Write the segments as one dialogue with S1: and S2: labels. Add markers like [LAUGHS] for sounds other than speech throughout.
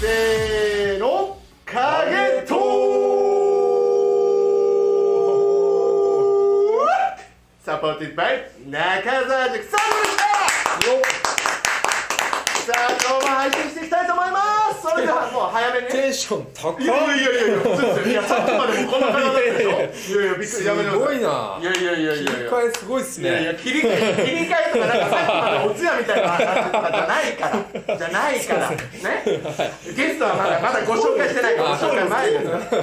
S1: せーの影とサポーティッドバイ中澤塾さんでしたさあ今日も配信していきたいと思いますそれではもう早めにね
S2: テンション高
S1: いやい
S2: い
S1: やいやいやそうですよいやさっきまでもこんな感じだったでしょいやいやびっくり
S2: す
S1: やめてくだ
S2: ご
S1: さい
S2: いない
S1: やいやいやいやいや
S2: 一回すごいっす
S1: いやい
S2: ね
S1: や切り替え切り替えとかなんかさっきまでお通夜みたいな話とかじゃないからじゃないからねゲストはまだまだご紹介してないからご紹介前です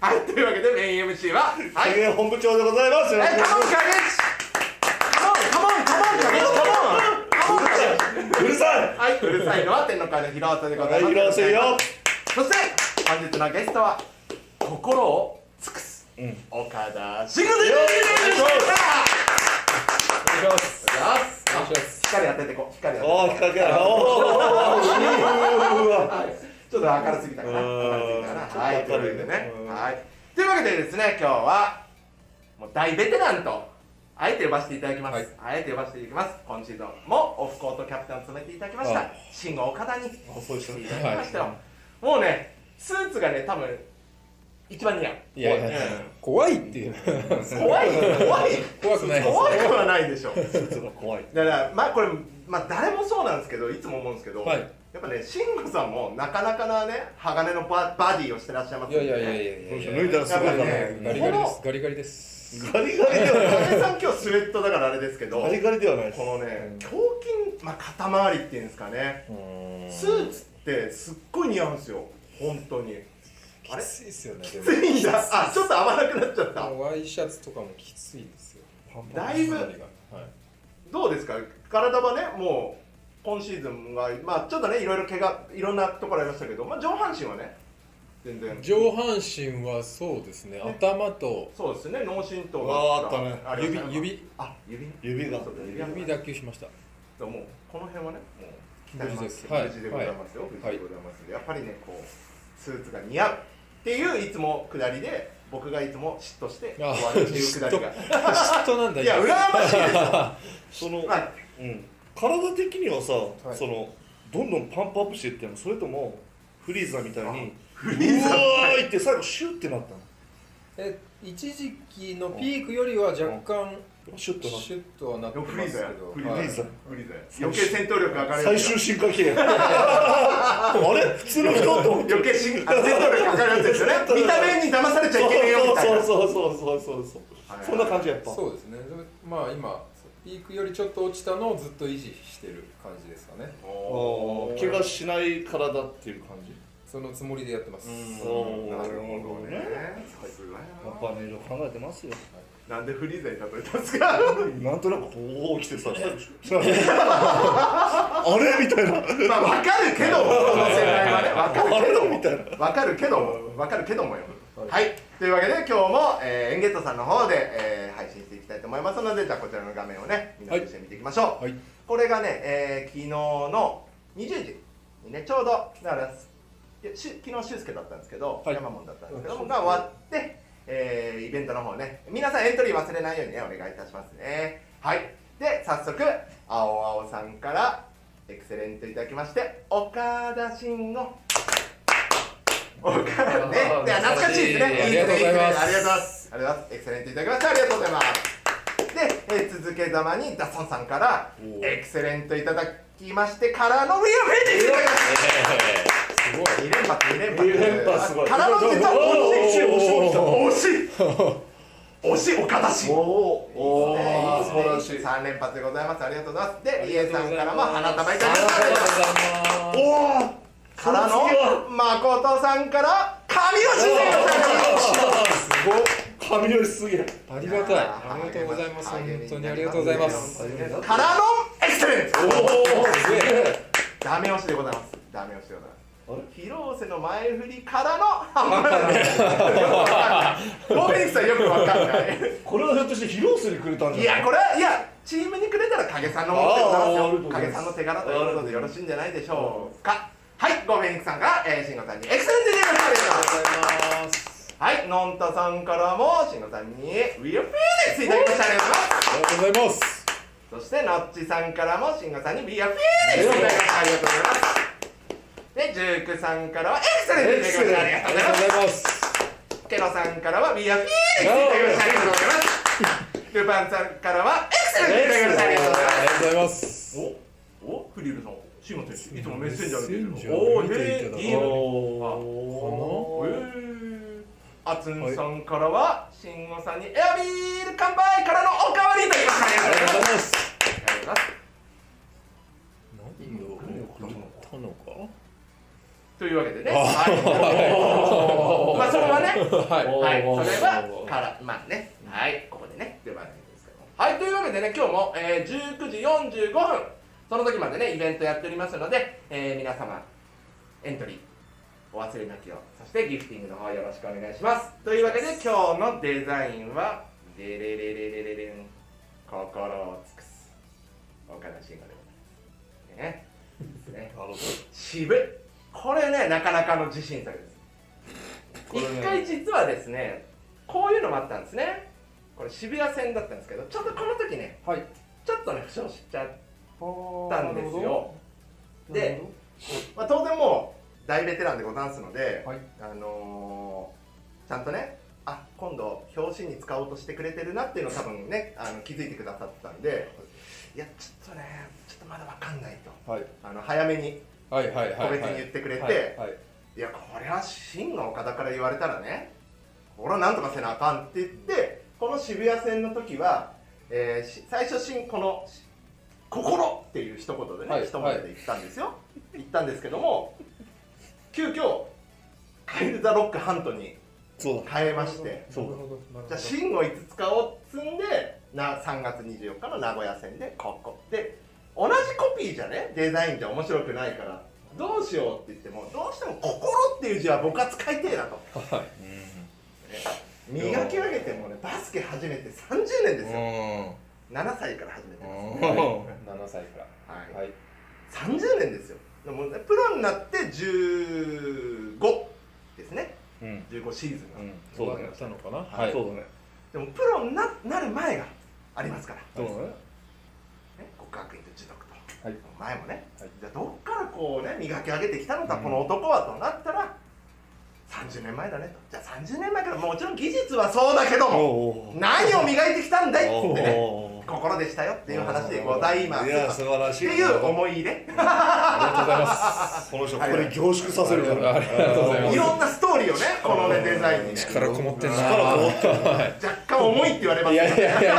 S1: はいというわけでメイン MC ははい
S3: 影本部長でございますよ
S1: え
S3: ろしくお願いし
S1: カモンカゲカモンカモンカゲカモンカモンカモンカモン
S3: ますうるさい
S1: はい、うるさいのは天の会の広瀬でございます
S3: はい広瀬よ
S1: そして本日のゲストは心を尽くす、岡田慎吾で
S3: よ
S1: す
S3: ろしくお願いし
S2: お願いしますお願いします
S1: しっかり当ててこうしっかり当ててこ
S3: おー引っ掛けないおーう
S1: う
S3: わ
S1: はいちょっと明るすぎたかな
S3: うん
S1: 明るすぎたかなはい
S3: ち
S1: と
S3: ょ
S1: い
S3: っと明
S1: う
S3: る
S1: わ
S3: い
S1: けでね
S3: ねうん
S1: はいというわけでですね今日はもう大ベテランとあえて呼ばせていただきます、
S2: はい
S1: あえて呼ばせていただきます今シーズンもオフコートキャプテンを務めていただきました
S3: はい
S1: 慎吾岡田に
S3: あそうでした
S1: い
S3: ね
S1: ただきましたよ、もうねスーツがね多分一番似合う
S2: いやいや怖いっていう
S1: 怖い
S3: [LAUGHS]
S1: 怖い
S2: 怖くないです
S1: 怖くはないでしょ
S3: スーツが怖い
S1: だからまあこれまあ誰もそうなんですけどいつも思うんですけど、
S2: はい
S1: やっぱね慎吾さんもなかなかなね鋼のババディをしてらっしゃいます
S2: い
S1: よ
S2: や
S1: ね
S2: いやいやいやいや
S3: 脱いだらすごいから
S1: やっぱり
S2: ガリ
S1: ね
S3: ね
S2: ガリですガリガリです
S3: ガリガリでは
S1: 影さん今日スウェットだからあれですけど
S3: ガリガリではないです
S1: このね胸筋、まあ、肩周りっていうんですかねスーツってすっごい似合うんですよ本当
S2: [LAUGHS]
S1: にあれ
S2: きついっすよねでも
S1: ついんだあちょっと合わなくなっちゃった
S2: もうワイシャツとかもきついですよパンパン
S1: だいぶ
S2: 胸がはい
S1: どうですか体はねもう今シーズンは、まあ、ちょっとねいろいろ怪我いろんなところありましたけど、まあ、上半身はね全然
S2: 上半身はそうですね頭と
S1: そうですね脳震盪
S3: わーあったね
S1: ありま
S2: 指
S1: した
S2: 指
S1: あ指
S3: 指が
S1: そうだ指
S2: 指
S1: だ
S2: 脱臼しました
S1: もうこの辺はねもう
S2: 無事です
S1: 無
S2: はい
S1: 事でございますよ、無事
S2: はい
S1: でございます、やっぱりねこうスーツが似合うっていういつもくだりで僕がいつも嫉妬して終わるっていうくだりが
S2: 嫉妬なんだ
S1: いや
S2: 今
S1: 羨ましいですよ、
S3: その
S1: まあ、
S3: うん体的にはさ
S2: い
S3: そのどんどんパンプアップしていってもそれともフリーザみたいに
S1: フリ
S3: う
S1: ーザ
S3: わーいって最後シュッてなったの
S2: え一時期のピークよりは若干
S3: シュッとなっ
S2: シュッとはなって
S1: でも
S2: ま
S1: フリー
S2: す
S1: ザや
S2: けど
S1: フリ
S2: はい
S1: ーザフリーザや余計戦闘力上が
S3: た
S1: る
S3: 最
S1: やつ
S3: 終進化
S1: [LAUGHS]
S3: 系あれ普通の人と思って
S1: 余計し、あ、全力かかるやつですよね。見た目に騙され [LAUGHS] ちゃいけねえよみたいな。
S3: そうそうそうそうそうそう
S1: はいはい
S3: そんな感じやっぱ
S2: そうですねまあ今ピークよりちょっと落ちたのをずっと維持してる感じですかね
S1: おー
S3: 怪我しない体っていう感じ
S2: そのつもりでやってます
S3: そう
S1: なるほどね。さすがや
S3: やっぱねいろいろ考えてますよ
S1: な。なんでフリーザに例えたんですか。 [LAUGHS]
S3: なんとなくこう来て [LAUGHS] さあれみたいな
S1: まあわかるけど、この世代はね、わか
S3: あ
S1: るけ
S3: れ
S1: ど
S3: だ
S1: も
S3: みたいな
S1: わかるけども、わかるけどもよ。はい、というわけで今日も、えー、エンゲットさんの方で、えー配信していきたいと思いますので、じゃあこちらの画面をね、みんなと一緒に見ていきましょう。
S2: はい
S1: これがね、えー昨日の20時にねちょうどだからいやし昨日俊介だったんですけど、
S2: はい
S1: 山門だったんですけど
S2: う
S1: も
S2: ん
S1: が終わって、えーイベントの方ね皆さんエントリー忘れないようにねお願いいたしますねはいで早速青青さんからエクセレントいただきまして岡田慎吾岡田ね
S2: あー
S1: いや懐かしいですね
S2: 懐かしいありがとうございます
S1: ありがとうございますありがとうございますエクセレントいただきましてありがとうございますで、えー続けざまにダソンさんから
S2: おー
S1: エクセレントいただきましてからのリアフェイジ
S2: すごい
S1: 2連発2連発
S3: 2連発すごい
S1: からの実は惜しい惜しい惜しい惜しい岡田氏
S3: おおおお素晴らしい
S1: い3連発でございますありがとうございます
S2: あ
S1: で
S2: り
S1: リ
S2: が
S1: エ
S2: とうご
S1: さ
S2: ざいます
S1: んからも花束いただきま
S2: ありがと
S1: し
S2: う
S1: た
S2: ございます
S3: おお
S1: からの誠さんから神吉でございます
S3: すごい髪の毛すげえ
S2: ありがたいありがとうございます本当にありがとうございます
S1: 励みになりますからのエクセレント
S3: おお
S2: すげえ
S1: ダメ押しでございますダメ押しでございます
S3: あれ
S1: 広瀬の前振りから
S3: [LAUGHS]
S1: の半端ない。ボーフェニックスはよくわかん
S3: [LAUGHS]
S1: ない。
S3: これはひょっとして広瀬にくれたんじゃ
S1: い
S3: ない
S1: や、これは、いや、チームにくれたら影さんのものでござい
S3: あーありがとう
S1: ます
S3: ござ
S1: よ。
S3: います
S1: 影さんの手柄ということでよろしいんじゃないでしょうか。はい、ゴーフェニックスさんから、えー、慎吾さんにエクセレントでございます。
S2: ありがとうございます
S1: はい、のんたさんからも、慎吾さんに、ウィル・フェニックスいただきました。ありがとうございます。
S2: ありがとうございます
S1: そして、のっちさんからも、しんごさんに、ビアフィーでいただきました。ありがとうございます。で、で、ジュークさんからはエクセレントということでありがとうございます。
S3: ありがとうございます
S1: ケロさんからは We are Phoenix ということでありがとうございます。ルパンさんからはエクセレントということでありがとうございます。
S3: ありがとうございます
S1: おおフリルさんシーマ選手いつもメッセンジャーで
S2: メッ
S1: 出てる
S2: センジャ
S1: の
S2: ー
S1: おお
S2: 見ていただ
S1: へ
S2: く
S1: えいいの
S2: お
S1: ねへえあつんさんからは慎吾さんにエアビール乾杯からのおかわりということであ
S3: あり
S1: りがと
S3: がと
S1: うご
S3: うござ
S1: ざい
S3: い
S1: ま
S3: ます
S1: す
S2: 何を送ったのか
S1: というわけでねはいまあそれ
S3: [LAUGHS]
S1: はね
S2: はい
S1: はい、そ
S3: おー
S1: れはから、まあね、はい、ここでね、出番ですけども。はい、というわけでね、今日も、えー、19時45分、その時までね、イベントやっておりますので、えー、皆様、エントリー、お忘れなきを、そしてギフティングの方よろしくお願いします。というわけで、今日のデザインは、デレレレレレレン、心を尽くす、岡田慎吾でございます。ね。ね
S3: あの
S1: 渋いこれねなかなかの自信作です
S3: こ
S1: 一、
S3: れね
S1: 回実はですねこういうのもあったんですねこれ渋谷線だったんですけどちょっとこの時ね
S2: はい
S1: ちょっとね負傷しちゃっ
S2: あ
S1: た
S2: ー
S1: ん
S2: な
S1: で
S2: る
S1: す
S2: ほ
S1: よ
S2: ど
S1: で、まあ、当然もう大ベテランでござんすので、
S2: はい
S1: あのーちゃんとねあ今度表紙に使おうとしてくれてるなっていうのを多分ねあの気づいてくださってたんでいやちょっとねちょっとまだわかんないと
S2: はい
S1: あの早めに
S2: はいはいはい
S1: 個
S2: はい
S1: 別に言ってくれて、
S2: はいはい
S1: いやこれは真の岡田から言われたらねこれはなんとかせなあかんって言ってこの渋谷線の時は、えーし最初真このし「心」っていう一言でね、
S2: はい
S1: 一文字で言ったんですよ、言ったんですけども急遽カエル・ザ・ロック・ハントに
S3: そう
S1: 変えまして
S3: そう
S2: なるほどなるほど
S1: じゃあ真を5つ使おうっつんでな3月24日の名古屋線でここで同じコピーじゃねデザインじゃ面白くないからどうしようって言ってもどうしても「心」っていう字は僕は使いてえなと
S2: はい
S1: 磨き上げてもねバスケ始めて30年ですよ7歳から始めてますね、
S2: 7歳から
S1: はい
S2: はい
S1: 30年ですよでもねプロになって15ですね
S3: うんうん
S1: 15シーズンが、
S3: うんそうだね
S2: したのかな
S3: は
S2: はいい
S3: そうだね
S1: でもプロにななる前がありますから
S3: そうだね
S1: ね、国学院と樹徳と、
S2: はい
S1: 前もね、
S2: はい
S1: じゃあどっからこうね磨き上げてきたのか、この男はとなったら30年前だねとじゃあ30年前からもちろん技術はそうだけども
S3: おー
S1: 何を磨いてきたんだいっつってね
S3: おー
S1: 心でしたよっていう話でございます
S3: いや素晴らし
S1: って
S3: い
S1: いう思い入れ
S2: ありがとうございます
S3: この人ここに凝縮させるから
S2: ありがとうございま
S1: い
S2: す
S1: ろんなストーリーをねこのねデザインにね
S4: 力こもってんな
S3: 力こもってる
S1: 若干重いって言われます
S2: い
S1: けど
S2: やいやいやいや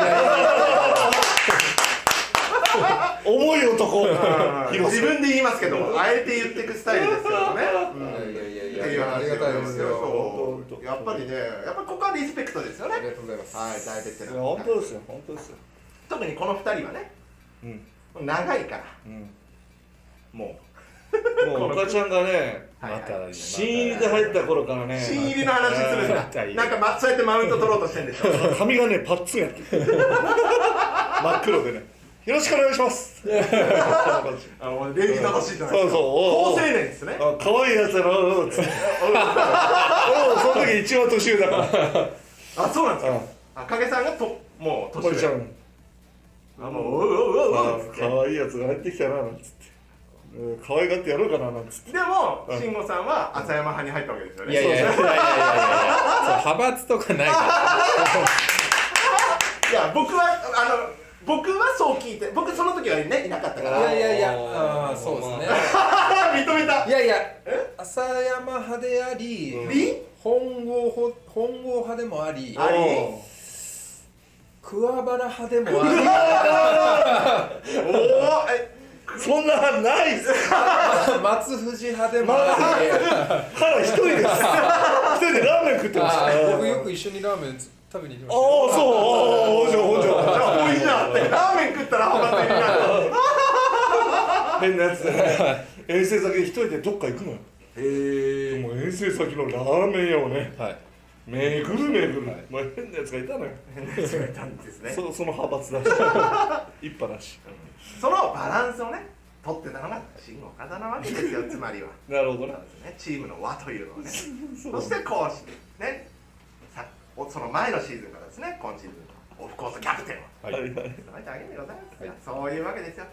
S3: 重い男
S1: うん自分で言いますけどもあえて言っていくスタイルですけどね、うん
S2: いやいやい
S1: っ
S2: や
S1: ていう話
S2: あり
S1: でござ
S2: がた
S1: い
S2: い
S1: ま
S2: ですす
S1: よ
S2: よ
S1: そうやっぱりねやっぱここはリスペクトですよ
S2: あり
S1: ね
S2: がとうございます
S1: はい大ベテラン
S3: 本当ですよ本当ですよ
S1: 特にこの2人はね
S3: うん
S1: 長いから
S3: うん
S1: も
S3: もう岡ちゃんがね
S1: はいはい
S2: また
S3: 新入りで入った頃から
S1: う
S3: ね
S1: 新入りの話するん
S3: また
S1: だ
S3: いい
S1: なんか、ま、そうやってマウント取ろうとしてんでしょ
S3: 髪がねパッツンやってる真っ黒でねよろしくお願いしますそんな感じ
S1: あの礼儀正しいじゃないですか
S3: そうそう
S1: 高
S3: おうお
S1: 青
S3: う
S1: 年ですね
S3: あ可愛いやつだなおうつって俺もその時一番年上だから
S1: あそうなんです
S3: うん
S1: かあ影さんがともう
S3: これ
S1: 年
S3: ちゃ
S1: 上
S3: ん
S1: あもうううううううっつって
S3: 可愛いやつが入ってきたななんつってうん可愛がってやろうかななんつって
S1: でも慎吾さんは浅山派に入ったわけですよね
S4: いやいやいやいやいやいやそう派閥とかないか
S1: いや僕はあの僕はそう聞いて僕その時はねいなかったから
S2: いやいやいや
S3: あー
S2: あーそうですね
S1: あー認めた
S2: いやいや浅山派であり
S1: り
S2: 本郷ほ本郷派でもあり
S1: あり
S3: おう
S2: 桑原派でもあり
S1: おおえ
S3: そんなないっす
S2: 松藤派でもあり
S3: 腹一人です一人でラーメン食ってましたあ
S2: あー僕よく一緒にラーメン食べに行きま
S3: あ
S2: した
S3: そ
S2: よ
S3: うおおじゃほんじ
S1: じ
S3: ゃ
S1: ゃあ多いじゃんってラーメン食ったらハマってるな
S3: 変なやつだね遠征先で一人でどっか行くのよ
S2: へ
S3: もう遠征先のラーメン屋をね
S2: えはい
S3: めぐるめぐる、まあ、変なやつがいたのよ、
S1: [LAUGHS] 始めたんですね
S3: そその派閥だし一派だし
S1: そのバランスをね取ってたのが慎吾岡田なわけですよ [LAUGHS] つまりは
S3: なるほどな
S1: ねチームの和というのをね
S3: そ
S1: そして講師ねさおその前のシーズンからですね今シーズンのオフコースキャプテンを
S3: はいはい
S1: 務めてあげるでございますから、そういうわけですよ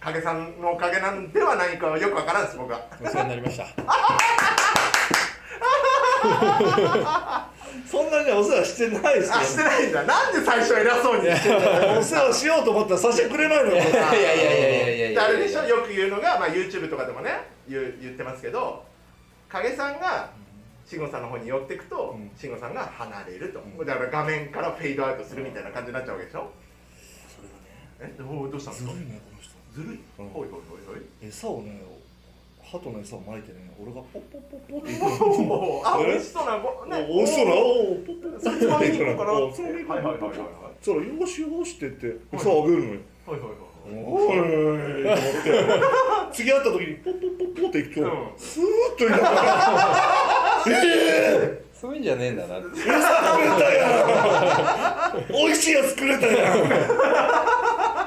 S1: 影さんのおかげなんではないかはよくわからんです僕は
S4: お世話になりました
S3: そんなにお世話してないです
S1: あして
S3: よ
S1: ないんだなんで最初偉そうに言ってんだよ
S3: お世話しようと思ったらさせてくれないのよ
S4: いやいやいやいやいやい
S1: で
S4: や
S1: あれでしょよく言うのが、まあ、YouTube とかでもね言う言ってますけど影さんが慎吾さんの方に寄ってくと
S3: うん
S1: 慎吾さんが離れると、
S3: うん
S1: だから画面からフェードアウトするみたいな感じになっちゃうわけでしょえどうどうしたんで
S3: ず
S1: す
S3: る
S1: か
S3: いねこの人
S1: ずるい
S3: うん
S1: おいおいおいおい
S3: 餌をね鳩の餌をまいてね俺がポッポッポッポっ
S1: お
S3: て [LAUGHS] 言って
S1: ーおーあ
S3: え
S1: 美味しそうなごね
S3: おおしそうなおーポッポッ
S1: そ
S3: ポ
S1: っ
S3: ッ
S1: ちま
S3: て
S1: で
S3: 言って
S1: 行こうかな
S3: おそのま
S1: はいはい
S3: ま行こうかな
S1: はいはいはい
S3: そしたらよしよしって言って餌あげるのよ
S1: はいはい
S3: おーいと思って [LAUGHS] 次会った時にポッポッポッポって行くと、
S1: うん
S3: スーッといながら [LAUGHS] え
S4: そういうんじゃねえんだなって
S3: ー、餌食べたやん美味しいやつ作れたやんっ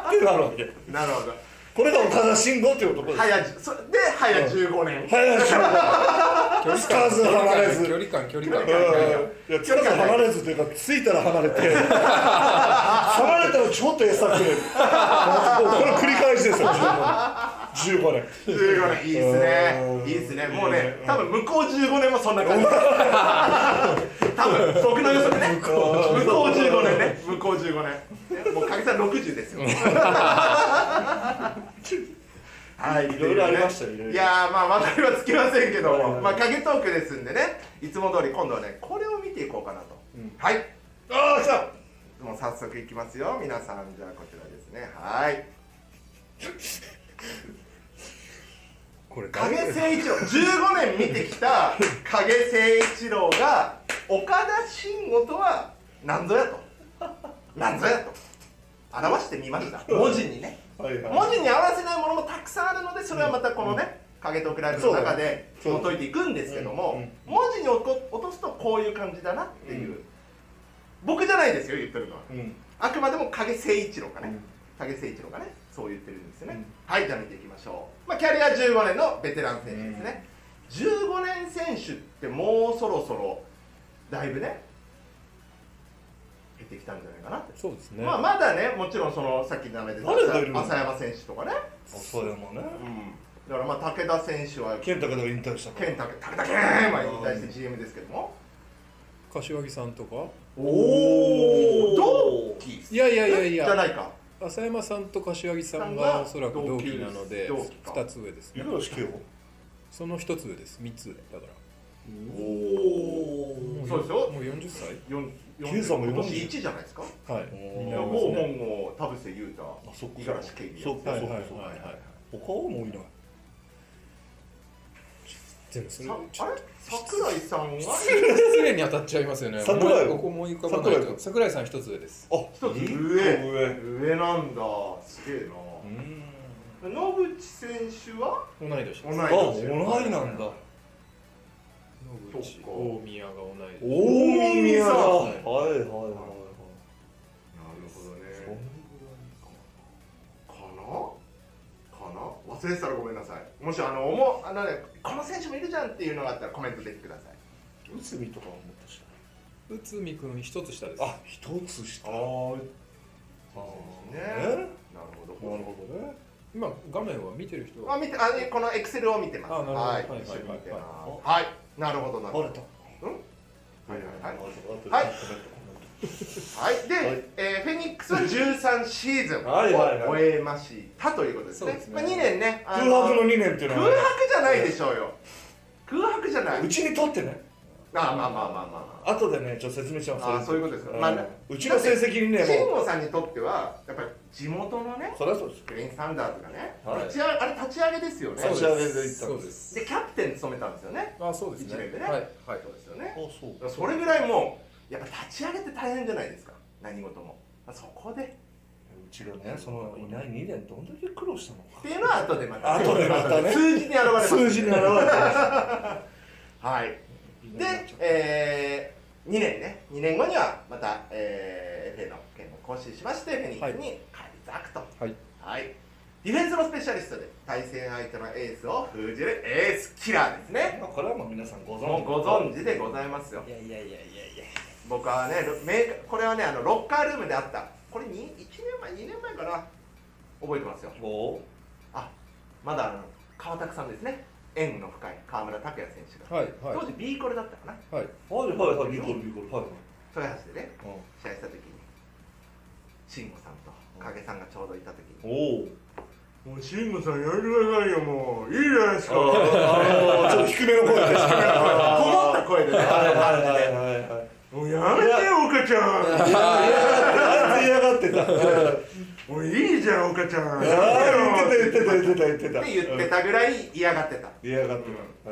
S3: てなるわけ
S1: はいなるほど
S3: これが岡田慎吾っていう男です
S1: 早じそで早15年、
S3: 早くしろ
S2: 距離
S3: つかず離れず
S2: 距離感距離感距離感
S3: いや、力が離れずというか、ついたら離れて、 [LAUGHS] 離れたらちょっと餌くれる。もうこれ繰り返しですよ、15年。
S1: 15年いいっすね
S3: うん
S1: いいっすねもうね多分向こう15年もそんな感じ多分僕の予測ね向こう15年ね向こう15年ねもう影さん60ですよはい
S3: いろいろありましたよいろいろ
S1: いやーまあ話題は尽きませんけどもまあ影トークですんでねいつも通り今度はねこれを見ていこうかなと、はい
S3: 15ああ、来た
S1: もう早速いきますよ皆さんじゃあこちらですねはい
S3: これ
S1: 影誠一郎15年見てきた影誠一郎が岡田慎吾とは何ぞやと何ぞやと表してみました文字にね
S3: はいは
S1: 文字に合わせないものもたくさんあるのでそれはまたこのね影と比べの中で
S3: そうだね
S1: 紐解いていくんですけど
S3: うんう
S1: も
S3: ん。
S1: 文字に落と落とすとこういう感じだなっていう僕じゃないですよ言ってるのはい
S3: うん。
S1: あくまでも影誠一郎がね、
S3: うん
S1: 影誠一郎がねそう言ってるんですよね、
S3: うん
S1: はいじゃあ見ていきましょう、まあ、キャリア15年のベテラン選手ですね、15年選手ってもうそろそろだいぶね減ってきたんじゃないかなって、
S4: そうですね、
S1: まあ、まだねもちろんそのさっきの名前で出
S3: まだだいぶ
S1: た浅山選手とかね、
S3: そういうもんね。
S1: うん、だからまあ武田選手は
S3: 健太が引退したから。
S1: 健武武田健まあ引退して GM ですけども
S4: 柏木さんとか
S1: おお同期
S4: いやいやいやい
S1: じ
S4: や
S1: ゃないか
S4: 浅山さんと柏木さん
S1: さんが
S4: がおそらく同期なので
S1: 同期か
S4: 2つ上です
S3: い
S4: ね
S3: くらしけよ。
S4: その1つ上です3つ上だから
S1: おお
S4: も
S1: そうですよ
S4: もう40歳
S1: 四
S3: ケイさんも
S1: 今年
S3: 40
S1: 1じゃないですか
S4: はい
S3: おー
S4: に
S1: い
S4: な
S1: や
S4: り
S1: も
S4: ま
S1: う
S4: すね
S1: もう田臥勇太
S3: あ、そっか。
S1: 五十嵐圭吾
S3: そっか、
S4: はいはい
S3: そっか
S4: はい、
S3: そっ
S4: はい
S3: か。他はもういない。
S4: 全部それ
S1: さ
S4: ちょ
S1: あれ桜井さんは
S4: 失礼に当たっちゃいますよね
S3: 桜井
S4: もうここ思い浮かばない
S3: 桜井
S4: と桜井さん1つ上です
S3: あ、
S1: 一つ
S3: 一個
S1: 上
S3: 上。
S1: 上なんだすげえ
S3: う。
S1: なん野口選手は
S4: 同い年です
S1: 同い
S3: あ、
S1: 年
S3: 同いなんだ。
S4: 野口
S1: そっか
S4: 大宮が同い年
S3: 大宮だ。
S1: は
S3: はいいはいはいはい。
S1: なるほど
S3: そん
S1: ねかなかな忘れてたらごめんなさいもしあの思うあのねこの選手もいるじゃんっていうのがあったらコメントできてください
S3: ぐらい内海とかはもっとした。
S4: 内海君1つ下です
S3: あ、一つした。
S1: あ
S3: あ
S1: ね
S3: ーね
S1: なるほど
S3: なるほどね。
S4: 今画面は見てる人は
S1: あ見てあこのエクセルを見てます
S4: あなるほど
S1: は
S4: はいはい
S1: い一緒に見てます
S3: は
S1: はいなるほどなるほ
S3: バ
S1: ど
S3: レた。
S1: はいはいはい
S3: はい。
S1: はい、で、
S3: はい
S1: えーフェニックスは13シーズンを
S3: はいはいはい
S1: 終えましたということですね。
S4: そうですね
S1: まあ、2年ね、あ
S3: 空
S1: の
S3: 白の2年っていう
S1: 空
S3: の
S1: 白
S3: は、
S1: じゃないでしょうよ。空白じゃない。あ
S3: うちにとってね、
S1: まあまあまあまあま
S3: 後でね、ちょっと説明します。
S1: あ。あーそういうことですか。
S3: うん
S1: まあ、
S3: うちの成績にね、
S1: 慎
S3: もう、
S1: 吾さんにとっては、やっぱり地元のね、
S3: そりゃそうです。
S1: グリーンサンダーズがね、
S3: はい
S1: 立ち上あれ立ち上げですよね。
S3: そうです
S4: そう
S3: 打ち上げで
S4: で
S3: 行っ
S4: す
S3: た
S4: そ
S3: ん
S4: う
S3: で
S4: です
S1: でキャプテン務めたんですよね。
S4: あそうですね
S1: 一年でね
S4: はいはい
S1: そうですよね
S3: あ。そう。
S1: それぐらいもう、やっぱ立ち上げって大変じゃないですか。何事も。そこでっ
S3: うちがね、そのいない2年、どんだけ苦労したのか。
S1: ていうのは後でまた。
S3: 後でまた
S1: [LAUGHS]
S3: ね
S1: 数字に現れます。
S3: 数字に現れてま
S1: はい。
S3: す。
S1: で、えー、2年ね、2年後にはまた、えー、FA の権を更新しまして、フェニックスに返り咲くと。
S4: はい。
S1: はい。ディフェンスのスペシャリストで、対戦相手のエースを封じるエースキラーですね。
S3: まあこれはもう皆さんご存知。
S1: もうご存知でございますよ。
S3: いやいやいやいやいや。
S1: 僕はね、ロメーカーこれはね、あのロッカールームであった、これに1年前、2年前かな、覚えてますよ。
S3: お
S1: まだあの川拓さんですね縁の深い川村拓也選手が、
S2: はい
S1: 当
S2: は
S1: 時 B コルだったかな
S2: はいは
S3: はい
S2: い
S3: はいはい、ビーコルビーコル、はい。
S1: 豊橋でね
S2: うん
S1: 試合した時に慎吾さんと影さんがちょうどいた時に
S3: おお。
S1: 「もう慎吾さんやめてくださいよもういいじゃないですか」
S3: あのちょっと低めの声
S1: こもっ
S3: で。
S1: た声でね
S3: はいはいはいはいはい。
S1: もうやめてよ岡ちゃ
S3: あいつ嫌がってた。
S1: んもういいじゃん岡ちゃんや
S3: ああ、
S1: め
S3: 言ってて
S1: よ
S3: た言ってた言ってた言ってた。
S1: って言ってたぐらい嫌がってた
S3: うん。嫌がってた。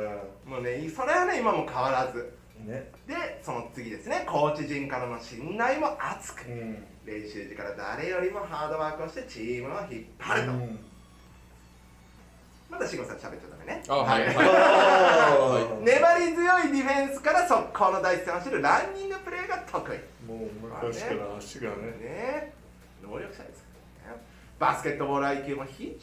S1: もうねそれはね今も変わらず
S3: うんね。
S1: でその次ですねコーチ陣からの信頼も厚く
S3: うん。
S1: 練習時から誰よりもハードワークをしてチームを引っ張ると、
S3: うん
S1: まだ慎吾さん喋っちゃダメね
S2: あはいはい
S3: ああ
S1: 粘り強いディフェンスから速攻の第一線を走るランニングプレーが得意
S3: もう昔から足がね。
S1: ね能力者ですからねバスケットボール IQ も非常に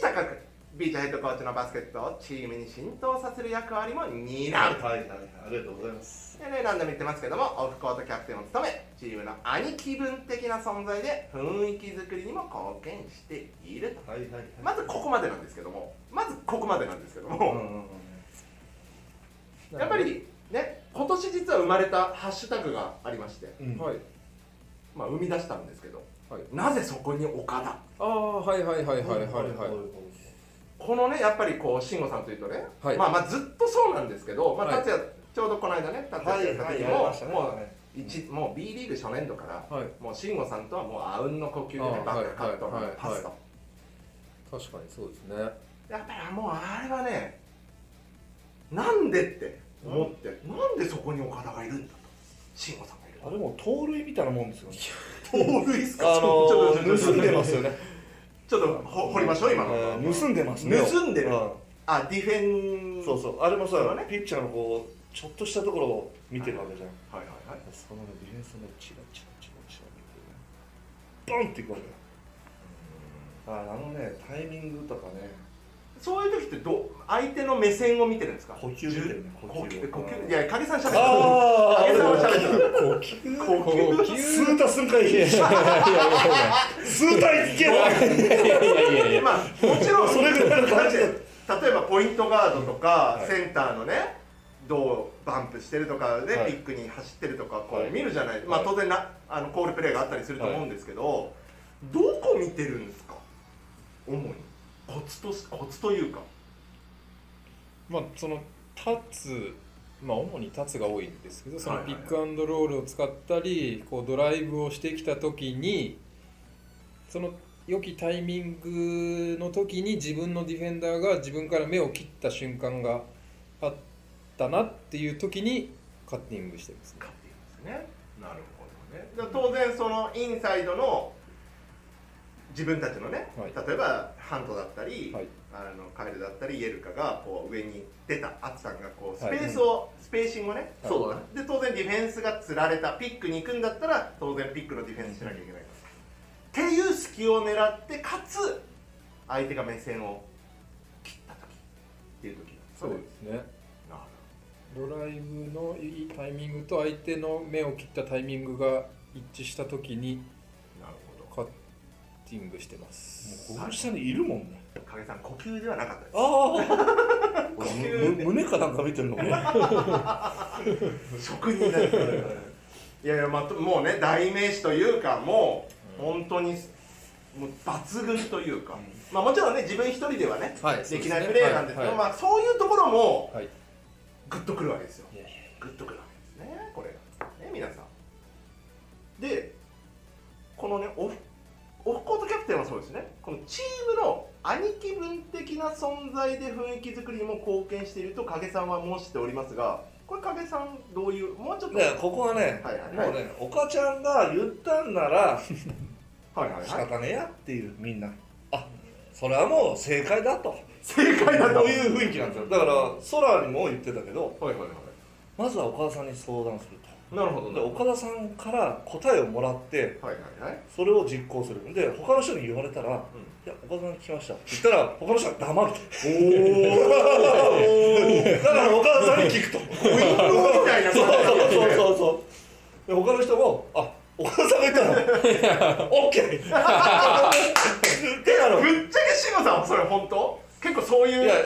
S1: 高くビーチャーヘッドコーチのバスケットをチームに浸透させる役割も担う
S3: はいはい、ありがとうございます。
S1: でね、ランダム言ってますけどもオフコートキャプテンを務めチームの兄貴分的な存在で雰囲気作りにも貢献していると
S3: はいはいはい。
S1: まずここまでなんですけどもまずここまでなんですけど
S3: う
S1: も、
S3: んうんうん
S1: やっぱりね今年実は生まれたハッシュタグがありまして、
S3: うん
S2: はい
S1: まあ、生み出したんですけど、
S2: はい
S1: なぜそこに岡田
S2: ああはいはいはいはいはいはい
S1: このねやっぱりこう慎吾さんというとね、
S2: はい
S1: まあまあずっとそうなんですけど、まあ
S2: はい
S1: 達也ちょうどこの間ね達
S3: は
S1: 也
S3: いは
S1: さん
S3: い、
S1: に
S3: や
S1: も、
S3: りましたね。
S1: も
S3: はいう
S1: 一もう B リーグ初年度から、
S2: はい
S1: もう慎吾さんとはもうあうんの呼吸でね
S2: あ
S1: バックカットの
S2: はいはい
S1: パスと、
S2: は確かにそうですね
S1: やっぱりもうあれはねなんでって思って、なんでそこに岡田がいるんだと慎吾さんがいる
S3: あれもう盗塁みたいなもんですよね。
S1: 盗塁です
S3: あ
S1: かちょ
S3: の
S1: っとちょっと
S3: ー、盗んでますよね。
S1: ちょっとほ掘りましょう今の、
S3: うん盗んでますね。
S1: 盗んでる
S3: うん
S1: あディフェン
S3: そうそう、あれもさ
S1: そうだね、
S3: ピッチャーのこう、ちょっとしたところを見てるわけじゃん。
S1: はいはいはい
S3: そのねディフェンスのチラチラチラチラ見てね、ボンっていくわけよ。ああのね、タイミングとかね、
S1: そういう時ってどう相手の目線を見てるんですか
S3: 呼吸見てるね、
S1: 呼吸呼吸い
S3: や、
S1: や影さんしゃべってる
S3: ああ、
S1: 影さんはしゃべってる
S3: 呼吸
S1: 呼吸
S2: 呼吸
S3: 吸うた瞬間いけ吸うたいけない
S4: いやいやいやいや
S1: まあもちろん
S3: [LAUGHS] それぐらいの感じだ
S1: だって例えばポイントガードとか、
S3: はい
S1: センターのねどうバンプしてるとかで、
S3: はい
S1: ピックに走ってるとかこ
S3: は
S1: う
S3: い
S1: 見るじゃない、まあ
S3: はい
S1: 当然なあのコールプレーがあったりすると思うんですけど、どこ見てるんですか主にコツとしコツというか
S4: [LAUGHS] まあその立つまあ主に立つが多いんですけどその
S1: はいはい
S4: ピ
S1: はい
S4: ックアンドロールを使ったりこうドライブをしてきた時にその良きタイミングの時に自分のディフェンダーが自分から目を切った瞬間があったなっていう時にカッティングしてますね。
S1: かっていうんですねなるほどねだから当然そのインサイドの自分たちのね、
S4: はい
S1: 例えばハントだったり、
S4: はい
S1: あのカエルだったりイエルカがこう上に出たアツさんがこうス
S4: はい
S1: ペースを、スペーシングをね、
S4: そう
S1: だねで当然ディフェンスがつられたピックに行くんだったら当然ピックのディフェンスしなきゃいけないから、っていう隙を狙ってかつ相手が目線を切った時っていう時なんです
S4: そ
S1: よ
S4: う
S1: ね
S4: ですね
S1: なるほど
S4: ドライブのいいタイミングと相手の目を切ったタイミングが一致した時に
S1: なるほど
S4: カッティングしてます。
S3: もうこの下にいるもんね
S1: 影さん呼吸ではなかったです
S3: ああ胸かなんか見てるのね
S1: 職人だよいやいや、まあ、ともうね代名詞というかもう本当にもう抜群というか、まあ、もちろんね自分一人ではね
S4: はい
S1: できないプレーなんですけど、
S4: はいはい
S1: まあ、そういうところも
S4: はい
S1: グッとくるわけですよ
S3: いやいや
S1: グッとくるわけですねこれがね皆さんでこのねオフオフコートキャプテンはそうですねこのチームの兄貴分的な存在で雰囲気作りにも貢献していると影さんは申しておりますがこれ影さんどういうもうちょっと
S3: でここはね、
S1: はいはいはい
S3: もうねお母ちゃんが言ったんなら
S1: はいはい
S3: 仕
S1: はい
S3: 方ねえやっていうみんなあそれはもう正解だと
S1: 正解だと
S3: こういう雰囲気なんですよだからソラにも言ってたけど
S1: はいはいは
S3: まずは岡田さんに相談する
S1: いなるほ
S3: と
S1: ど
S3: で
S1: ね
S3: 岡田さんから答えをもらって
S1: はいはいはい
S3: それを実行するで他の人に言われたら「いや岡田さんに聞きました」って言ったら他の人は黙ると [LAUGHS] だからお母さんに聞くと
S1: みたいな
S3: そ
S1: 感じ
S3: うそうそうそうそうで他の人も「あお [LAUGHS] 母さんが言ったのオッケー!」ってやろう
S1: ぶっちゃけ志野さんはそれ本当結構そう
S2: い
S1: い
S2: や
S1: う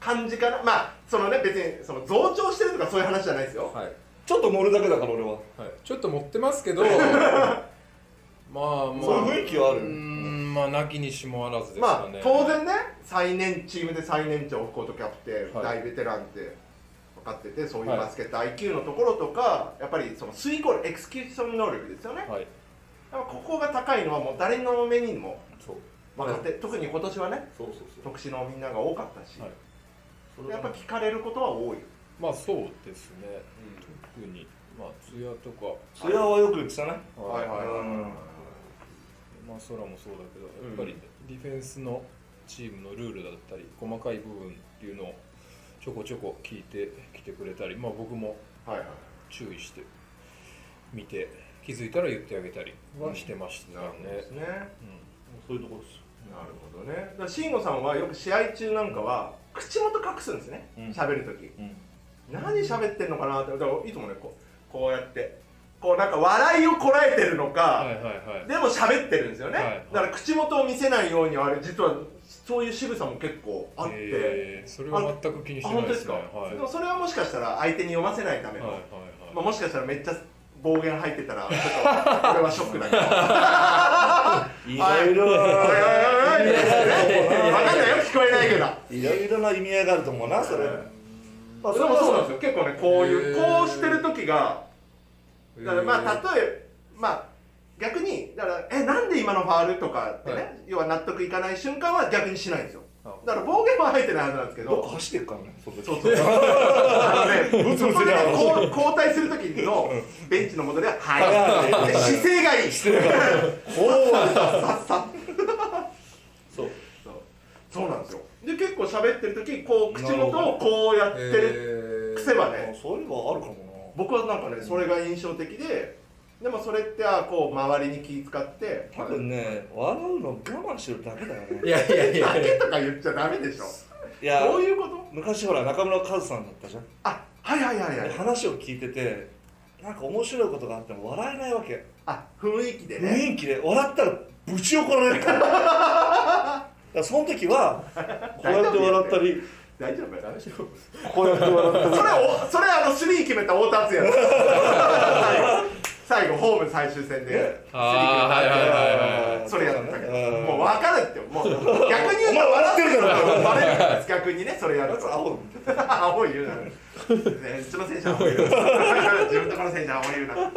S1: 感じかなまあそのね別にその増長してるとかそういう話じゃないですよ
S2: はい、
S3: ちょっと盛るだけだから俺は
S2: はい、ちょっと持ってます
S1: [LAUGHS]
S2: けどまあまあ
S3: そういう雰囲気はある
S4: うーんまあなきにしもあらずです
S1: ま
S4: か
S1: あ
S4: ね、
S1: 当然ね最年チームで最年長コートキャプテン、
S2: はい
S1: 大ベテランって分かっててそういう
S2: はい
S1: バスケット IQ のところとか、やっぱりその遂行力エクスキューション能力ですよね、
S2: はい
S1: やっぱここが高いのはもう誰の目にも
S2: そう
S1: 分かって、特に今年はね
S2: そうそうそう
S1: 特殊のみんなが多かったし、
S2: はい
S1: やっぱ聞かれることは多い
S4: まあそうですね特にまあツヤとか
S3: それはよく言ってたね
S1: はいはいはい
S4: まあ空もそうだけど
S1: うん
S4: やっぱりディフェンスのチームのルールだったり細かい部分っていうのをちょこちょこ聞いてきてくれたりまあ僕も
S1: はいはい
S4: 注意して見て気づいたら言ってあげたりはしてましたね、
S1: なるほどですね
S4: う
S3: そういうところですよ
S1: なるほどねだから慎吾さんはよく試合中なんかは口元隠すんですね
S3: うん
S1: 喋、るとき
S3: うん
S1: 何喋ってんのかなってだからいつもねこうこうやってこうなんか笑いをこらえてるのか、
S4: んはいはいはい
S1: でも喋ってるんですよね、
S4: はいはい
S1: だから口元を見せないようにはあれ実はそういう仕草も結構あって、
S4: えーそれは全く気にし
S1: あ
S4: てな
S1: 本当で
S4: いで
S1: すすか、
S4: ねはい
S1: で
S4: は
S1: もそれはもしかしたら相手に読ませないため
S4: い
S1: の、
S4: はい
S1: まあ、
S4: は
S1: もしかしたらめっちゃ暴言吐いてたらちょっと俺はショックだけど
S4: [LAUGHS]
S3: いろいろな意味合いがあると思
S1: 分かんないよ聞こえないけど
S3: うないろいろな意味合いがあると思うなそれま
S1: そ
S3: あそ
S1: れも
S3: れも
S1: そ
S3: そ
S1: な
S3: ううなんん
S1: で
S3: です
S1: よ結構ねこういう
S2: へー
S1: こうしてる時が
S2: い
S1: だからま
S2: えー
S1: あ例えまあ逆にだからえなんで今のファールとかってね、
S2: はい
S1: 要は納得いかない瞬間は逆にしないんですよ
S2: あ
S1: だから暴言は吐いてないはずなんですけ
S3: どっ
S1: ど
S3: か走ってるからねその時
S1: そうそうそうあのね
S3: ブツ
S1: そ
S3: ブツ
S1: こ
S3: 言い
S1: で
S3: な
S1: ね
S3: がら
S1: こう交代する時のベンチのもとでは「
S3: はい
S1: はい」で姿勢がいい
S3: してるからおー
S1: さっさ
S3: そう
S1: そうそうなんですよで結構喋ってる時こう口元をこうやってる
S2: えー
S1: 癖はね
S3: あそういうのあるかも
S1: 僕はなんかねそれが印象的ででもそれってあこう周りに気遣って
S3: な多分ね笑うの我慢してるだけだよ
S2: い
S3: ね
S2: やいや
S1: 「
S2: い
S1: だ
S2: やい
S1: け
S2: や」
S1: とか言っちゃダメでしょ
S3: いや
S1: どういうこと
S3: 昔ほら中村和さんだったじゃん
S1: あはいはいはいはい
S3: 話を聞いててなんか面白いことがあっても笑えないわけ
S1: あ雰囲気でね
S3: 雰囲気で笑ったらぶち怒られる [LAUGHS] からだからその時はこうやって笑ったり
S1: 大丈夫
S2: 大丈夫
S3: こうやって笑
S1: それおそれあのスリー決めた太田敦也です [LAUGHS] 最後最後ホーム最終戦でスリー決めた
S4: あーはいはいはいはい
S1: それやってたけど
S3: うん
S1: もう分かるってもう逆に言う
S3: お前笑ってるだろ
S1: とバレるから逆にねそれや
S3: や
S1: る
S3: つ
S1: と
S3: 青
S1: 青い言うな。ね、うちの選手は青い言うな。 [LAUGHS] 自分のところの選手は青い言うな。はい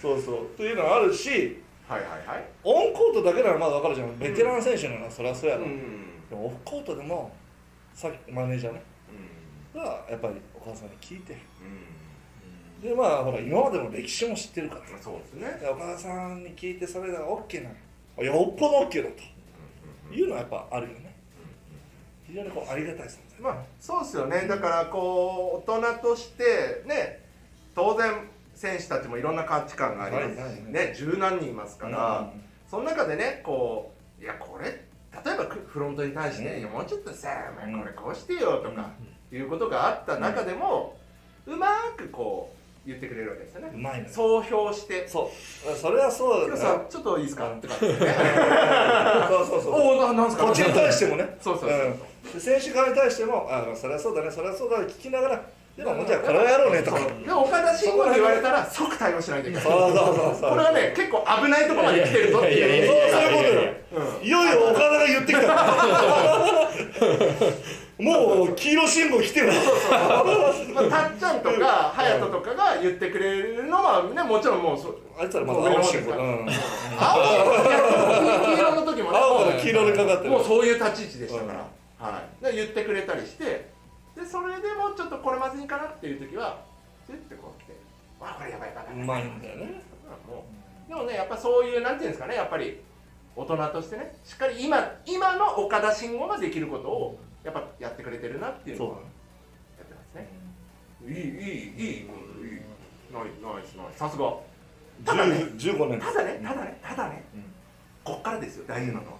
S3: そうそうというのがあるし
S1: はいはい。
S3: オンコートだけならまだ分かるじゃんベテラン選手ならそりゃそうや
S1: う
S3: ろ、で
S1: ん。
S3: もオフコートでもさっきマネージャーねがやっぱりお母さんに聞いてでまあほら今までの歴史も知ってるから
S1: うん。そうですね。
S3: でお母さんに聞いてそれが OK なのよっぽど OK だというのはやっぱあるよね非常にこうありがたい存在
S1: まあそうですよね。だからこう大人としてね、当然選手たちもいろんな価値観がありますし
S3: は
S1: ね、十何人いますから、その中でね、こういやこれ例えばフロントに対して、
S3: うん
S1: いやもうちょっとさ、お前
S3: うん
S1: これこうしてよとかいうことがあった中でも、うまーくこう言ってくれるわけですよね。
S3: うまいのよ
S1: 総評して、
S3: そうそれはそう
S1: ヒロ
S3: だ
S1: さ
S3: か
S1: ん、ちょっといいですかとか、
S3: らそうそうそう
S1: おお、ななんすか、
S3: こっちに対してもね
S1: そうそうそう
S3: うんで選手側に対してもあそれはそうだねそれはそうだね聞きながらでももうじゃあこれをやろうねとか
S1: そうで岡田慎吾に言われたら、即対応しないといけない、こ
S3: そうそうそうそう
S1: れはね、結構危ないとこまで来てるぞって
S3: そうそう
S1: いう、
S3: いうことよ
S1: うん
S3: いよいよ岡田が言ってきたもう黄色信号来てる
S1: まあたっちゃんとか、隼人とかが言ってくれるのは、ね、もちろんもうそう、
S3: あいつらまだ青信号、う
S1: 青
S3: ん、
S1: い黄色の時もね、
S3: 青から黄色にかかってる
S1: もうそういう立ち位置でしたから、はい、で言ってくれたりしてでそれでもうちょっとこれまずいかなっていう時はスッてこう来て「わこれやばいやばいやばい」
S3: うまいんだよね
S1: もうでもねやっぱそういうなんていうんですかねやっぱり大人としてねしっかり今今の岡田慎吾ができることをやっぱやってくれてるなっていうのをやってますねいいいいいいうんいいナイスナイスナイスさすがただね
S3: 10 15年
S1: ただねただねただね、
S3: うん
S1: こっからですよ大事なのは、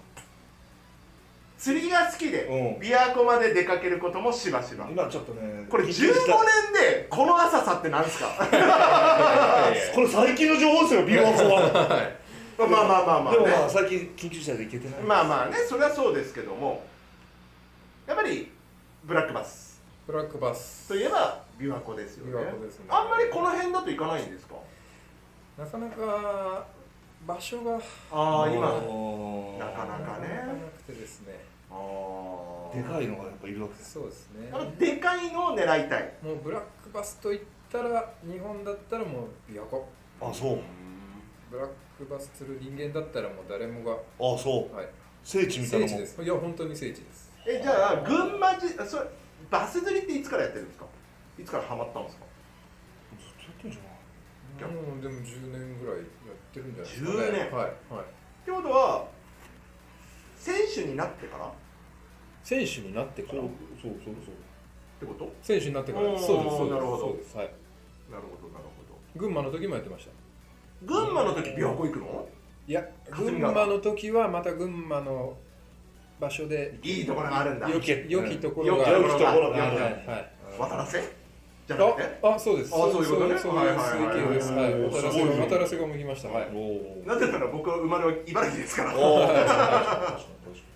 S1: 釣りが好きで、
S3: うん
S1: 琵琶湖まで出かけることもしばしば
S3: 今ちょっとね
S1: これ15
S3: びっ
S1: 年
S3: くりした
S1: でこの浅さってなんですか
S2: いやいやいや
S3: これ最近の情報ですよ琵琶湖は
S1: [LAUGHS] まあまあまあまあ
S3: でも
S1: ね
S3: まあ最近緊急車で行けてない
S1: まあまあねそれはそうですけどもやっぱりブラックバス
S4: ブラックバス
S1: といえば琵琶湖ですよね
S2: 琵琶湖ですね
S1: あんまりこの辺だと行かないんですか
S4: なかなか場所が
S1: ああ今
S3: 今
S1: なかなかね
S4: なくてですね
S1: ああ
S3: でかいのがやっぱいるわけです
S4: そうですね
S1: やっぱでかいのを狙いたい
S4: もうブラックバスといったら日本だったらもう琵琶湖
S3: あそう
S4: ブラックバスする人間だったらもう誰もが、
S3: あそう
S4: はい、
S3: 聖地みた
S4: 聖
S3: いな
S4: 地
S3: もん
S4: ですいや本当に聖地です
S1: えじゃあ群馬じそれバス釣りっていつからやってるんですかいつからハマったんですか
S3: ずっとやってんじゃない
S1: いや
S4: もうでも10年ぐらいやってるんじゃないです
S1: 10年
S4: か、はい、はい、
S1: ってことは選手になってからっ
S4: 選手になってから
S3: そうそうそう
S1: てこと
S4: 選手になってからです
S1: おー
S4: そうですそうです
S1: なるほど
S4: そうです、はい、
S1: なるほどなるほ
S4: 群馬の時もやってました
S1: ど群馬の時琵琶湖行くの
S4: いや
S1: 霞
S4: 群
S1: ヶ
S4: 馬
S1: 浦
S4: の時はまた群馬の場所で
S1: いいところがあるんだ
S4: 良き良きところが
S1: 良
S4: は
S1: きところがあ
S4: い
S1: る
S4: はい
S1: 渡らせじゃなくて
S4: ああそうです
S1: あそういうことね
S4: そうそういう水系です
S1: は
S4: はいい
S1: はいはい
S4: 渡ら
S3: す
S4: せ
S3: ごいね
S4: 渡らせが向きましたはい
S3: お
S1: なぜなら僕は生まれは茨城ですから
S3: お確か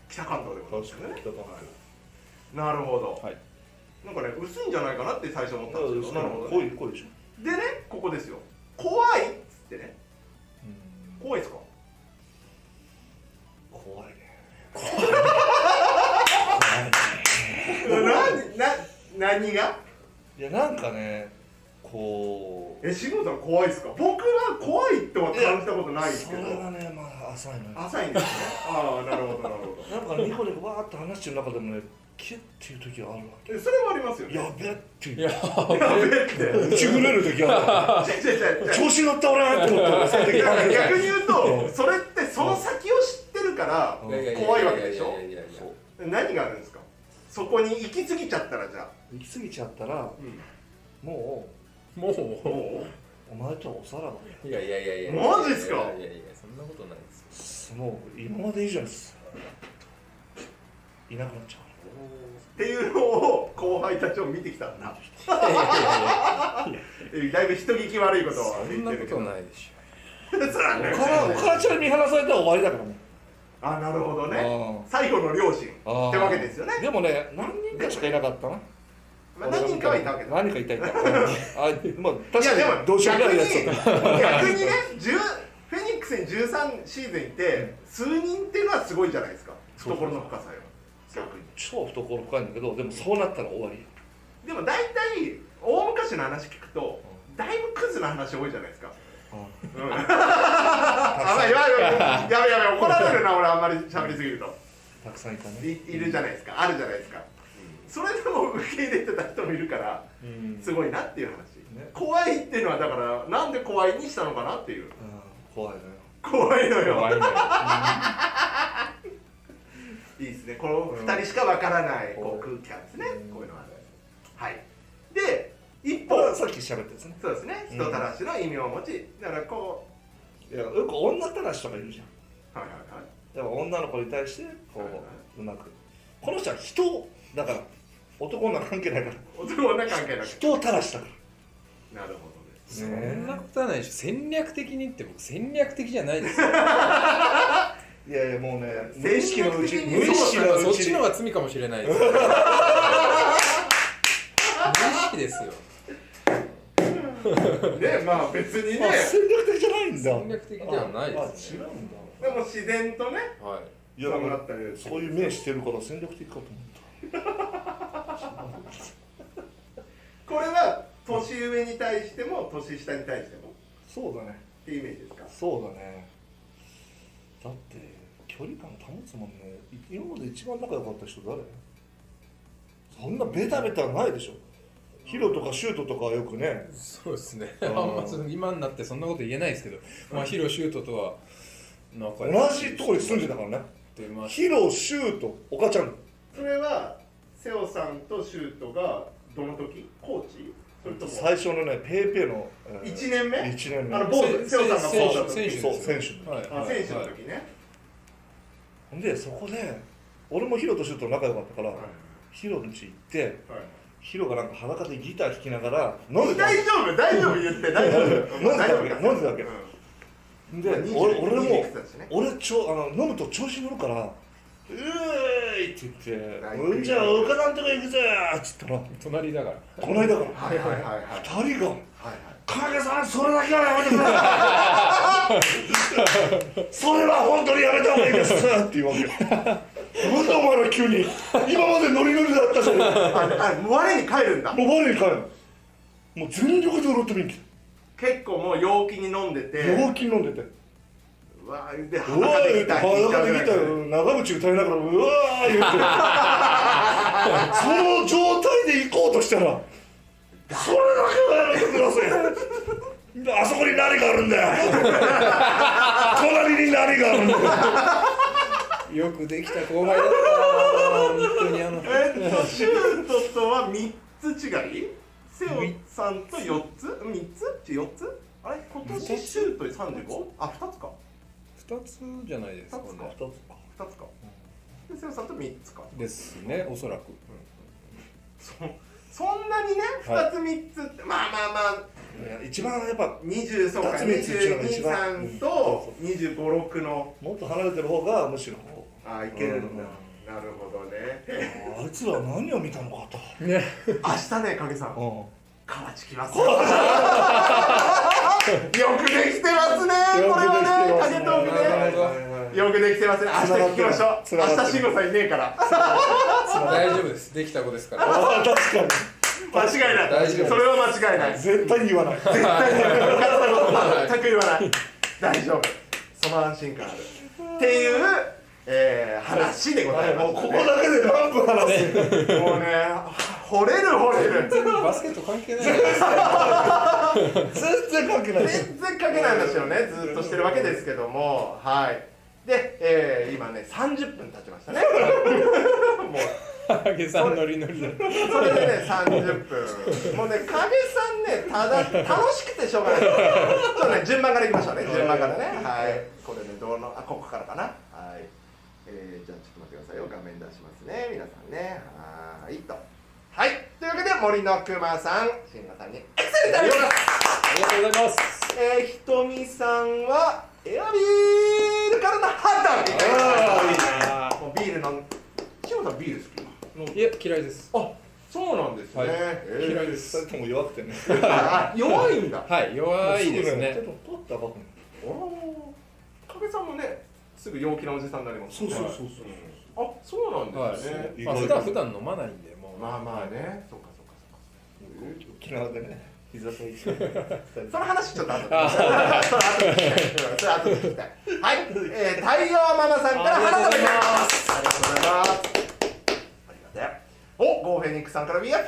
S1: 北関東で
S3: に
S1: ござい
S3: 確かに
S1: ます
S3: 確
S1: から
S3: か
S1: ね
S3: に北関
S1: なるほど、
S4: はい
S1: なんかね薄いんじゃないかなって最初思ったんですけ
S3: 東
S1: どなるほど、
S3: 濃
S1: ね、
S3: い濃いでしょ
S1: でねここですよ怖いっつってね怖いですか
S3: 怖いね
S1: 何な何が
S3: いやなんかねこう
S1: えしのさん怖いですか僕は怖いとは感じたことないです
S3: そ
S1: けど
S3: れがねまあ浅いのよ
S1: 浅いんですねああなるほどなるほど
S3: なんかニコニコわーって話してる中でもねキュッていう時があるわ
S1: えそれもありますよ
S3: け
S1: ね
S3: やべっていう
S4: いや
S1: やべえって違う
S3: 打ちぐれる時あ
S1: 違う違う
S3: る調子乗った俺って思ったらその時
S1: だから逆に言うとそれってその先を知ってるから
S3: うん
S1: 怖いわけでしょ
S4: やいやいやいや
S3: そう
S1: 何があるんですかそこに行き過ぎちゃったらじゃあ、
S3: 行き過ぎちゃったらも
S4: もう
S1: も
S3: うお前とはおさらばだよ
S4: いやいやいやいや
S1: マジっすか
S4: いやいやいやそんなことないですよ
S3: もう今まで以上にすいなくなっちゃ
S1: うっていうのを後輩たちを見てきたん
S3: う [LAUGHS] から
S1: だ
S3: な
S1: えだいぶ人聞き悪いことは
S4: そんな
S3: [LAUGHS]
S4: ことないでし
S1: 言ってるけどそら
S3: お
S1: ね
S3: からお母ちゃんに見放されたら終わりだからね
S1: あなるほどね
S3: あ
S1: 最後の両親って
S3: あ
S1: わけですよね、
S3: でもね何人かしかいなかったな
S1: まあ、何人かはいたわけだ
S3: 何人かいたいたあま
S1: い
S3: あ
S1: や
S3: 確
S1: で
S3: か
S1: も
S3: にどうしようも
S1: 逆
S3: ない
S1: に
S3: やつだった
S1: 逆にね10フェニックスに13シーズンいて数人っていうのはすごいじゃないですか
S3: そう
S1: 懐の深さよ逆に
S3: 超懐深いんだけどでもそうなったら終わりよ
S1: でも大体大昔の話聞くとだいぶクズな話多いじゃないですかうん [LAUGHS] あまあやばいやばいやばいやばい怒られるな俺あんまり喋りすぎると
S3: たくさんいた
S1: い
S3: ね
S1: いるじゃないですかあるじゃないですかそれでも受け入れてた人もいるから
S3: うん
S1: すごいなっていう話
S3: ね
S1: 怖いっていうのはだからなんで怖いにしたのかなっていう
S3: うん怖いのよ
S1: 怖いのよ
S3: 怖いのよ
S1: いいですね、この2人しかわからないこう空気感ですね、こういうのは、はい。で、一方、
S3: さっき喋ったやつね
S1: そうですね、人たらしの意味を持ち、だからこ
S3: いやよく女たらしとかいるじゃん
S1: う、はいはい
S3: でも女の子に対してこ
S1: はいはいう
S3: うまくこの人は人だから男女関係ないから
S1: はい、男女関係なく、
S3: 人たらしだか
S1: なるほどです。
S4: ょ
S3: ら
S4: そんなことはないでしょ戦略的にって僕戦略的じゃないですよ
S3: いやいやもうね無
S1: 戦
S3: 意識
S1: 略
S3: のう
S1: 的
S3: ち
S1: に
S3: 無意識のう
S4: そっ
S3: ち
S4: ち
S3: に
S4: の方が罪かもしれないですよ無意識ですよ
S3: [LAUGHS]
S1: で、まあ別にね
S3: あ、戦略的じゃないんだ
S4: 戦略的ではないですね
S3: ああ違うん
S1: で
S3: だ
S1: も自然とね、
S4: はい
S3: いやだ
S1: そう
S3: か
S1: な
S3: ら
S1: ったり
S3: そういう目してるから戦略的かと思った
S1: これは年上に対しても、年下に対しても
S3: そうだね
S1: っていうイメージですか。
S3: そうだねだって距離感保つもんね今まで一番仲良かった人誰そんなベタベタないでしょヒロとかシュートとかはよくね
S4: そうですね
S3: あ
S4: あん
S3: ー
S4: まその今になってそんなこと言えないですけどまあヒロシュートとは仲
S3: 同
S4: 良く
S3: じところに住んでたからね
S4: 出まし
S3: ヒロシュートおかちゃん
S1: それは、瀬尾さんとシュートがどの時コーチそれとも
S3: 最初のねペーペーの、えー
S1: 1年目
S3: 一年目
S1: あの
S4: た
S1: 坊主、瀬尾さんが
S4: 選
S1: 坊主
S4: 手
S1: だった
S4: 選
S1: 時
S4: 手
S3: そう
S4: ですよ
S3: 選手
S4: はい
S1: あ選手の
S4: はい
S1: 時ね、
S3: ほんでそこで俺もヒロとシュート仲良かったから、ヒロの家行ってヒロがなんか裸でギター弾きながら飲んでた
S1: 大丈夫大丈夫言って大丈夫
S3: 飲んでたわけ飲んでたわけ
S1: うん
S3: で
S1: まあ20
S3: 俺
S1: 20
S3: 俺
S1: い
S3: も
S1: くつだしね
S3: 俺ちょあの飲むと調子乗るから「うーい!」って言って
S1: は
S3: 「
S1: い
S3: うんじゃあ岡田んとこ行くぜ!」っつったら
S4: 隣だから
S3: この間から
S1: はいはいはいはい
S3: 2人が
S1: はい
S3: 「影さんそれだけはやめてくれ!」 [LAUGHS] それは本当にやめた方がいいですって言うわけよなんでお前ら急に今までノリノリだったじゃんも
S1: ああもう我に返るんだ
S3: う我に返るもう全力で踊ってみんけ
S1: 結構もう陽気に飲んでて
S3: 陽気に飲んでて
S1: うわーで
S3: 「うわ
S1: 裸で
S3: ー!」
S1: ギ
S3: っ
S1: タ
S3: て
S1: ー弾いちゃ
S3: 裸
S1: うぐら
S3: で見
S1: い
S3: たよ長渕歌いながら「うわー!」言ってその状態で行こうとしたらそれだけはやめてくださいあそこに何があるんだよ隣に何があるんだよ
S4: よくできた後輩だったな本当にあの
S1: えっとシュートとは3つ違いセオさんと4つ3つって4つあれ今年シュートで 35? あ2つか
S4: 2つじゃないですか
S1: 二つか
S4: ね
S1: 2つかでセオさんと3つか
S4: ですねおそらく
S1: そそんなにね
S4: はい
S1: 2つ3つって、まあまあまあ
S3: いや一番やっぱ
S1: 20そうか
S3: 二つ三つ違う一番
S1: 223と256の
S3: もっと離れてる方がむしろこう
S1: あいけるんだ
S3: うん
S1: なるほどね
S3: あいつら何を見たのかと
S4: ね
S1: 明日ね影さん
S3: うん
S1: 河内来ますよよくできてますねこれはね影トークね
S4: なるほど
S1: よくできてますね。明日聞きましょう。
S3: つながってる
S1: 明日慎吾さんいねえから。
S4: 大丈夫ですできた子ですから
S3: ああ確かに
S1: 間違いない。
S4: 大丈夫
S1: それは間違いない。絶
S3: 絶対に言わない
S1: 対に勝ったこと全く言わない。大丈夫。その安心感ある。っていう、えー、話でございます、
S3: もうここだけで何分話す
S1: もうね、惚れる惚れる。
S4: バスケット関係ない
S3: [LAUGHS] 全然関係ないです
S1: 全然かけない話をね、ずっとしてるわけですけども、はい。で、えー、今ね、30分経ちましたね。もう
S4: 影さんノリノリだ
S1: それでね30分もうね影さんねただ楽しくてしょうがないちょっとね順番からいきましょうね順番からねはいこれねどうのあここからかなはい、えー、じゃあちょっと待ってくださいよ画面出しますね皆さんねはーいとはいというわけで森のくまさん慎吾さんにエクセレントありがとうございます
S4: ありがとうございます
S1: えー、ひとみさんはエアビールからの判断
S3: あ
S1: もうビールの慎吾さんビール好き
S4: いや嫌いです
S1: あそうなんですね、
S4: はい
S1: えー
S4: 嫌いで
S3: それ
S4: す
S3: とも弱くてね
S1: あ弱いんだ。
S4: はい弱いです
S3: ちょっ
S4: ね
S3: と取ったばっかり
S1: おおー。影さんもね、すぐ陽気なおじさんになります、
S3: そう
S1: ね。
S3: そうそうそう
S1: あ、そうなん
S4: は
S1: ですね。
S4: いまあ普段普段飲まないんでもう
S1: まあまあね、そっかそっかそ
S3: 沖縄でね膝と一緒に
S1: っか。その話ちょっと後で。それ後で聞きたい。それ後で聞きたい。はい、えー、太陽ママさんから花束いただきます。ありがとうございます。ありがとう。お、ゴーフェニックさんからビアピー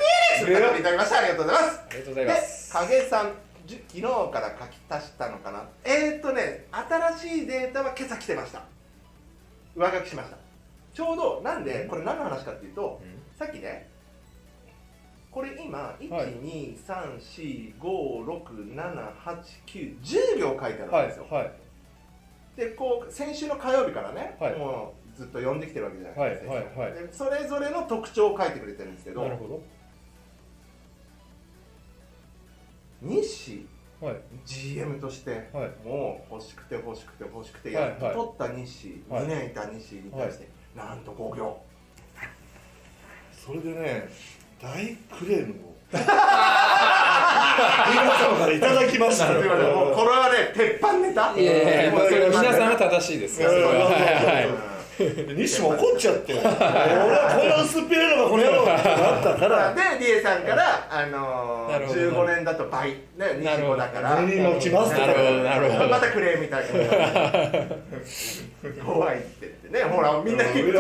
S1: レス。花束いただきました。ありがとうございます。
S4: ありがとうござい
S1: で
S4: ます
S1: 影さんじゅ昨日から書き足したのかなえー、っとね新しいデータは今朝来てました上書きしましたちょうどなんでこれ何の話かっていうと、
S4: う
S1: さっきねこれ今1、
S4: はい
S1: 2、3、4、5、6、7、8、9、10秒書いてある
S4: は
S1: ん
S4: い
S1: ですよ、
S4: はい
S1: でこう先週の火曜日からね、
S4: はい
S1: もうずっと読んできてるわけじゃないですか、
S4: はいはいは
S1: でそれぞれの特徴を書いてくれてるんですけ
S4: な
S1: ど
S4: るほ
S1: 西
S4: どはい
S1: GM として
S4: はい
S1: もう欲しくて欲しくて欲しくて
S4: はい
S1: やっと取った西、
S4: はい
S1: 2年いた西に対して、なんと5秒
S3: それでね大クレームを皆様からいただきました
S1: すいませんもうこれはね鉄板ネタ
S4: いやいやいや、まあ、それは皆さん
S1: ん
S4: は正しいです
S3: いやいやいや
S4: はいはい
S3: 西も怒っちゃって俺はこんな薄っぺらいのがこの野郎ってなったから
S1: で、リエさんから、あの
S4: な
S1: ー、
S4: るほど
S1: 15年だと倍、ね、
S4: なるほ
S1: 25
S4: ど
S1: だから、
S3: 上に持ちますとか
S4: なるほどなるほど
S1: またクレームいただき
S4: [LAUGHS]
S1: ます怖いって言ってね、ほら、みんな、そこにね、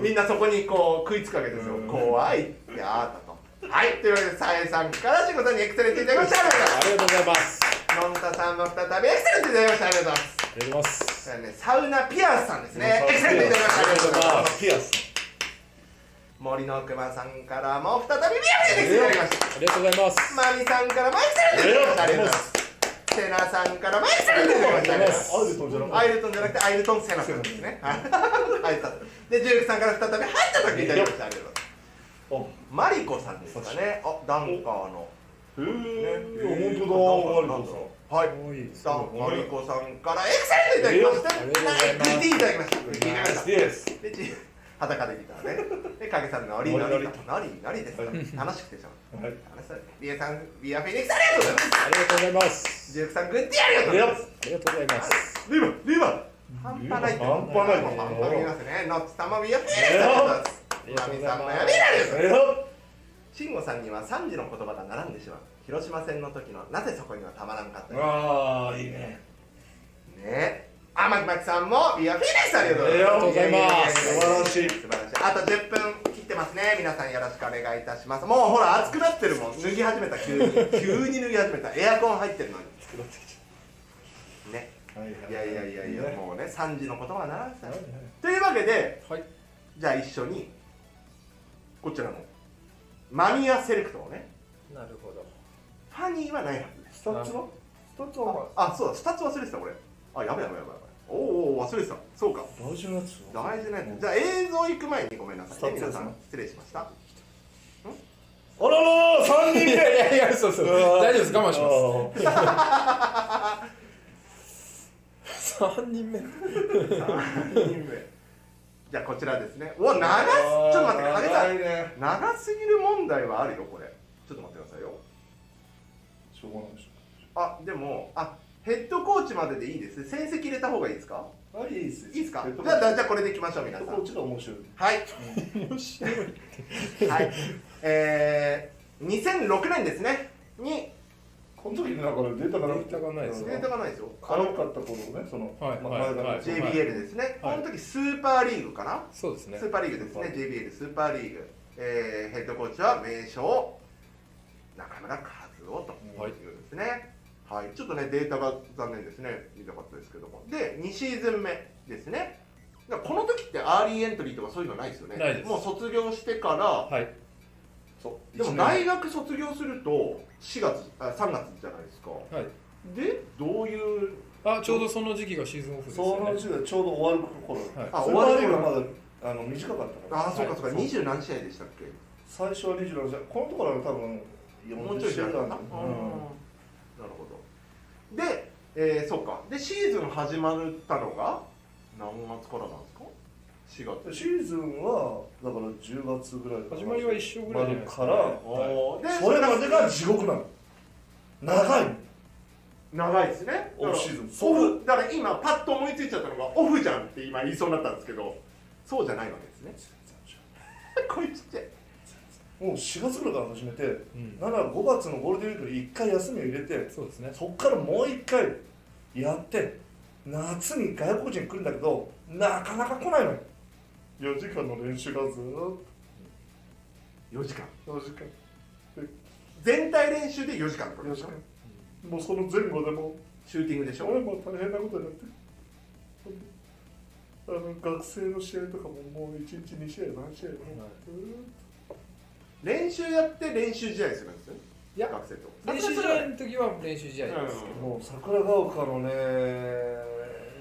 S1: みんなそこにこう食いつくわけですよ。怖いってあーたと。はい、というわけで、さえさんからしごさんにエクセレントいただきました。ありがとうございます
S4: ありがとうございます
S1: のんたさんも再びエクセレントいただきましたありがとうございます
S4: ありがとうございます
S1: これねサウナピアスさんですねエクセレントいただきましたありがとうございます
S3: ピアス
S1: 森の熊さんからも再びビアピーレックスいただきました
S4: ありがとうございます
S1: マミさんからもエクセレントいただきましたありがとうございますセナさんからもエクセレントいただきましたありがとうございます
S3: アイルトンじゃなくて
S1: アイルトンじゃなくてアイルトンセナさんですねはいでジュークさんから再び入った時いただきましたありがとうございますマリコさんですかねあダンカーのへえ
S3: いや本当だマ
S1: さんはい
S3: リコもういい
S1: さあマリコさんからエクセレントいただきましたはい PT いただきました PT いただきました
S5: です。
S1: でち裸でギターねで影さんのりのりとのりのりです楽しくてしょう
S5: はい
S1: 楽しそうリエさんビアフェニックスありがとうございます
S5: ありがとうございます。
S1: ジュークさんグッディありがとうございます
S5: ありがとうございます。
S1: リバリバ半端ないって
S5: 半端ないね
S1: 半端ないますねノッチ様ビアフェニックスありがとうございます
S5: ありがとうございます
S1: ナミさんもやりありがとうございま
S5: よ
S1: す慎吾さんには3時の言葉が並んでしまう広島戦の時のなぜそこにはたまらんかった
S5: っ
S1: のか
S5: わあ、いいね。
S1: ねあまきまきさんもビアフィニッシュありがとうございます
S5: ありがとうございます
S1: ややや素晴らしいあと10分切ってますね皆さんよろしくお願いいたしますもうほら暑くなってるもん脱ぎ始めた急に急に脱ぎ始めたエアコン入ってるのにねいやいやいやいやもうね3時の言葉が並んでたよというわけで
S4: はい
S1: じゃあ一緒にこちらのマニアセレクトをね
S4: なるほど
S1: ファニーはないはず
S3: スタッツはスタッツは
S1: あ、そうだ、二つ忘れてた、俺。あ、やばいやばいやばいやばい。おうおう、忘れてた。そうか。
S3: 大事なやつを
S1: 大事なやつ。じゃあ、映像行く前にごめんなさい、ね。
S3: そう
S1: 皆
S3: そ
S1: さ、
S3: うそうん
S1: 失礼しました。
S3: あらら三人
S4: い
S3: 目
S4: やいやそうそう大丈夫です我慢しま
S3: ます
S4: す3人目
S1: 3人目じゃあ、こちらですね。お、長す、ちょっと待って、影さ
S5: 長い
S1: ん。
S5: ね。
S1: 長すぎる問題はあるよ、これ。ちょっと待ってくださいよ。
S3: しょうがないでし
S1: あ、でも、あ、ヘッドコーチまででいいです。成績入れた方がいいですか
S3: ょあいいです
S1: いいですか
S3: ヘッド
S1: じゃあ、じゃあこれでいきましょう、皆さん
S3: こ。っちが面白い
S1: はい。はい。えー、2006年ですね。に、
S3: この時にだからデータがなくて
S4: データがないです
S1: データがないですよ。
S3: 軽かった頃ねその
S4: はい
S3: まあ
S4: はい
S3: 前
S4: は
S3: 々
S4: い
S1: JBL ですね。こ
S4: はい
S1: の時スーパーリーグかな、
S4: そうですね
S1: スーパーリーグですね。JBL スーパーリーグ。えー、ヘッドコーチは名称中村和夫と
S4: はい
S1: いうですね。はい。ちょっとねデータが残念ですね。見たかったですけども。で2シーズン目ですね。だからこの時ってアーリーエントリーとかそういうのないですよね。
S4: ないです
S1: もう卒業してから
S4: はい
S1: そうでも大学卒業すると4月あ3月じゃないですか
S4: はい
S1: でどういう
S4: あちょうどその時期がシーズンオフです
S3: その
S4: よ
S3: う
S4: ね
S3: ちでちょうど終わる頃
S4: はい
S1: あ
S3: そ
S1: 終わ
S3: れ
S1: る
S3: までが
S1: 頃
S3: まだあの短かったから
S1: ああそうかそうか
S3: はい
S1: 二十何試合でしたっ
S3: 最初は27じゃこのところは多分
S1: けもうちょい
S3: 40
S1: じ
S3: 試
S1: ゃ
S3: 合
S1: なか
S3: ぐらい
S1: ったな
S3: な
S1: んる
S3: だ
S1: ほどで、えー、そうかでシーズン始まったのが何月からなんですか4
S3: う
S1: 月
S3: んシーズンはだから10月ぐらい
S4: 始まりは一緒ぐらいじゃないですか、ね、
S3: まで
S1: お
S4: はい
S1: おーで
S3: それまでが地獄なの長いの
S1: 長いですね
S3: オフシーズン
S1: オフだから今パッと思いついちゃったのがオフじゃんって今言いそうになったんですけどそうじゃないわけですね [LAUGHS] こいつって
S3: もう4月ぐらいから始めて
S4: うん、
S3: なら5月のゴールデンウィークに1回休みを入れて
S4: そうですね
S3: そっからもう1回やって夏に外国人来るんだけどなかなか来ないのよ4時間の練習がずーっ
S1: 4時間
S3: と4時間
S1: 全体練習で4時間ってこと
S3: 4
S1: で
S3: 時
S1: しょ
S3: 間もうその前後でも
S1: シューティングでしょ
S3: 俺も大変なことになってるあの学生の試合とかももう1日2試合何試合も、
S1: 練習やって練習試合するんですよ
S4: いや
S1: 学生と
S4: 練習試合の時は練習試合ですけ
S1: う
S4: ど、
S1: ん
S3: もう桜ヶ丘のね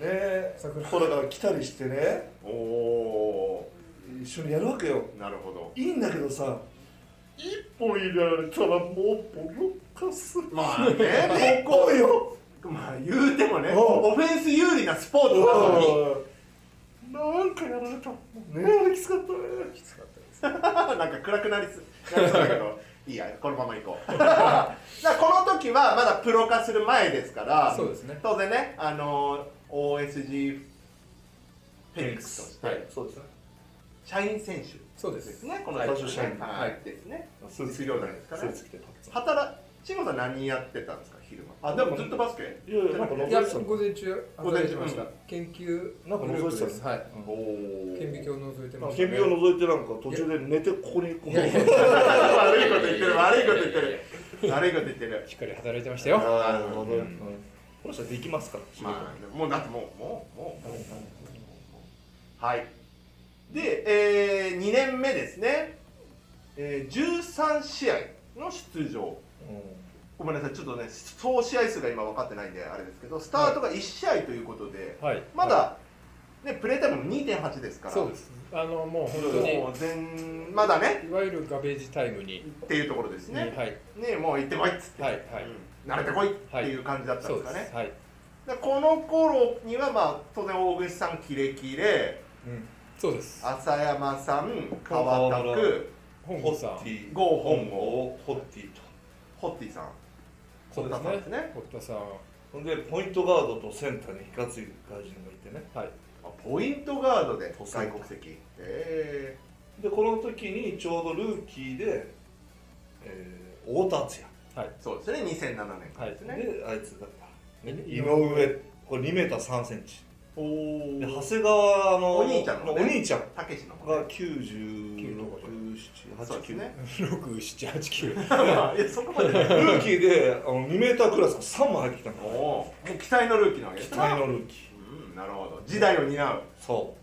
S3: ね
S4: 桜
S3: 子らが来たりしてね
S1: おお
S3: 一緒にやるわけよ
S1: ーなるほど
S3: いいんだけどさ一本入れられたらもうボロカス
S1: まあね
S3: 結構よ
S1: [LAUGHS] まあ言うてもね
S3: うん
S1: オフェンス有利なスポーツなのに
S3: なんかやられたねえきつかったね
S4: きつかったで
S1: [LAUGHS]
S4: す
S1: なんか暗くなりつなりそうだけど [LAUGHS] いいやこのまま行こう [LAUGHS] だからこの時はまだプロ化する前ですから
S4: そうですね
S1: 当然ねあのー OSG フェニックスとして、
S4: はい
S3: そうですね
S1: 社員選手
S4: そうで
S1: です
S4: す
S1: ね、この
S3: はい
S1: 最初社員、
S3: はい
S1: はい、ですね。
S3: スーツ
S1: 卒業なんですか
S3: スー
S1: ね。
S3: ツ着て
S1: 働、慎吾さん何やってたんですか、昼間。あ、でもずっとバスケ。
S3: いやいやなんか
S4: いや
S3: 登ってた
S4: 午前中
S1: 午前中
S4: ました、
S1: うん
S4: 研究
S3: なんか
S4: グループ
S3: 覗い
S4: で
S3: て
S4: す
S3: た
S4: はい
S1: おお
S4: 顕微鏡を覗いてま
S3: の
S4: した、
S3: 顕微鏡を覗いてなんか途中で寝てここにこう
S1: 悪いこと言ってる、悪いこと言ってる。悪いこと言ってる。
S4: しっかり働いてましたよ
S1: あー
S3: この人はできますから仕事
S1: まあ、もうだってもう、もう、もう、もう。もうはい。で、えー、2年目ですね。えー、13試合の出場。ごめんなさい、ちょっとね、総試合数が今分かってないんで、あれですけど、スタートが1試合ということで、
S4: はい
S1: まだ、でプレータイムも2.8ですから
S4: そうですあのもう本当に
S1: もう全まだね
S4: いわゆるガベージタイムに
S1: っていうところです
S4: にはい
S1: ねねもう行ってこいっつって、
S4: はいはい
S1: うん慣れてこいっていう感じだったん
S4: そ
S1: で
S4: う
S1: す
S4: で
S1: か
S4: す
S1: ね、
S4: はい
S1: でこの頃にはまあ当然大串さんキレキレ
S4: うんそうです
S1: 浅山さん川田区
S4: 本
S3: ホ
S4: 郷さん
S3: ッティ、
S1: 郷本
S3: 本
S1: 郷
S3: 郷、ホッティと。
S1: ホッティさん
S4: そうです
S1: 堀田さんですね
S4: ね堀田さん
S3: ほんで、ポイントガードとセンターに火がついる外人がいてね。
S4: はい
S1: あポイントガードで外国籍え
S3: で、この時にちょうどルーキーで、えー、太田敦
S1: ーそうですね2007年からですね、
S3: 也。で、あいつだった。ね、
S4: 井
S3: 井
S4: 上
S3: 上、これ2メーター3センチ。
S1: お
S3: で、
S1: お
S3: 長谷川の、
S1: お兄ちゃんのね
S3: お兄ちゃん
S1: たけしの方
S3: が
S1: ね
S3: 96、7、
S1: そう
S3: 8、
S1: です
S3: 9。
S1: ね [LAUGHS]
S4: 6789
S1: いやそこまで
S3: ルーキーであの2メータークラスが3も入ってきた
S1: おお
S3: の。
S1: もう期待のルーキーなわけで
S3: 期
S1: すね
S3: 待のルーキー。
S1: うんなるほど時代を担う
S3: そ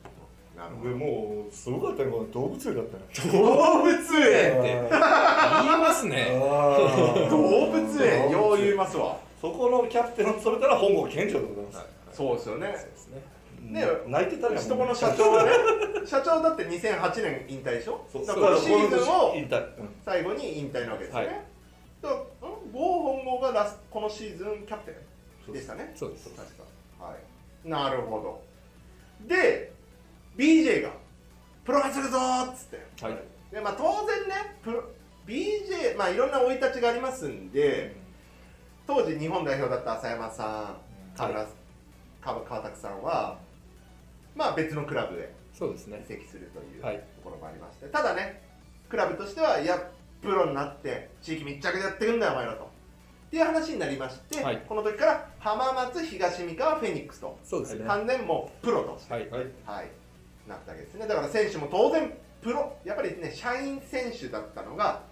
S1: なる
S3: う。
S1: ほ
S3: で
S1: ど
S3: もう、すごかったね、この動物園だったね。
S1: 動物園って
S3: て。
S4: 言いますね
S1: 動物園よう言いますわ
S3: そこのキャプテンを務めたら本郷健二郎でございます。
S1: そうですよね
S4: そうですね
S1: ね
S3: 泣いてたね。
S1: うちとこの社長がね社長だって2008年引退でしょ
S3: そう
S1: だ
S3: だ
S1: か
S3: からら
S1: シーズンを
S3: 引退。うん
S1: 最後に引退なわけですよね、
S4: はい
S1: だからんゴー本郷がラスこのシーズンキャプテンでしたね
S4: そうです
S1: 確かはいなるほどで BJ がプロ化するぞーっつって
S4: はい
S1: でまあ当然ねプロ BJ まあいろんな生い立ちがありますんで、当時日本代表だった浅山さん川,、川川拓さんはまあ別のクラブへ
S4: そうですね
S1: 移籍するというと
S4: はい
S1: ころもありまして、ただねクラブとしてはいやプロになって地域密着でやっていくんだよお前らとっていう話になりまして、
S4: はい
S1: この時から浜松東三河フェニックスと
S4: そうですねは
S1: 完全もうプロとして、
S4: い
S6: はい
S1: はい、なったわけですねだから選手も当然プロやっぱりね社員選手だったのが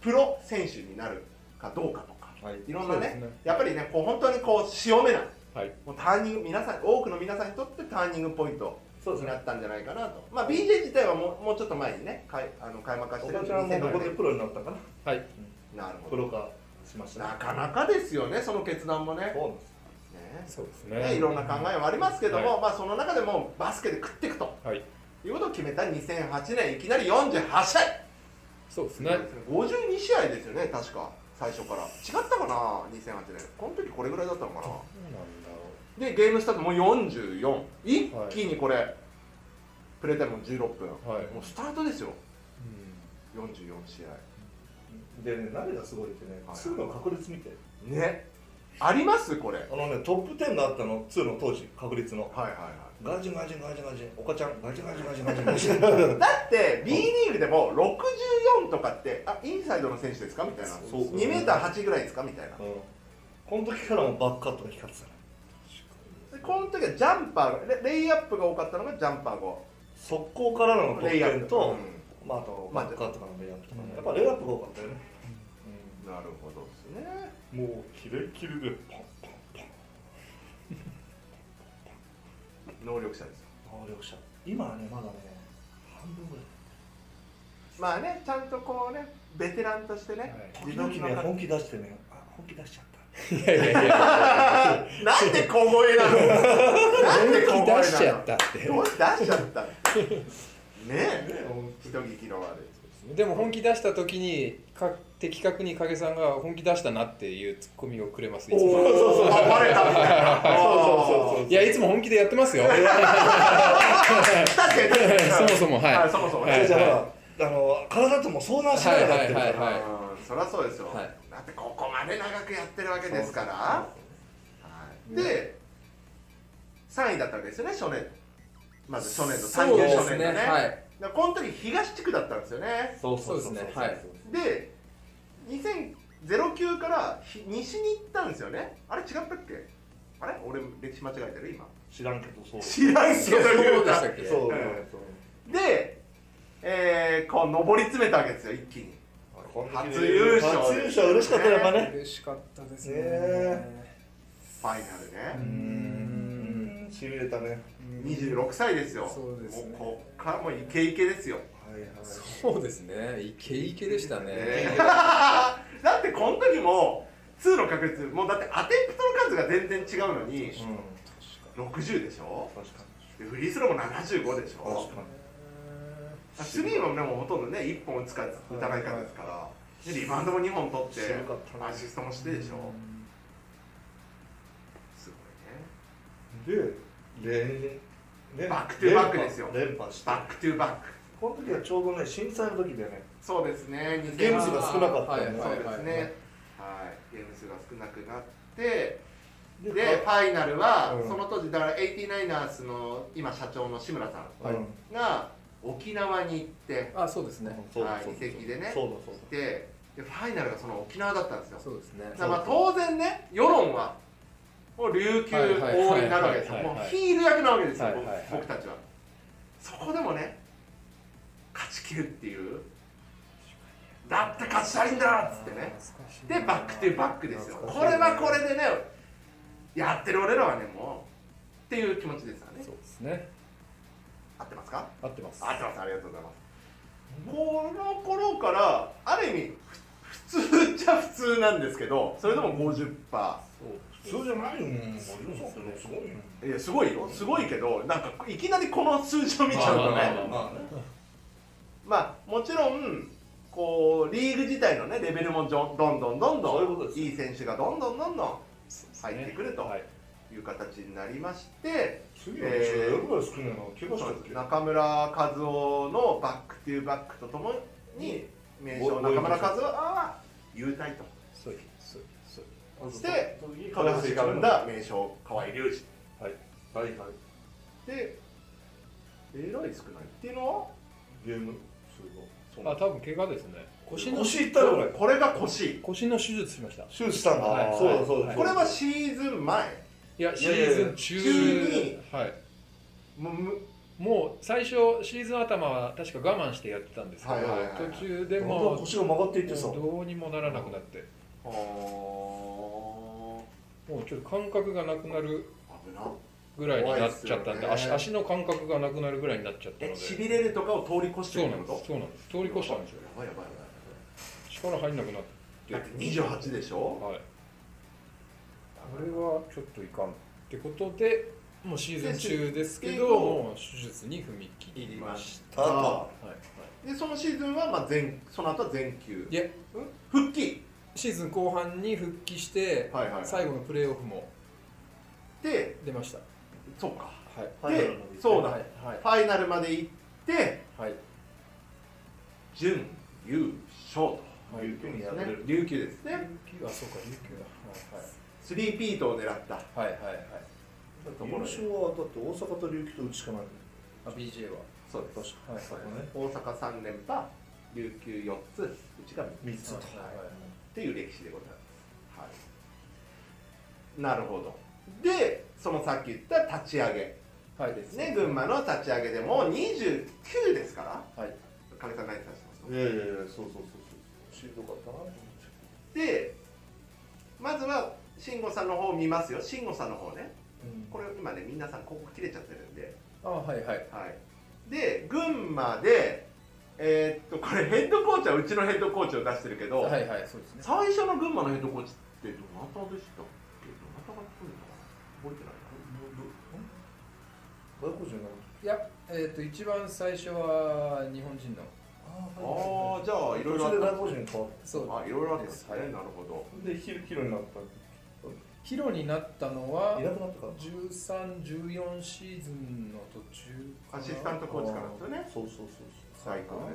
S1: プロ選手になるかどうかとか
S6: はい
S1: いろんな
S4: そうで
S1: ね
S4: すね
S1: やっぱりねこう本当にこう潮目な
S4: はい
S1: もうターニング皆さん多くの皆さんにとってターニングポイント
S3: そうです
S1: に
S3: ね。
S1: なったんじゃないかなと、まあ、BJ 自体はもうもうちょっと前にねかいあの開幕化して
S3: お
S1: る
S3: ばちゃんもここで
S1: 2006
S3: プロになったかな。
S4: はい
S1: 年なるほ
S3: プ
S1: ど
S3: ロ化しましたね。
S1: なかなかですよねその決断もね
S3: そうなんです。
S1: ね
S4: そうです
S1: ね
S4: ね
S1: いろんな考えはありますけども、まあ、その中でもバスケで食っていくと
S4: はい
S1: いうことを決めた2008年いきなり48試合
S4: そうですね
S1: 52試合ですよね確か最初から違ったかな2008年この時これぐらいだったのかな
S4: そうなんだろ
S1: でゲームスタートもう44一気にこれ、プレータイムも16分、
S4: はい
S1: もうスタートですよ
S4: ううん
S1: 44試合
S3: でね、何がすごいってね、
S1: はい
S3: 2の確率見て。
S1: ねありますこれはい
S3: あのね、トップ10があったの、2の当時、確率の。
S1: はいは
S3: ガジンガジンガジンガジン、おかちゃん、ガジンガジンガジンガジンガジン。そう
S1: いだって B リーグでも64とかってあインサイドの選手ですかみたいな
S3: そう
S1: 2メーター8ぐらいですかみたいな
S3: うんこの時からもバックカットが光ってたね。
S1: でこの時はジャンパーレレイアップが多かったのがジャンパー5
S3: 速攻からの得
S1: レイアッ
S3: 点
S1: プ
S3: と、
S1: うん
S3: まあ、あと
S1: ま
S3: マ
S1: あ
S3: ッカーとかのレイアップとかね
S4: うん
S3: やっぱレイアップが多かったよね、
S1: なるほどですね
S3: もうキレッキレでパンパン
S1: 能力者です
S3: パン能力者今はねまだね半分ぐらい
S1: まあねちゃんとこうねベテランとしてね、
S3: 時
S1: 自分
S3: 々
S1: の [LAUGHS]
S3: ね本気出してねあ本気出しちゃった
S4: いやいやいや
S1: なんで小声なのなんで小声なの
S4: 出しちゃったって
S1: どう出しちゃったってねえ
S3: [LAUGHS] ね
S1: 人聞きの悪い
S4: でも本気出した時にか的確に影さんが本気出したなっていうツッコミをくれますいつも
S1: そうそうバレたみたいな
S3: そうそうそうそう
S4: いやいつも本気でやってますよ
S1: 確かに確かに
S4: そもそもはい
S1: あそもそもね
S4: はい
S3: じゃああの体とも相談しながらやってるから、
S4: はいはい
S1: うんそりゃそうですよ、
S4: はい
S1: だってここまで長くやってるわけですからはいで3位だったわけですよね初年まず初年度
S4: そ
S1: 三
S4: う
S1: 級
S4: で
S1: 初
S4: す
S1: 年度
S4: ね
S1: ね
S4: はい
S1: だからこの時東地区だったんですよね
S3: そう
S4: そうですねはい
S1: で2009からひ西に行ったんですよねあれ違ったっけあれ俺歴史間違えてる今
S3: 知らんけどそうそう
S1: 知らんけど言う
S4: で
S1: な
S4: したっけ
S3: そう
S1: で、えー、こう上り詰めたわけですよ一気に
S3: この時
S1: 初優勝
S3: 初優勝嬉しかったねやっぱね
S4: 嬉しかったです
S3: ねえ
S1: ファイナルね、
S3: うーんしびれたねはい
S1: 26歳ですよ
S4: そうですね
S1: もうこっからもうイケイケですよ
S3: はい
S4: そうですねイケイケでしたね
S1: え [LAUGHS] だってこの時も2の確率もうだってアテンプトの数が全然違うのに
S3: うん
S1: 60でしょ
S3: 確かに
S1: でフリースローも75でしょ
S3: 確か
S1: スリーもでもほとんどね1本打つか打たないかですから、でリバウンドも2本取って
S3: 渋かったな
S1: アシストもしてでしょすごいね
S3: にで連
S1: バックトゥバックですよ
S3: 連覇して
S1: バックトゥバック
S3: この時はちょうどね震災の時でね
S1: そうですね2000
S3: ゲーム数が少なかった
S2: はい
S3: ね
S1: そう
S2: はい
S1: ですね、はい、ゲーム数が少なくなってで
S3: で
S1: ファイナルは、
S3: うん
S1: その当時だから 89ers の今社長の志村さ
S3: はい
S1: んが沖縄に行って
S2: あそうですね
S3: そう
S1: は
S3: だ
S1: い
S3: そうだ
S1: 移籍でね
S3: そうだそうだ
S1: ででファイナルがその沖縄だったんですよ
S2: そうですね
S1: だからまあ当然ね世論はもう琉球
S2: はいはい
S1: 応援になるわけですよ
S3: はいはい
S1: も
S3: はいう
S1: ヒール役なわけですよ、
S3: はいはいはい
S1: 僕僕たちはそこでもね勝ち切るっていうだって勝ちたいんだっつってねでバックトゥバックですよ
S3: 懐
S1: こ
S3: かし
S1: れ
S3: いな
S1: はこれでねやってる俺らはねもうっていう気持ちですよね
S4: そうですね
S1: 合ってますか
S4: 合ってます
S1: 合ってますありがとうございますこの頃からある意味ふ普通っちゃ普通なんですけどそれでも50%
S3: 普通じゃないよねすごいよ
S1: いやすごいよすごいけどなんかいきなりこの数字を見ちゃうと
S2: まあまあ
S1: ね
S5: まあね
S1: まあもちろんこうリーグ自体のねレベルもじょどんどんどん
S5: そういうこ
S1: ど
S5: と
S1: ん
S5: です
S1: いい選手がどんどんどんどん
S4: そうですね
S1: 入ってくると
S4: はい
S1: いう形になりまして
S3: 次の試合やるぐらい少ないの怪我したっけ
S1: 中村和夫のバックトゥバックとともに名将中村和夫は優待と
S4: そういうそういうそういう
S1: して
S3: カラス
S1: 金橋が生んだ名将河合隆
S5: はいはい
S1: 二でえらい少ないっていうのは
S3: ゲーム
S4: あ多分怪我ですね腰の
S3: 腰いったら俺
S1: これが腰
S4: 腰の手術しましたい
S3: 手術したんだ、
S4: はい
S3: そうだそうだ、
S1: これはシーズン前
S4: や
S5: い
S4: シ
S5: やいやいや
S4: ーズン中
S1: 中に
S4: はい
S1: むむ
S4: もう最初シーズン頭は確か我慢してやってたんですけど、
S1: はいはいはいはい
S4: 途中で
S3: 本当は
S4: もう
S3: 腰が曲がっていってさ
S4: どうにもならなくなって
S1: あー
S4: もうちょっと感覚がなくなる
S1: 危な
S4: ぐらいになっちゃったんで
S1: 怖いっす
S4: 足
S1: よね
S4: 足の感覚がなくなるぐらいになっちゃったの
S1: え
S4: で
S1: しびれるとかを通り越して
S4: そう
S1: るって
S4: なん
S1: こ
S4: です
S1: と
S4: そうなんです通り越したんですよ
S1: やばいやばいや
S4: 力入んなくなっ
S1: ばいだってて28でしょ
S4: はいこれはちょっといかんってことでもうシーズン中ですけど
S1: ですけど
S4: もう手術に踏み切りました
S3: ただ
S4: はいはい
S1: でそのシーズンはまあ全その後は全休
S4: いや
S1: 復帰
S4: シーズン後半に復帰して、
S1: はいはい
S4: 最後のプレーオフも
S1: で
S4: 出ました
S1: そうか
S4: はい
S1: でそうだ
S4: はいはい
S1: ファイナルまで行って
S4: はい
S1: 準優勝
S4: は
S1: と
S4: い
S1: いうこと
S5: 琉球
S1: です
S5: に敗れ
S1: ね
S5: る
S1: 琉球ですね
S4: 琉球あそうか琉球
S1: 3P とを狙った
S4: だはいはいはいはいはい
S3: 優勝はだって大阪と琉球とうちしかない
S4: あ BJ は
S1: そうで
S3: 確
S1: す
S3: か
S4: はい
S3: そこね
S1: 大阪3連覇琉球4つうちが
S3: 3つと、
S4: はいはい
S1: っていう歴史でございます、はい、なるほどでそのさっき言った立ち上げ
S4: はいです
S1: ね群馬の立ち上げでもう29ですから
S4: はい
S1: 金さん何さしてます
S3: いやいやいやそうそうそうそうしんどかったなと思って
S1: でまずは慎吾さんの方見ますよ慎吾さんの方ねこれ今ね皆さん広告切れちゃってるんで
S4: あはいはい
S1: はいで群馬でえーっとこれヘッドコーチはうちのヘッドコーチを出してるけど、
S4: はいはいそうですね
S1: 最初の群馬のヘッドコーチってどなたでしたっけどなたが来るのかな覚えてないな
S3: 外国人なの
S4: いやえっ、と一番最初は日本人の
S1: ああ、じゃあいろいろあ
S3: それ
S1: っ
S3: で
S1: た
S3: 外国人変わっ
S4: そう
S1: あ、いろいろあったんですね。
S4: はい
S1: なるほど。
S3: たでヒロヒロになった
S4: ヒロになったのはい
S3: なくなったから
S4: 1314シーズンの途中か
S1: ア
S4: な
S1: シスタントコーチからですよね。
S3: そうそうそうそう
S1: 最高で。は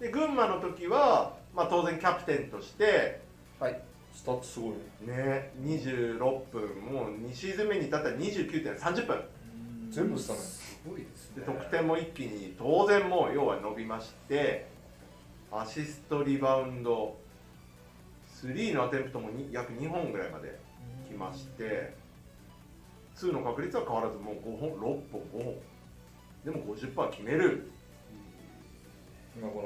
S1: い。で群馬の時は、まあ当然キャプテンとして
S4: はい
S3: スタッツすごいね
S1: ね、26分もう2シーズン目に至ったら29点30分
S3: 全部スタメン
S4: すごいです
S1: で
S4: ね
S1: 得点も一気に当然もう要は伸びまして、アシストリバウンド、スリーのアテンプトもに約2本ぐらいまで来まして、2の確率は変わらずもう5本、6本、5本。でも50%決める。
S3: なかな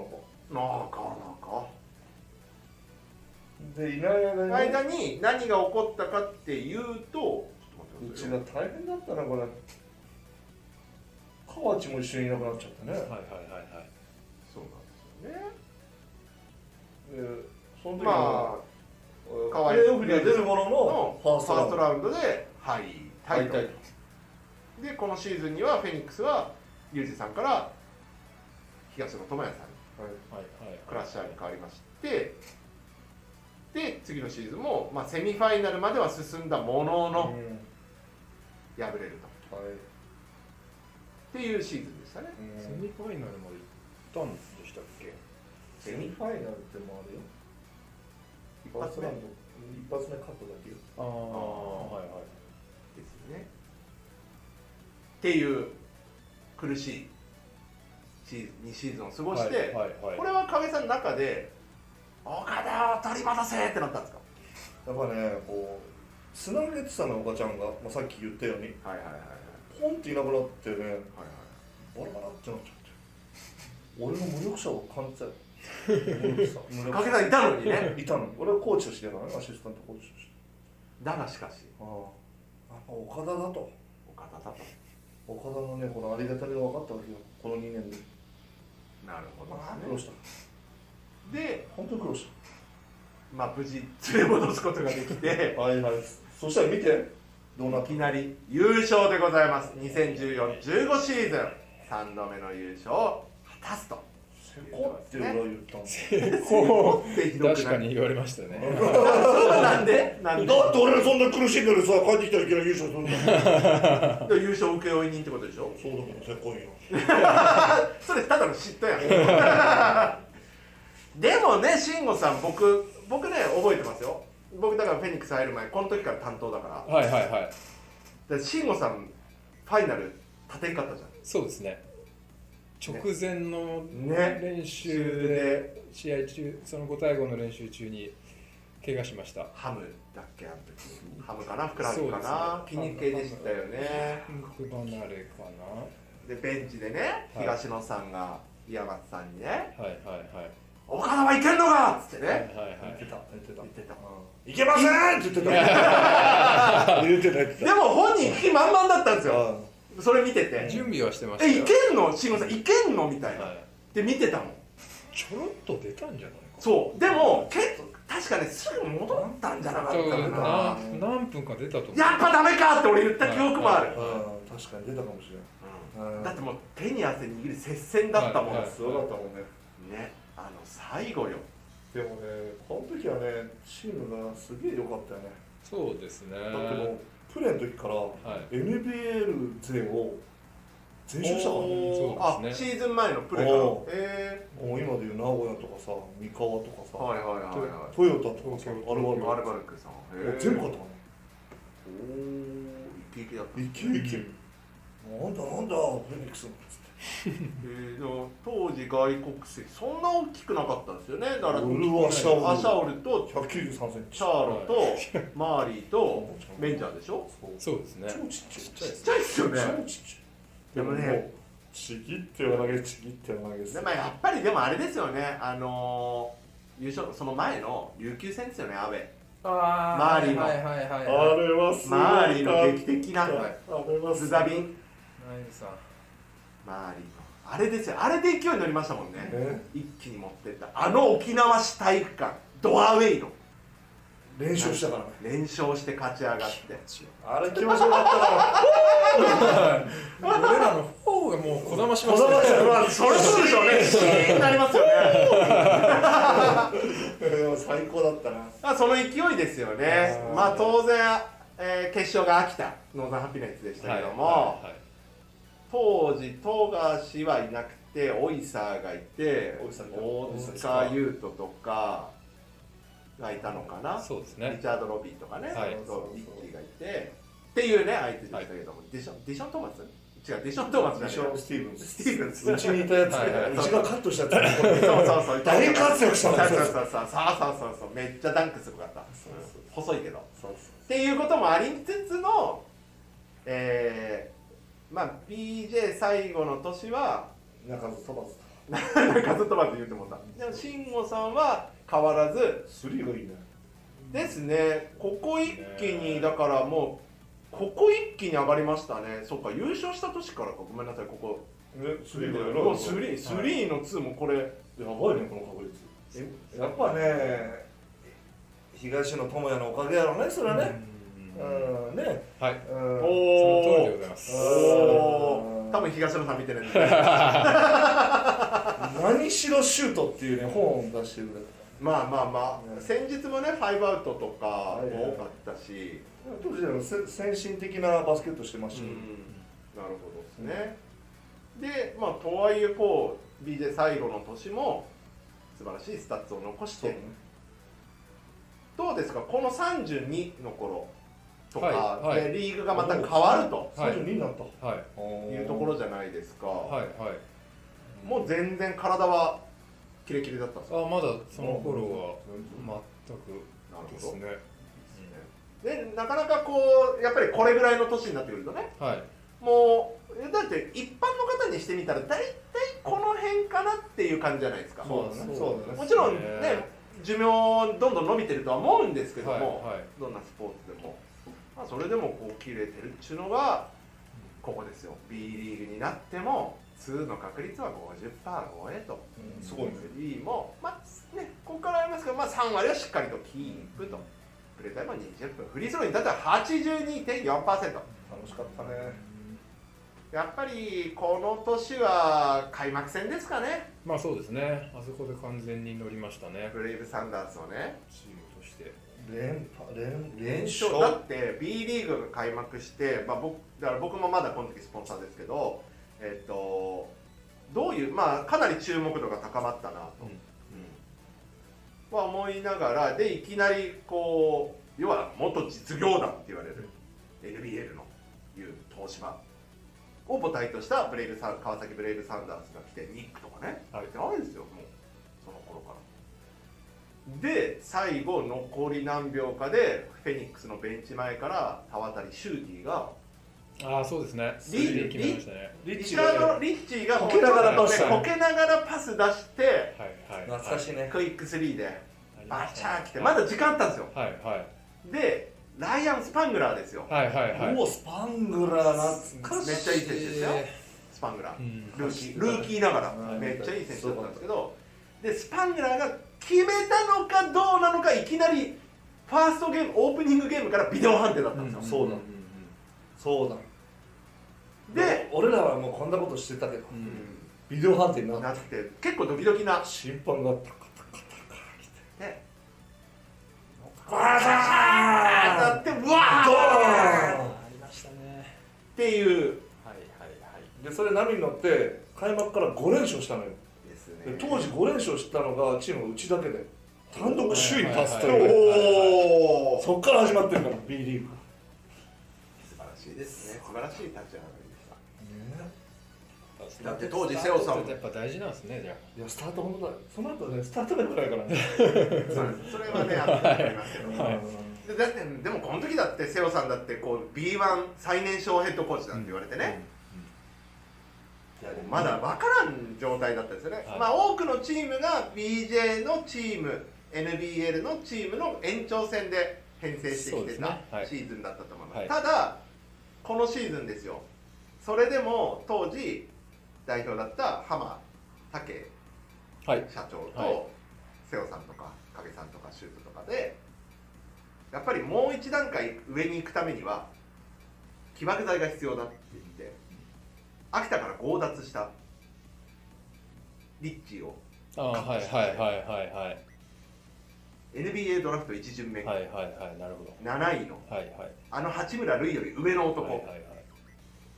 S3: か
S1: なか
S3: でいない間
S1: な
S3: に
S1: か間に何が起こったかっていうと
S3: うちが大変だったなこれ河内も一緒にいなくなっちゃってね
S4: はいはいはいはい
S1: そうなんですよね
S3: でその時
S1: ま
S3: は
S1: あ
S3: えー
S1: 河合
S3: プレーオフには出るもの
S1: の
S3: の
S1: フ
S3: ファ
S1: ァ
S3: ー
S1: ー
S3: ス
S1: ス
S3: トラウン
S1: ト
S3: ド
S1: ラウンドで敗退と
S3: 敗退
S1: でこのシーズンにはフェニックスはユージさんから東野智也さんに
S5: はいはい
S1: クラッシャーに変わりましてで次のシーズンも、まあ、セミファイナルまでは進んだものの
S2: うん
S1: 敗れると
S2: はい
S1: っていうシーズンでしたね
S2: うん
S4: セミファイナルまで行ったんでしたっけ
S5: セミファイナルってもあるよ
S1: 一
S5: オースト
S1: 発目
S5: ラ
S1: で
S5: リア一発目勝っただけよ
S4: ああ
S1: はい
S4: はい
S1: すよねっていう苦しいシーズン2シーズンを過ごして、
S4: はいはい
S1: これは影さんの中で岡田を取り戻せってなったんですか
S3: やっぱねこうつなげてたのおばちゃんが、まあ、さっき言ったように
S1: はいはいはいはい
S3: ポンっていなくなってね
S1: はい
S3: バラバラってなっちゃって俺の無力さを感じたよ無力さ無力 [LAUGHS]
S1: 影
S3: さ
S1: さんいたのにね
S3: いたのに俺はコーチとしてやからねアシスタントコーチとして
S1: だがしかし
S3: ああやっぱ岡田だと
S1: 岡田だと
S3: 岡田のねこのありがたみが分かったわけよこの2年で
S1: なるほ
S3: まあ苦
S1: ど
S3: 労
S1: ですね
S3: した
S1: で、
S3: 本当に苦労し
S1: まあ、無事連れ戻すことができて [LAUGHS]
S3: たはいはいそしたら見てどうなっ
S1: い
S3: た
S1: きなり優勝でございます2014-15シーズン3度目の優勝を果たすと
S3: せこって俺は言ったんだ
S4: こ
S1: でひ
S4: う
S1: どく
S4: [LAUGHS] 確
S1: な [LAUGHS]
S4: か
S1: い
S4: に言われましたね
S1: なんでなんで
S3: だって俺そんな苦しんでるさ帰ってきたらいきなり優勝するんだもん
S1: で優勝請負人ってことでしょ
S3: そうだけどせこいよ
S1: それただの嫉妬や
S4: [LAUGHS]
S1: んでもね慎吾さん僕僕ね覚えてますよ僕だからフェニックス入る前この時から担当だか
S4: [LAUGHS] はいはいはい
S1: らで慎吾さんファイナル立てんかったじゃん
S4: そうですね直前の
S1: ね
S4: 練習で試合中その5対5の練習中に怪我しました
S1: ハムだっけあの時ハムかなふくらはぎかな、
S4: そうですね
S1: ピン系でしたよね
S4: 肉離れか
S1: でベンチでね
S4: はい
S1: 東野さんが岩松さんにね、
S4: なはいはいはい
S1: 岡田はいけんのかっつってね、
S4: はいはいはい
S3: た言ってた
S1: 言ってた
S3: いけませんって言ってた言ってた言って
S1: でも本人気満々だったんです
S3: た
S1: よ
S3: あ
S1: それ見てて
S4: 準備はしてました
S1: えい
S4: よ
S1: けんの慎吾さんいけんのみたいな、
S4: はい
S1: で見てたもん
S4: ちょろっと出たんじゃないか
S1: そうでも結構確かねすぐ戻ったんじゃなかったかな
S4: な何分か出たと思う
S1: やっぱダメかって俺言った記憶もある、
S3: あ確かに出たかもしれない、う
S1: うん
S3: ん、
S1: だってもう手に汗握る接戦だったもん、
S4: はいはい
S3: すごかったもんね
S1: ねあの最後よ
S3: でもねこの時はねチームがすげえ良かったよね
S4: そうですね
S3: だってもうプレーの時から
S4: い
S3: NBL 勢を全勝したからね
S1: おー
S4: そうで
S1: あ
S4: す
S1: シ
S4: ね
S1: ーズン前のプレーから
S3: おー
S1: え
S3: もう今でいう名古屋とかさ三河とか
S1: ー、
S3: さ、
S1: はいはいはいは
S3: トヨタとかさアルバ
S1: いバル
S3: ル
S1: バルクさん
S3: クも
S1: へ
S3: う
S1: ー
S3: 全部勝ったか
S1: おーイケイケだった
S3: らね
S1: へ
S3: 一気一気、なんだなんだフェニックスのっつって
S1: ーでも当時外国籍そんな大きくなかったんですよねだから
S3: 俺はシャオル
S1: アシャオルと
S3: 193センチ
S1: シャーロ [LAUGHS] とマーリーとベンジャーでしょ
S3: そう
S4: そうですね
S3: 超ちっちゃい
S1: ちっちゃいっすよね
S3: 超ちっちゃい
S1: でもね
S3: うちぎっては投げちぎっては投げ
S1: でまあ、やっぱりでもあれですよねあのー優勝その前の琉球戦ですよね阿部
S4: あ
S1: 周りの
S4: はいはいはい
S3: あ
S4: は
S3: れはすごかった
S1: マーリーの劇的な
S3: あれは
S1: ズ
S3: すご
S1: ザ
S3: かった
S1: ビン
S4: いナイルさん
S1: マーリーのあれですよあれで勢いに乗りましたもんね
S3: ね
S1: 一気に持ってったあの沖縄市体育館ドアウェイの
S3: 練習したからね
S1: 連勝して勝ち上がって
S3: あれ気持ちよかったから
S4: 俺らの方がもうこだましま
S3: こ
S4: した
S3: だ
S4: ね
S3: ましたよ
S1: [LAUGHS] それそうでしょうね
S3: [LAUGHS]
S1: シーンになります [LAUGHS] よね
S3: うん最高だったな
S1: あその勢いですよね
S3: あー
S1: まあ当然、えー決勝が秋田ノーザンハピネスでしたけども、
S4: はいはい
S1: 当時富樫はいなくてオイサーがいて
S3: オイサーいた
S1: 大塚優斗とかがいたのかな
S4: はいそうです
S1: リ
S4: ね
S1: チャード・ロビーとかね、
S4: はい
S1: そうリッキーがいてっていうね相手でしたけども、ディションディション・トーマス違うディション・トーマスじゃない
S3: ショーン・スティーブンズ
S1: スティーブンス
S3: うちにいたやつ
S4: はいはいう
S3: ちがカットしちゃった
S1: そうそうそう
S3: 大活躍したん
S1: そうそ
S3: です
S1: うそ
S3: よ
S1: うそうそうそうそうめっちゃダンクすごかった
S3: そうそう
S1: 細いけど
S3: そう
S1: っていうこともありつつの、えーまあ、BJ 最後の年は
S3: 中津飛ばず
S1: なんかずっとまず言うてもらったでも慎吾さんは変わらず
S3: スリーがいいね
S1: ですねここ一気にだからもうここ一気に上がりましたねそっか優勝した年からかごめんなさいここ
S3: えスリーだよな
S1: もうスリースリーの2もこれ、
S3: やばいねこの確率やっぱね東野智也のおかげやろねそれはね、
S4: うん
S3: うんね
S4: はい。
S3: うん
S4: その通りで
S5: お
S4: ございます。
S1: おお多分東野さん見てるんです [LAUGHS] ね
S3: 何しろシュートっていうね本を出してくれ
S1: まあまあま
S3: う
S1: あ
S3: ん
S1: 先日もねファイブアウトとか
S3: はいはい
S1: も多かったし、
S3: た当時でもせ先進的なバスケットしてま
S1: う
S3: したよ、
S1: んなるほどですね、でまあとはいえこう BJ 最後の年も素晴らしいスタッツを残して、
S3: そうね
S1: どうですかこの32の頃とか、
S4: はいはい
S1: でリーグがまた変わると
S4: はい
S3: 32になった
S4: はい
S1: いうところじゃないですか、
S4: はいはい。
S1: もう全然体はキレキレだったんですか
S4: あまだその頃は全
S1: な
S4: くですね。
S1: でなかなかこうやっぱりこれぐらいの年になってくるとね
S4: はい。
S1: もうだって一般の方にしてみたら大体この辺かなっていう感じじゃないですか
S3: そうだねそうだね
S1: もちろんね寿命どんどん伸びてるとは思うんですけども、
S4: はいはい。
S1: どんなスポーツでも、まあ、それでもこう切れてるっちゅうのがここですよ B リーグになっても2の確率は50%超えと
S5: すごいね
S1: B も、まあね、ここからありますけど、まあ、3割はしっかりとキープとプレータイムは20分フリースローに至っては82.4%
S3: 楽しかったね
S1: やっぱりこの年は開幕戦ですかね
S4: まあそうですね。あそこで完全に乗りましたね。
S1: ブレイブサンダースをね
S4: チームとして。
S3: 連覇連
S1: 連勝だって B リーグが開幕して、まあ、僕だから僕もまだこの時スポンサーですけど、えっとどういう、まあ、かなり注目度が高まったなと、
S4: うん
S1: うんは思いながらでいきなりこう要は元実業団って言われる NBL のいう東芝を母体としたブレイブサン川崎ブレイブサンダースが来てニックとかね、
S4: はい
S1: ってないですよもうその頃から。で最後残り何秒かでフェニックスのベンチ前から田渡りシューティーが
S4: ああそうですね。スリー決めましたね。
S3: リッチ
S1: 石
S3: が
S1: 川のリッチーが
S3: こけながらパスしたね
S1: こけながらパス出して
S4: はいはい。
S5: 懐かしいね
S1: クイックスリーで
S4: い。
S1: バチャー来てまだ時間あったんですよ
S4: はいはい。
S1: でライアン・スパングラーですよ
S4: はいはいはい。
S3: もうスパングラー懐かしい
S1: めっちゃいい選手ですよスパングラー
S4: うん
S1: ルーキールーキーなが
S3: う
S1: ら
S3: ん
S1: めっちゃいい選手だったんですけどでスパングラーが決めたのかどうなのかいきなりファーストゲームオープニングゲームからビデオ判定だったんですよ、
S3: そうだそうだ
S1: で、
S3: 俺らはもうこんなことしてたけど
S4: うんうん
S3: ビデオ判定になった
S1: なって結構ドキドキな
S3: 審判がタカ
S1: で当
S3: バ
S1: た
S3: カ
S1: ってうわー
S3: ドーン
S4: ありましたね。
S1: っていう
S4: はいはい
S3: ーンでそれ波に乗って開幕から5連勝したのよ
S1: です
S3: で当時5連勝したのがチームうちだけで単独首位に立つと
S4: はいはいはい
S3: いう
S1: おお素
S3: そっから始まってるから B リーグ
S1: 晴らしいですね素晴らしい立ち上がりでした
S4: はい。
S1: だって当時瀬尾さんも
S4: やっぱ大事なんですねじゃあ。
S3: いやスタート本当だよその後ねスタートが良くないからね
S1: そうなんですそれはねあったと思いますけど
S3: はい
S1: でだってでもこの時だって瀬尾さんだってこう B1 最年少ヘッドコーチだって言われてね、
S3: いやでも
S1: まだ分からん状態だったんですよね、
S4: はい
S1: まあ、多くのチームが BJ のチーム NBL のチームの延長戦で編成して
S4: そ
S1: き
S4: うで
S1: て
S4: すね
S1: た
S4: はい
S1: シーズンだったと思います
S4: はい
S1: ただこのシーズンですよそれでも当時代表だった浜武
S4: はい。
S1: 社長
S4: は
S1: と瀬尾さんとか影さんとかシュートとかでやっぱりもう一段階上に行くためには起爆剤が必要だって言って秋田から強奪したリッチーを
S4: ああはいはいはいはいはい
S1: NBA ドラフト1巡目、
S4: はいはいはいなるほど。
S1: 7位の
S4: はいはい。
S1: あの八村塁より上の男、
S4: はいはいは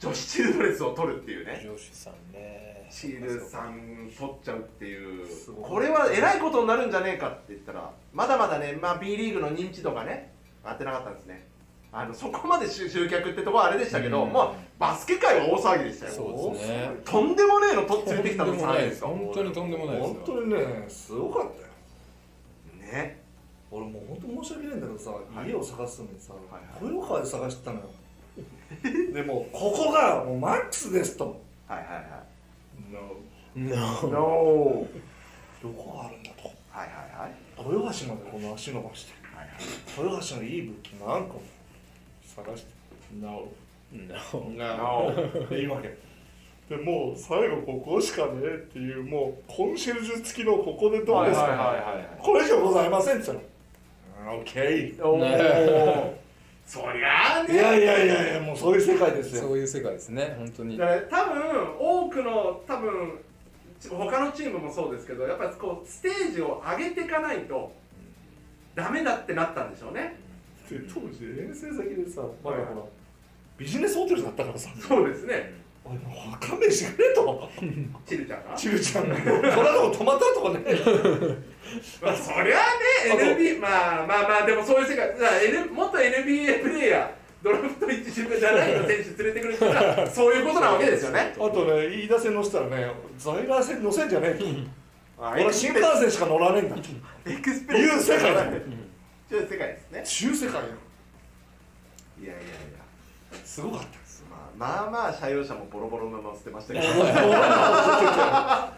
S1: 女子チルドレスを取るっていう
S4: い。
S1: ね
S4: 上司さんね。
S1: チルさん取っちゃうっていう
S3: すごい
S1: これはえらいことになるんじゃねえかって言ったらまだまだね、まあ、B リーグの認知度がね上がってなかったんですねあのそこまで集集客ってとこはあれでしたけど、
S4: うん
S1: まあ、バスケ界は大騒ぎでしたよ
S4: そうですね。
S1: とんでもねえのと連れてきた
S4: と
S1: の
S4: んでもな
S1: 3
S4: いで
S1: です
S4: す。
S1: か
S4: 本当にとんでもないです
S3: 本
S4: よ。
S3: 当にねすごかったよ
S1: ね
S3: 俺もう本当申し訳ないんだけどさ、
S1: い
S3: 家を探すのにさ、
S1: はいはい
S3: 豊川で探して
S4: [LAUGHS]
S3: たのよでもうここがもうマックスですと
S1: はいはいはい
S3: No
S4: の
S1: NO
S3: どこがあるんだと
S1: はいはいはい
S3: 豊橋までこの足伸ばして
S1: はいはい
S3: 豊橋のいい物件なんかも探して No [LAUGHS] って言うわけでもう最後ここしかねえっていうもうコンシェルジュ付きのここでどうですか、
S1: はいはいはいはい
S3: これ以上ございませんって言ったら「OK
S1: おーそりゃあ
S3: いや
S1: ね
S3: いやいやいやもうそういう世界ですよ
S4: そういう世界ですね本当に
S1: だから多分多くの多分ち他のチームもそうですけどやっぱりこうステージを上げていかないとダメだってなったんでしょうね
S3: で当時遠征先でさまだほらビジネスホテルだったからさ
S1: そうですね
S3: おいもう勘弁してくれと
S1: チルちゃんが
S3: ちるちゃんが虎でも止まったとかね
S1: まあそりゃ
S3: あ
S1: あ
S3: と
S1: ね NB まあまあまあでもそういう世界だから N 元 NBA プレイヤードラフト1巡目じゃないの選手連れてくる人 [LAUGHS] はそういうことなわけですよね
S3: あとね、飯田線乗せたらね、在来線乗せんじゃねえと。
S1: あ
S3: 俺新幹線しか乗らねえんだ。
S1: エクスプ
S3: レス
S1: いう世界だ
S3: うん
S1: という世界ですね
S3: 中世界よ。
S1: いやいやいや
S3: すごかった。
S1: まあまあまあ車用車もボロボロの乗せてましたけど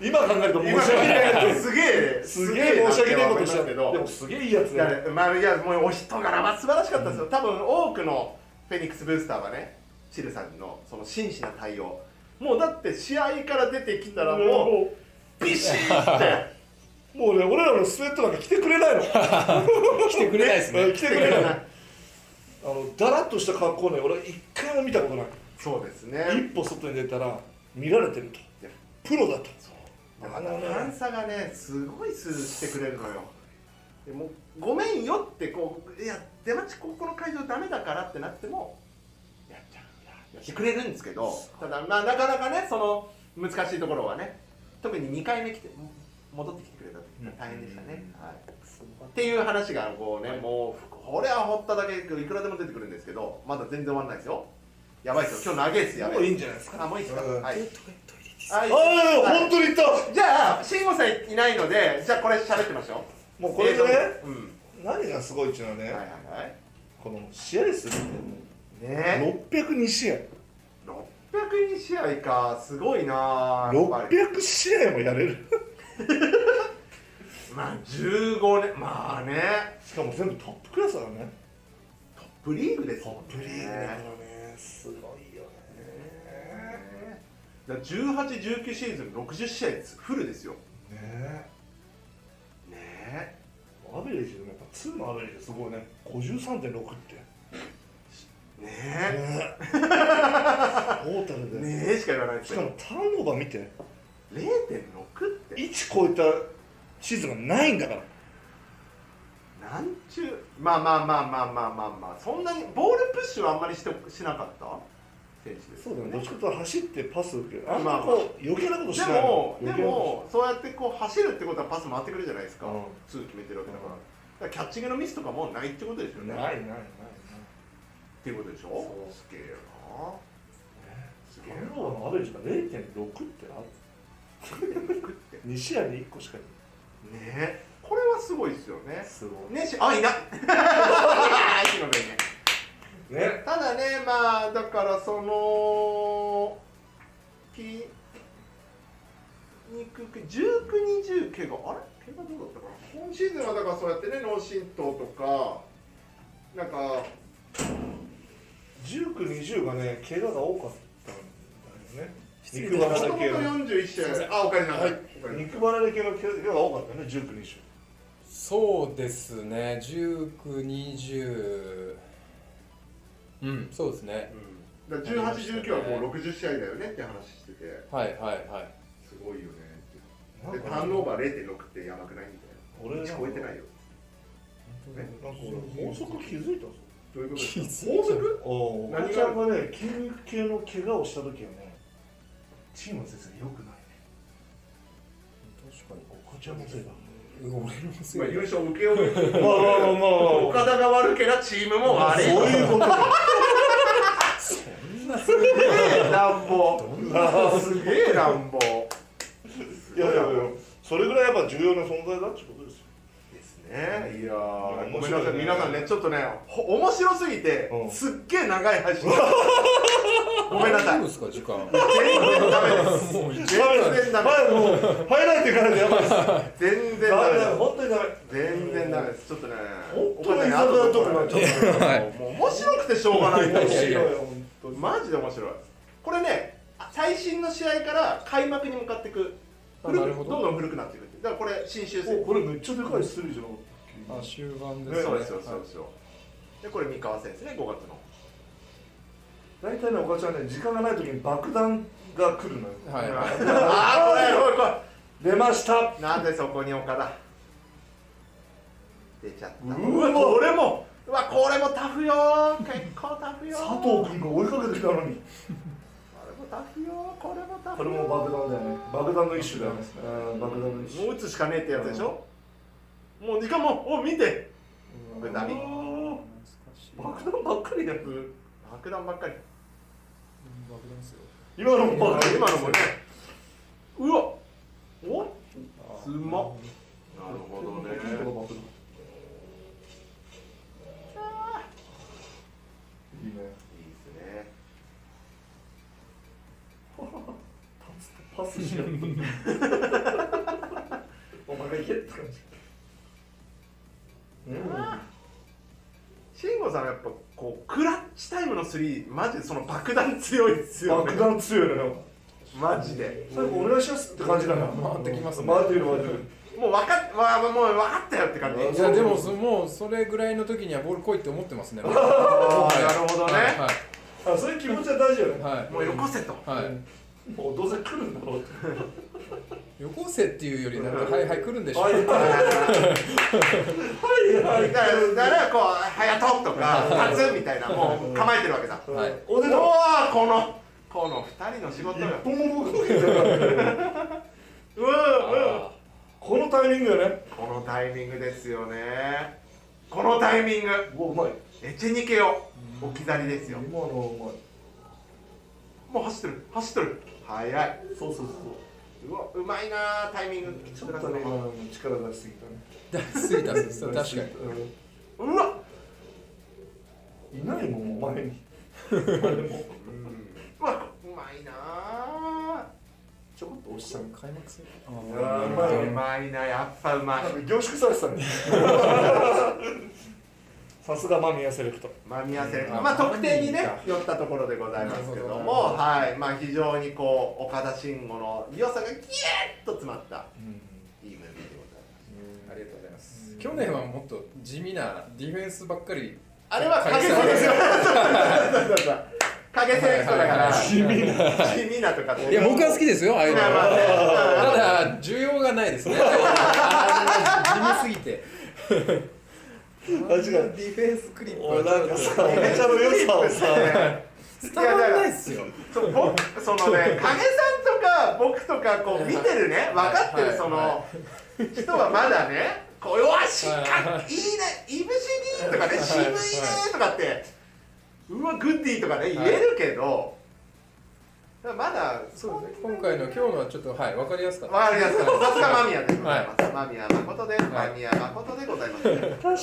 S3: 今考えると申し
S1: 今
S3: 訳ないや
S1: すげえ
S3: つ。すげえ申し訳ないことしたけ
S1: け
S3: ど、
S1: ど
S3: でもすげえいいやつ
S1: い
S3: だ
S1: や
S3: よ。
S1: まあいやもうお人柄は素晴らしかったですよ、多分多くのフェニックスブースターはねチルさんのその真摯な対応もうだって試合から出てきたらも
S3: も
S1: うビシッって
S3: う、もうね、俺らのスウェットなんか着てくれないの。 [LAUGHS]
S4: 来てくれないですね
S3: 着てくれない。あの、だらっとした格好ね、俺は一回も見たことない。
S1: そうですね
S3: 一歩外に出たら、見られてると
S1: や。
S3: プロだと。
S1: でまた段差がねすごいスーしてくれるのよでもうごめんよってこういや出待ちここの会場ダメだからってなってもやっちゃうやってくれるんですけどただまあなかなかねその難しいところはね特に2回目来ても戻ってきてくれた時大変でしたね、はい、っていう話がこうね、もうこれは掘っただけいくらでも出てくるんですけどまだ全然終わらないですよやばいですよ今日長いですやば
S3: もういい
S1: い
S3: んじゃないですか。
S1: あもういいですか、
S2: うん
S1: はい
S3: あ
S1: はい
S3: あ、本当に言った。
S1: じゃあ、慎吾さんいないので、じゃあこれ喋ってみましょ
S3: もう
S1: う。
S3: これでね、
S1: 映像うん。
S3: 何がすごいっていうのはね、
S1: はいはい
S3: この試合数って
S1: はい。ねえ。
S3: 602試合
S1: 602試合か、すごいなぁ。やっぱり
S3: 600試合もやれる
S1: まあ、15年、まあね。
S3: しかも全部トップクラスだからね
S1: ブリーグです
S3: トッ
S1: もんね。
S3: プリーグだから
S1: ね
S3: ねすごいよね
S1: えだから18、19シーズン60試合ですフルですよ。
S3: ねえ
S1: ねえ。
S3: アベレージでもやっぱ2のアベレージすごいね53.6ってね
S1: ね
S3: えトータル
S1: え。
S3: で、
S1: ねえしか言わないで
S3: [LAUGHS] し
S1: す
S3: か
S1: よ
S3: も。ターンオーバー見て
S1: 0.6って、
S3: 1超えたシーズンがないんだから
S1: なんちゅう。まあまあまあまあまあまあまあ、そんなに、ボールプッシュはあんまりしてしなかった選手です
S3: そう
S1: よ
S3: だねどっちかというと走ってパス受けるあん
S1: まあ
S3: まこう余計なことし
S1: で
S3: ない
S1: も、で
S3: 余計なこ
S1: もそうやってこう走るってことはパス回ってくるじゃないですか、
S3: うん
S1: すぐ決めてるわけだから,、キャッチングのミスとかもないってことです
S3: と
S1: よ
S3: し
S1: ね。
S3: ない
S1: っ
S3: ないないないない
S1: ていうことでしょ
S3: そう
S1: すげえよな。すげえ
S3: ターンオーバーのアベレージが0.6ってある
S1: な。ね
S3: 2試合で1個しかいない
S1: え、これはすごいですよね。
S3: すご
S1: ねし、あ、い
S3: [LAUGHS]
S1: ないすいませんね
S3: いね
S1: ただね、まあ、だからその、き、肉系、19、20、怪我、あれ怪我どうだったかな今シーズンはだからそうやってね、脳震盪とか、なんか、
S3: 19、20がね、怪我が多かったんだよね。
S4: 失礼い
S3: 肉
S4: たしま
S1: も
S4: し
S3: 離
S1: と
S3: れ
S1: もと
S3: 系の。
S1: 41試合、あ、おかえりなさい。おかえり
S3: 肉離れ系の怪我が多かったよね、19、20。
S4: そうですね1920うんそうですね
S1: だから18、19はもう60試合だよねって話してて、
S4: はいはいはい
S1: すごいよね
S3: な
S1: って。
S3: ん
S1: で、
S3: か
S1: ターンオーバー0.6ってやばくないみたいな。
S3: 俺
S1: 聞こえてないよ。
S3: なんか俺、法則気づいたぞ。
S1: どういうこと
S3: [LAUGHS]
S4: 気
S1: ですか
S4: づいた
S1: 法則
S3: お
S1: 何が
S3: 母ちゃんがね、筋肉系の怪我をした時はね、チームの先生良くないね。
S4: 確か
S3: お母ちゃんのせいだ。
S4: に俺のせい
S1: まあ
S4: だ
S1: 優勝受け負う
S3: まあまあま
S1: 岡田が悪けりゃチームも
S3: あ、
S1: 悪い
S3: そういうことだ。
S4: そんなすごい
S1: 乱暴すげえ乱暴
S3: いやいやいや、それぐらいやっぱ重要な存在だってことですよ。
S1: ですねいやーごめ
S3: 面
S1: ん
S3: 白
S1: なさ
S3: い
S1: い
S3: ね
S1: 皆さんねちょっとねほ面白すぎて
S3: うん
S1: すっげえ長い配
S3: [LAUGHS]
S1: 信ごめんなさい
S4: 大丈夫ですか時間
S1: 全然ダメです
S4: もうい
S1: 全然ダメ
S3: 前もう、ハイライトいかないとやばいです。
S1: 全然
S3: ダ
S1: ダ
S3: メ
S1: メ
S3: だよ、
S1: で
S3: 本当にダメ。
S1: す全然ダメですちょっとね
S3: 本当に
S1: あ
S3: 居酒屋とかなっちゃった。
S1: もう面白くてしょうがないんだ
S3: 面
S1: よ
S3: 白いよ本当に。
S1: マジで面白いこれね最新の試合から開幕に向かっていく
S4: あ
S1: 古く
S4: なるほど
S1: どんどん古くなっていくってだからこれ新修正
S3: おこれめっちゃでかいスリーじゃなかっ
S4: あ終盤
S1: そう
S4: ですね
S1: ですよそうですよでこれ三河戦ですね5月の
S3: 大体ね、おかちゃんね、時間がない時に爆弾が来るのよ。
S4: はい
S1: ああこれこれこ
S3: 出ました
S1: れなんでそこに岡田出ちゃった
S3: うわこれも
S1: うわこれもタフよー結構タフよー
S3: 佐藤君が追いかけてきたのに。
S1: これもタフよーこれもタフ
S3: こ
S1: よ
S3: れも爆弾だよね。爆弾の一種だよね。うん爆弾の一種。
S1: もう打つしかねえってやつでしょ、もう時間もお見てこれ波
S3: 爆弾ばっかりやる。
S1: 爆弾ばっかり
S3: 今のも爆弾。
S1: 今のもねうわおすんまなるほどね
S3: い
S1: い
S3: いね。
S1: いですね
S3: パス [LAUGHS] しよう。お前が言えって感じ。
S1: 慎吾さんはやっぱこうクラッチタイムの3マジでその爆弾強いですよね
S3: 爆弾強いよねなんか。
S1: マジで
S3: 最後お願いしますって感じだな。
S2: 回ってきますね
S3: 回ってくる回ってくる。
S1: もう分かっ、わもう分かったよって感じ
S3: う
S2: いやでもそもうそれぐらいの時にはボール来いって思ってますね。なる
S1: あーなるほどね、
S3: あそういう気持ちは大事よね。
S2: はいはい
S1: もうよこせと
S2: はい。
S3: もうどうせ来るんだろうって。
S2: よこせっていうよりなんかはいはい来るんでしょ。
S3: はい [LAUGHS]
S2: はい
S1: だからだからこう「早と」とか「立つ」みたいなもう構えてるわけだ
S2: はい
S3: おで
S1: う
S3: と。
S1: わーこのこの2人の仕事
S3: 一
S1: よ
S3: 本も動けてなかったよ
S1: うわうん
S3: このタイミングよね。
S1: このタイミングですよねこのタイミング
S3: うわうまい。
S1: エチェニケを置き去りですよ
S3: 今のうまい。
S1: もう走ってる走ってる速い
S3: そうそうそう
S1: うわうまいなータイミング
S3: そう。ちょっとね今の力出しすぎたね。
S2: 出しすぎたんですよ。確かに。
S3: に。
S1: うわ
S3: いないもんもう前に。
S1: うわうまいなー
S3: ちょこっと押したの。
S2: 開幕戦。
S3: あーうまいね
S1: うまいなやっぱうまい
S3: 凝縮されてたね。さすが間宮セレクト。
S1: 間宮セレクト
S2: うん
S1: まあ得点にね
S2: あ
S1: 寄ったところでございますけど
S2: なる
S1: もはいまあ非常にこう岡田慎吾の良さがギューッと詰まったいいムービーでございます
S2: ありがとうございます。去年はもっと地味なディフェンスばっかり。
S1: あれは影戦ですよそうそうそう影セレクトだから地
S2: 地味な。
S1: 味なとかって
S4: いや僕は好きですよああいうの
S1: まあまあね
S2: ただ需要がないですね。あの地味すぎて。
S3: あ違う。
S2: ディフェンスクリッ
S3: 俺
S2: プ
S3: なんかさ、めちゃの良さをさ。
S1: い
S2: 伝わ
S1: やだか
S2: らない
S1: ら
S2: ですよ。
S1: そう僕そのね影さんとか僕とかこう見てるね分かって
S2: は
S1: る
S2: い
S1: そ
S2: は
S1: の人はまだねこうよしか
S2: はい
S1: いいねいぶし銀とかね渋いねとかってうわグッディとかね言えるけどだからまだ
S2: そうですね。今回の今日のはちょっとはいわかりやすかった。
S1: わかりやすいさすが間宮でございます間宮誠です
S2: はい
S1: 間宮誠でございますで
S3: 確かに。確か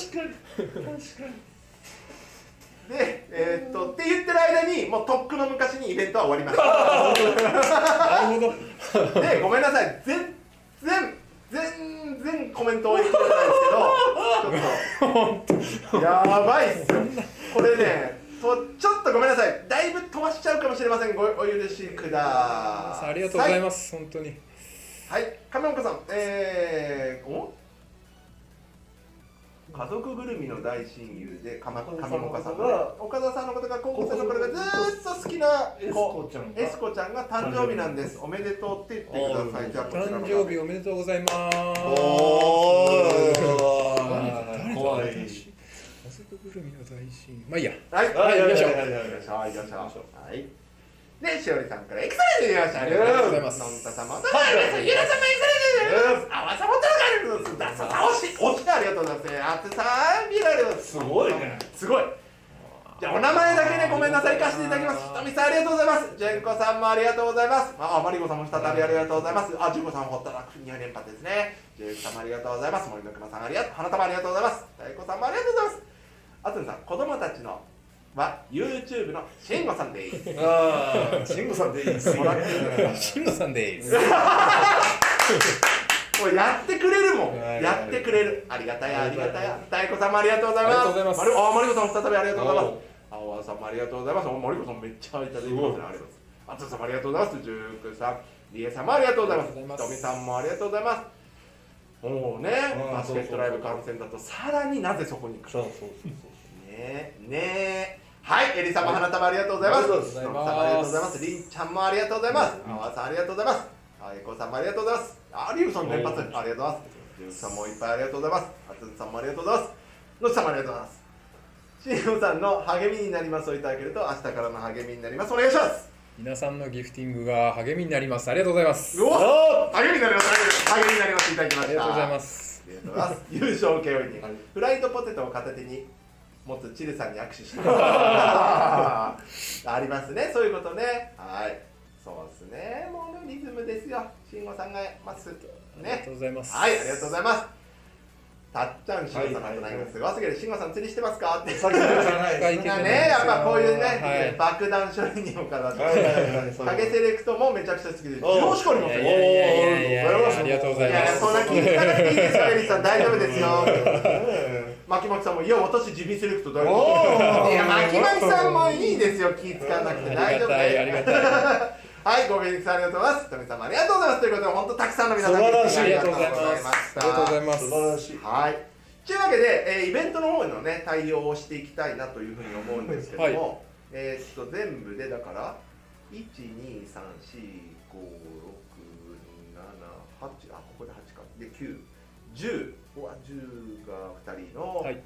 S1: えーっとって言ってる間にもうとっくの昔にイベントは終わりました
S3: に。なるほど。
S1: で、ごめんなさい、全然、全然コメント応援してくれないですけど、ちょっと、やばいっすよ、これねと、ちょっとごめんなさい、だいぶ飛ばしちゃうかもしれません、ごお許しください。
S4: ありがとうございます本当に
S1: す。はい、亀岡さん、えー、お家族ぐるみの大親友で、かま
S3: 岡
S1: 上
S3: 田さんの
S1: 岡さん
S3: ことが
S1: の岡田さんのことが高校生の頃がずーっと好きな
S3: エス
S1: 子。
S3: コちゃんが。
S1: エスコちゃんが誕生日なんです。おめでとうって言ってください。じゃあこちらの
S4: 誕
S1: 画面
S4: 生日おめでとうございます
S3: ー怖い。
S4: 家族ぐるみの大親まあいいや
S1: はい、
S3: は
S1: はいい、
S3: は
S1: よ
S3: いはい
S1: いしょ。
S3: はいはい
S1: よいしょ、よいしょ。はい。で、しおりさんからエクサレントよいしょ、ありがとうございます。のんた様、おたまです。ゆら様、エクサレントです。あわさもたらがる。ださ、倒し、落ちてありがとうございます。あつさん、見られます。
S3: すごいね。
S1: すごい。じゃあお名前だけね、ごめんなさい、行かせていただきます。ひとみさん、ありがとうございます。じゅんこさんもありがとうございます。あ、あまりこさんも再びありがとうございます。あ、じゅんこさん、ほったらくには連発ですね。じゅんこさんもありがとうございます。森の熊さん、ありがとう。花束ありがとうございます。大子さんもありがとうございます。あつんさん、子供たちのは YouTube のしんごさんです。
S3: ああ、慎吾さんでいいですね。
S1: もらっていい
S4: 慎吾さんです
S1: もうやってくれるもん。
S3: はい
S1: やってくれる。ありがたい、ありがたい
S3: あ。
S1: 大子さんもありがとうござい
S2: ありがとうござい
S1: ま。
S2: ますす
S1: まるあ、マリコさんも再びありがとうございます。青葉さんもありがとうございます。おマリコさんめっちゃいただいてますね。ありがとうございます。あつさんもありがとうございます。ジュークさん、リエさんもありがとうございます。
S2: ありがとうございます
S1: とみさんもありがとうございます。もうね、
S3: うん
S1: バスケットライブ観戦だとさらになぜそこに来る
S3: そうそうそう
S1: ねねねはいエリさんも花束ありがとうございます
S3: ありがとうご
S1: さん
S4: ざいま
S1: もありがとうご
S4: す
S1: ざいますりんちゃんもありがとうございますあわさんありがとうございますあえこさんもありがとうございますありゅうさん連発ありがとうございますりゅうさんもいっぱいありがとうございますあつんさんもありがとうございますのちさんもありがとうございますしんごさんの励みになりますをいただけると明日からの励みになりますお願いします
S4: 皆さんのギフティングが励みになりますありがとうございます
S1: うお
S3: あ
S1: 励みになります励みになりますいただきま
S4: あ
S1: した
S4: りがとうございます
S1: ありがとうございます。優勝慶応に、フライドポテトを片手に持つチルさんに握手したありますね、そういうことね。はい。そうですね、もうリズムですよ。慎吾さんがます。
S4: ありが
S1: ね
S4: と。うございます
S1: はい、ありがとうございます。たっちゃん、慎吾さんの隣がすごすぎる。慎吾さん釣りしてますか
S3: [LAUGHS]
S1: って。
S3: さっきのやつじゃない
S4: は
S3: で
S4: い
S3: す
S1: ね、やっぱこういうね、
S4: はい
S1: 爆弾処理にもかなって、
S3: はいはいはいそういうこと
S1: 影セレクトもめちゃくちゃ好きです。
S3: おう
S1: よろしくおりま
S4: い
S1: す
S4: や
S1: よ
S4: いやいやいやいやありがとうご
S1: い
S4: ざい
S1: やい
S4: ま
S1: や
S4: す
S1: そんな気にしなくていいですよ、エリさん、大丈夫ですよ。
S3: ね
S1: 牧牧さんも、いや、私、ジビセレクト大丈
S3: お
S1: 夫
S3: ー
S1: いや、牧牧さんもいいですよ、気使わなくて
S4: あ
S1: 大
S4: り
S1: 丈夫
S4: がたいあ
S1: で
S4: りが
S1: す。
S4: たい
S1: はい、ごめんなさい、ありがとうございます。富さんもありがとうございます。ということで、本当、たくさんの皆さん、
S3: 素晴らしい
S4: ありがとうございます
S1: あ
S4: あ
S1: り
S4: り
S1: が
S4: が
S1: とう
S4: と
S1: ご
S4: うご
S1: ざ
S4: ざ
S1: い
S4: い
S1: ま。
S4: ますす
S3: 素晴らしい
S1: はい。というわけで、えーイベントの方のね、対応をしていきたいなというふうに思うんですけども、えーっと、全部で、だから、1、2、3、4、5、6、7、8、あ、ここで8か。で、9、10。ここは10が2人の、
S4: はい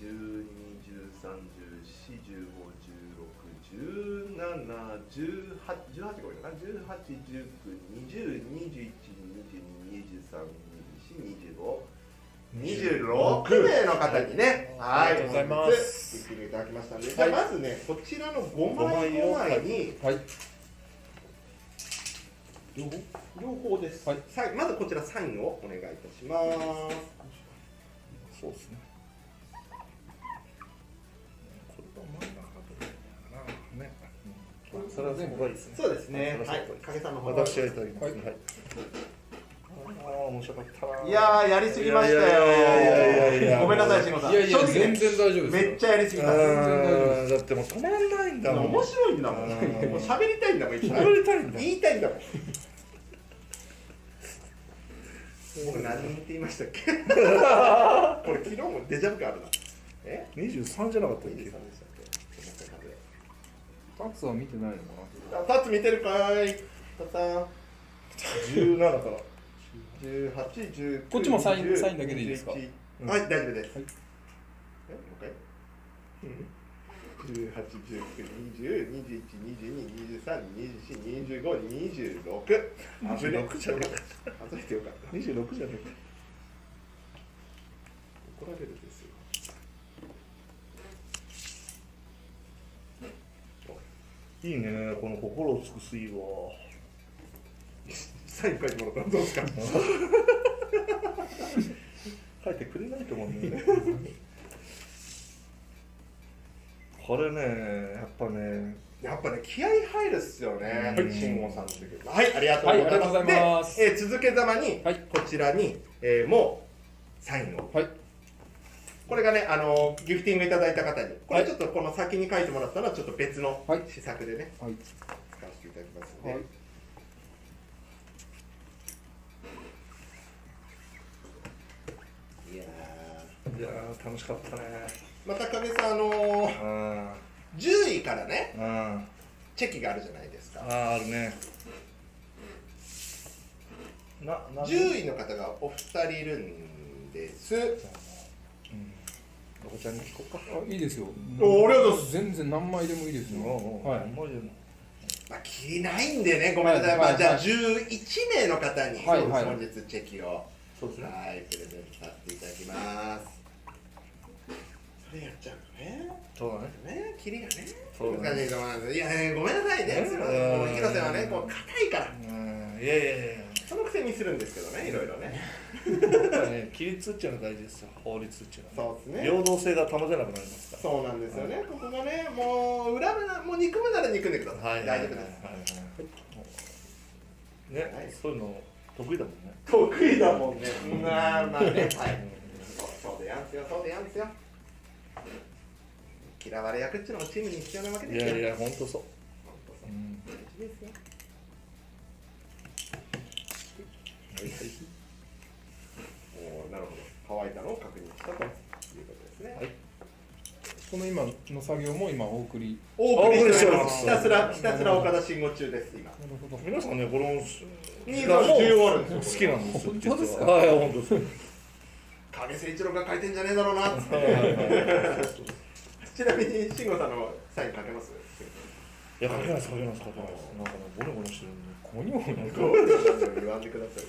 S1: 12、13、14、15、16、17、18、18個いるかな ?18、19、20、21、22、23、24、25、26名の方にね、は、
S4: はいいありがとうございま
S1: 本
S4: す
S1: 日ご協力いただきましたので、じゃあまずね、こちらの5
S3: 五
S1: 枚
S3: 枚
S1: 5
S3: を
S1: 枚に、
S4: はい
S1: 両方です、
S4: はい
S1: サインまずこちらサインをお願いいたします。
S3: そうですねこれは真ん中とかだよなねうんそれは全部がいいですね
S1: そうですね。
S3: あ
S1: はい
S3: そうです。
S1: 影さんの方
S3: 私はいただきます
S4: はい
S3: はいああ面白かったない
S1: やーやりすぎましたよ
S3: いやいやいやいやいや
S1: ごめんなさい慎吾さん。
S4: いやいや
S1: 正直
S4: 全
S1: ね
S4: 然大丈夫ですよ
S1: めっちゃやりすぎた。
S3: あーだってもう止まらないんだもん
S1: 面白いんだもん。
S3: うん
S1: もう喋りたいんだもん。いっぱい
S3: 喋りたいんだ
S1: 言いたいんだもん。僕何人って言いましたっけ？これ昨日もデジャブ感あるな。え？
S3: 23じゃなかったっ
S1: いいで
S3: け
S1: したっけ？
S4: タツは見てないのか
S1: あタツ見てるかーい。タツさん。
S3: 17から
S1: 十八、十。
S4: こっちもサインサインだけでいいですか
S1: はい、大丈夫です。
S4: はい
S1: え、もう一回。十八、十九、二十、二十一、二十二、二十三、二十四、二十五、二十六。
S3: 26じゃな
S1: ね
S3: い
S1: え。あ、それてよかった。
S3: 26じゃね
S1: 怒られるんですよ。
S3: えかいいねこの心を尽くすいわ
S1: サイン書いてもらったらどうですか。
S3: [LAUGHS] 書いてくれないと思うんだよねこれねやっぱね
S1: やっぱね、気合い入るっすよね。
S3: はい
S1: 慎吾さんというかはい、ありがとうございます。
S4: はいありがとうございます
S1: でえー続けざまに、
S4: はい
S1: こちらに、えーもうサインを。
S4: はい
S1: これがね、あのギフティングいただいた方に、こ
S4: は
S1: れ
S4: い
S1: ちょっとこの先に書いてもらったのはちょっと別の
S4: はい
S1: 施策でね、
S4: なはい
S1: 使わせていただきますので、
S4: はい
S1: い、やー
S3: いやー楽しかったね
S1: また影さん、あのー、
S3: うん
S1: 10位からね、
S3: うんあ
S1: チェキがあるじゃないですか。
S3: ーあるねななんで
S1: 10位の方がお二人いるんです。
S3: ロコちゃんに聞こうか
S4: あいいですよ
S1: おありがとうございます
S4: 全然何枚でもいいですよ
S3: は
S4: はいい
S1: まあ、きりないんでね、ごめんなさい、
S4: はい
S1: まあ、じゃあ
S4: はい
S1: 11名の方に、
S4: はいはい
S1: 本日チェキを、は
S3: そうです
S1: い
S3: ね
S1: プレゼントさせていただきます。それやっちゃうとね、
S3: そうだね
S1: ね、きりがね、
S3: そうだ
S1: 難
S3: ね
S1: しいと思います。いや、ね、ごめんなさいね、
S3: うん
S1: すいません、この広瀬はね、こう硬いから、
S3: うんいやいやいやいや
S1: そのくせにするんですけどね、いろいろね。
S3: やっぱね、規律っていうのは大事ですよ、法律っていうのは、
S1: そうですね
S3: 平等性が保てなくなりますか
S1: そうなんですよね、ここがね、もう、恨むな、もう憎むなら憎んでくだ
S3: ら。
S1: さい。大丈夫です。
S3: はいはい。ね、
S1: はい
S3: そういうの得意だもんね。
S1: 得意だもんね。まあまあね、はい。そうそうでやんすよ、そうでやんすよ。嫌われ役っていうのもチームに必要なわけで
S3: い
S1: すよ。
S3: やいや、本当そ
S1: ほ
S3: う。
S1: んとそううん大事ですよおーなるほど。乾いたのを確認したということですね。
S3: はい
S4: その今の作業も今お送り
S1: お送りしておりま
S3: お
S1: すひ
S3: 送りしております
S1: たすらひたすら岡田慎吾中です今
S4: なるほど
S3: 皆さんねこの
S1: にが重要あるんですよ
S3: 好きなんですよ
S4: 本当ですか
S3: 実ははい本当です
S1: 影誠一郎が書いてんじゃねえだろう [LAUGHS] なっつっ
S3: はいはいはい
S1: てちなみに慎吾さんのサイン書けます
S3: いや書けないです書けないです書けないですなんかねゴロゴロしてるんで
S4: ここにもなんか
S1: こう言わんでください